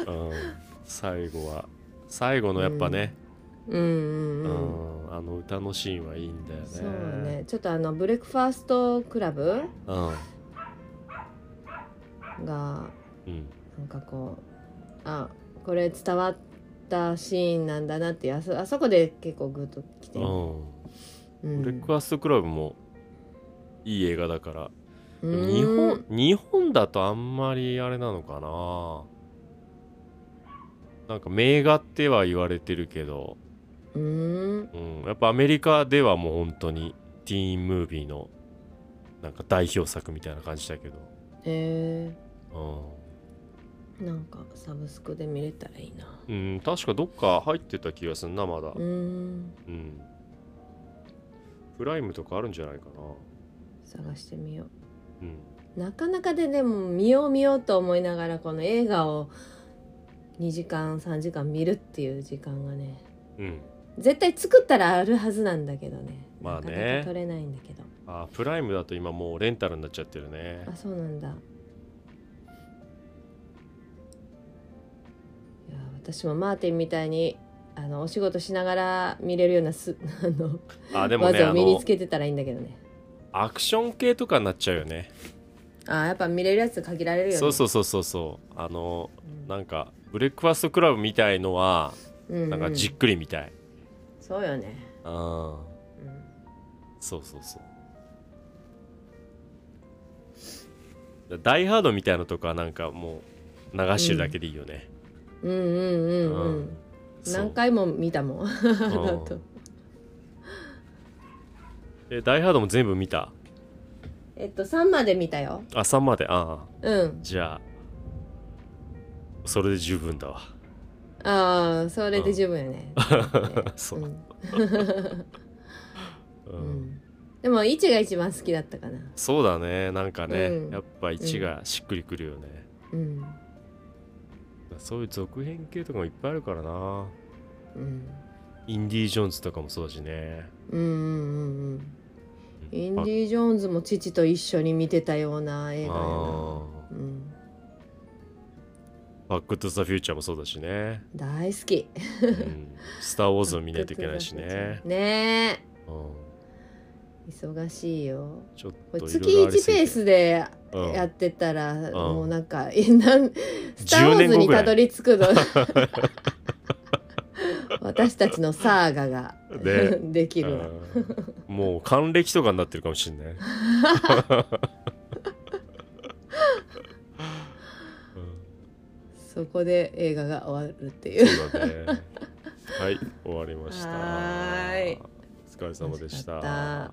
S1: うん最後は最後のやっぱね、
S2: うんう
S1: う
S2: んうん、
S1: んあの歌のシーンはいいんだよね
S2: そうねちょっとあのブレックファーストクラブ
S1: うん
S2: が
S1: うん
S2: なんかこうあこれ伝わったシーンなんだなってあそあそこで結構グッときて、
S1: う
S2: うん
S1: ん、ブレックファーストクラブもいい映画だから、でも
S2: うん
S1: 日本日本だとあんまりあれなのかななんか名画っては言われてるけど、
S2: うん
S1: うん、やっぱアメリカではもう本当にティーンムービーのなんか代表作みたいな感じだけど、
S2: え
S1: うん、
S2: ー、なんかサブスクで見れたらいいな
S1: うん、確かどっか入ってた気がするな、まだ。
S2: うん
S1: うん。プライムとかあるんじゃないかな。
S2: 探してみよう
S1: うん。
S2: なかなかででも見よう見ようと思いながらこの映画を2時間3時間見るっていう時間がね
S1: うん。
S2: 絶対作ったらあるはずなんだけどね
S1: まあね
S2: なかなか取れないんだけど
S1: あ、プライムだと今もうレンタルになっちゃってる ね
S2: あ。そうなんだいや私もマーティンみたいにあのお仕事しながら見れるようなす あの、
S1: あ、でもね、
S2: 技
S1: あ
S2: を身に
S1: の
S2: つ、けてたらいいんだけどね
S1: アクション系とかになっちゃうよね。
S2: あやっぱ見れるやつ限られるよね
S1: そうそううそうそうそう。あの、
S2: ん
S1: なんか、ブレックファーストクラブみたいのは、
S2: うんうん
S1: なんかじっくり見たい。
S2: そうよね、
S1: うん。
S2: うん
S1: そうそうそう。ダイハードみたいのとかなんかもう流してるだけでいいよね。
S2: うんうんうんうん、
S1: そう
S2: 何回も見たもんだと
S1: えダイハードも全部見た
S2: えっと3まで見たよ
S1: あ3までああ
S2: うん
S1: じゃあそれで十分だわ
S2: ああそれで十分よね、
S1: そうう、
S2: ん
S1: う
S2: うんん、でも1が一番好きだったかな
S1: そうだねなんかね、
S2: うん
S1: やっぱ1がしっくりくるよね、
S2: うん
S1: そういう続編系とかもいっぱいあるからな
S2: うん
S1: インディ・ージョーンズとかもそうだしね
S2: うんうんうんうん
S1: うん
S2: インディ・ジョーンズも父と一緒に見てたような映画やな、
S1: あー
S2: うん、
S1: バック・トゥ・ザ・フューチャーもそうだしね、
S2: 大好き
S1: うん、スター・ウォーズも見ないといけないしね、
S2: ね
S1: うん、
S2: え忙しいよ
S1: ちょっ
S2: これ
S1: とい
S2: 月
S1: ろいろあ
S2: 1
S1: りすぎ
S2: ペ
S1: て
S2: ースで
S1: うん
S2: やってたら、もうなんか、 え、なん、スタ
S1: 10
S2: ー・ウォー
S1: 年
S2: ズ
S1: 後
S2: に
S1: ぐら
S2: た
S1: い
S2: どり着くの。 私たちのサーガが、
S1: ね
S2: できるわ。
S1: うんもう還暦とかになってるかもしれない。
S2: そこで映画が終わるっていう。
S1: そうだね。はい、終わりました。
S2: はーい
S1: お疲れ様でし。
S2: 楽しかったあ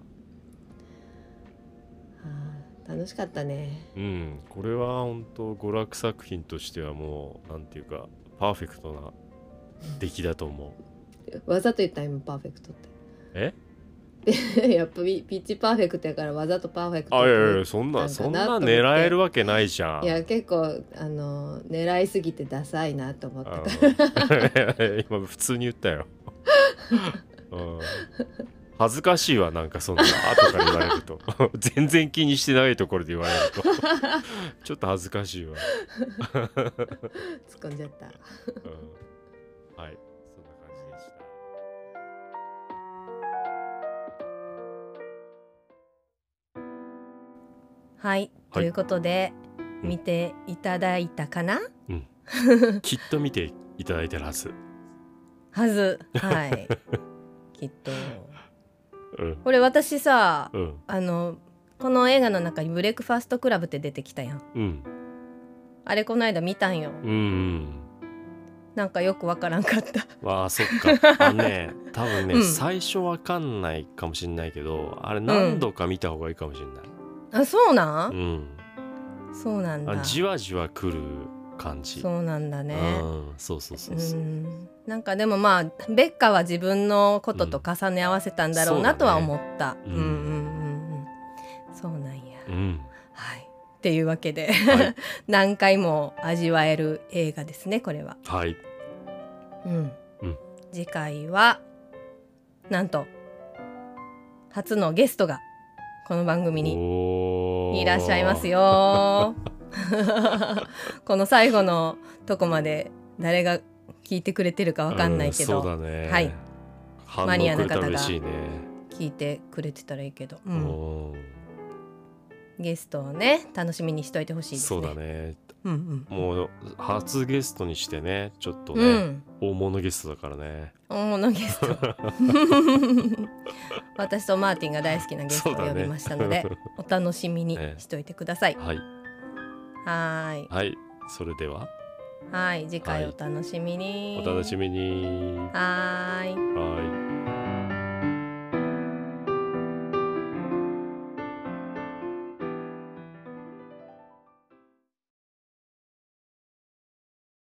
S2: ー楽しかったね。
S1: うん、これは本当娯楽作品としてはもうなんていうかパーフェクトな出来だと思う。
S2: わざと言った今パーフェクトっ
S1: え？
S2: て。 やっぱピピッチパーフェクトやからわざとパーフェクトっ
S1: あ
S2: て
S1: い
S2: 言う。
S1: やいやそんな
S2: なん
S1: そ
S2: か
S1: ん
S2: なと
S1: な
S2: 思って
S1: 狙えるわけないじゃん。
S2: いや結構あの狙いすぎてダサいなと思ったから。
S1: うん 今普通に言ったよ、うん恥ずかしいわなんかそんな後から言われると 全然気にしてないところで言われると ちょっと恥ずかしいわ、
S2: 突っ込んじゃった。
S1: うんはいそんな感じでした
S3: はい、ということで、
S1: うん
S3: 見ていただいたかな、
S1: きっと見ていただいてるはず。
S2: はずはいきっと
S1: うん。
S2: これ私さ
S1: うん。
S2: あのこの映画の中に「ブレックファーストクラブ」って出てきたやん
S1: うん。
S2: あれこの間見たんよ
S1: うんうん。
S2: なんかよくわからんかった
S1: わあそっか あのね多分ね、
S2: うん
S1: 最初わかんないかもしんないけどあれ何度か見た方がいいかもしんない、
S2: あそうな、
S1: うんん
S2: そうなん
S1: あ
S2: だ
S1: じわじわくる感じ
S2: そうなんだね
S1: うん、そうそうそううそう、
S2: んなんかでもまあベッカは自分のことと重ね合わせたんだろうなとは思った、
S1: うそ
S2: うんん、
S1: うだね
S2: うんうんうんそうなんや、
S1: うん
S2: はいっていうわけで、
S1: はい
S2: 何回も味わえる映画ですねこれは、
S1: はい
S2: うん
S1: うん
S2: 次回はなんと初のゲストがこの番組に
S1: おー
S2: いらっしゃいますよ この最後のとこまで誰が聞いてくれてるかわかんないけど、
S1: うんそうだね
S2: はい
S1: 反応
S2: マニア
S1: くれ
S2: の方
S1: た
S2: が
S1: ら嬉しいね、
S2: 聞いてくれてたらいいけど、う、
S1: うんん
S2: ゲストをね楽しみにしといてほしいですね。
S1: そうだね
S2: うんうん
S1: もう初ゲストにしてねちょっとね、
S2: うん
S1: 大物ゲストだからね
S2: 大物ゲ スト私とマーティンが大好きなゲストを呼びましたので、
S1: そうだね
S2: お楽しみに
S1: ええ
S2: しといてください、
S1: はい
S2: はーい
S1: はいそれでは
S2: はい次回
S1: はい
S2: お楽しみに、
S1: お楽しみに
S2: はーい
S1: はい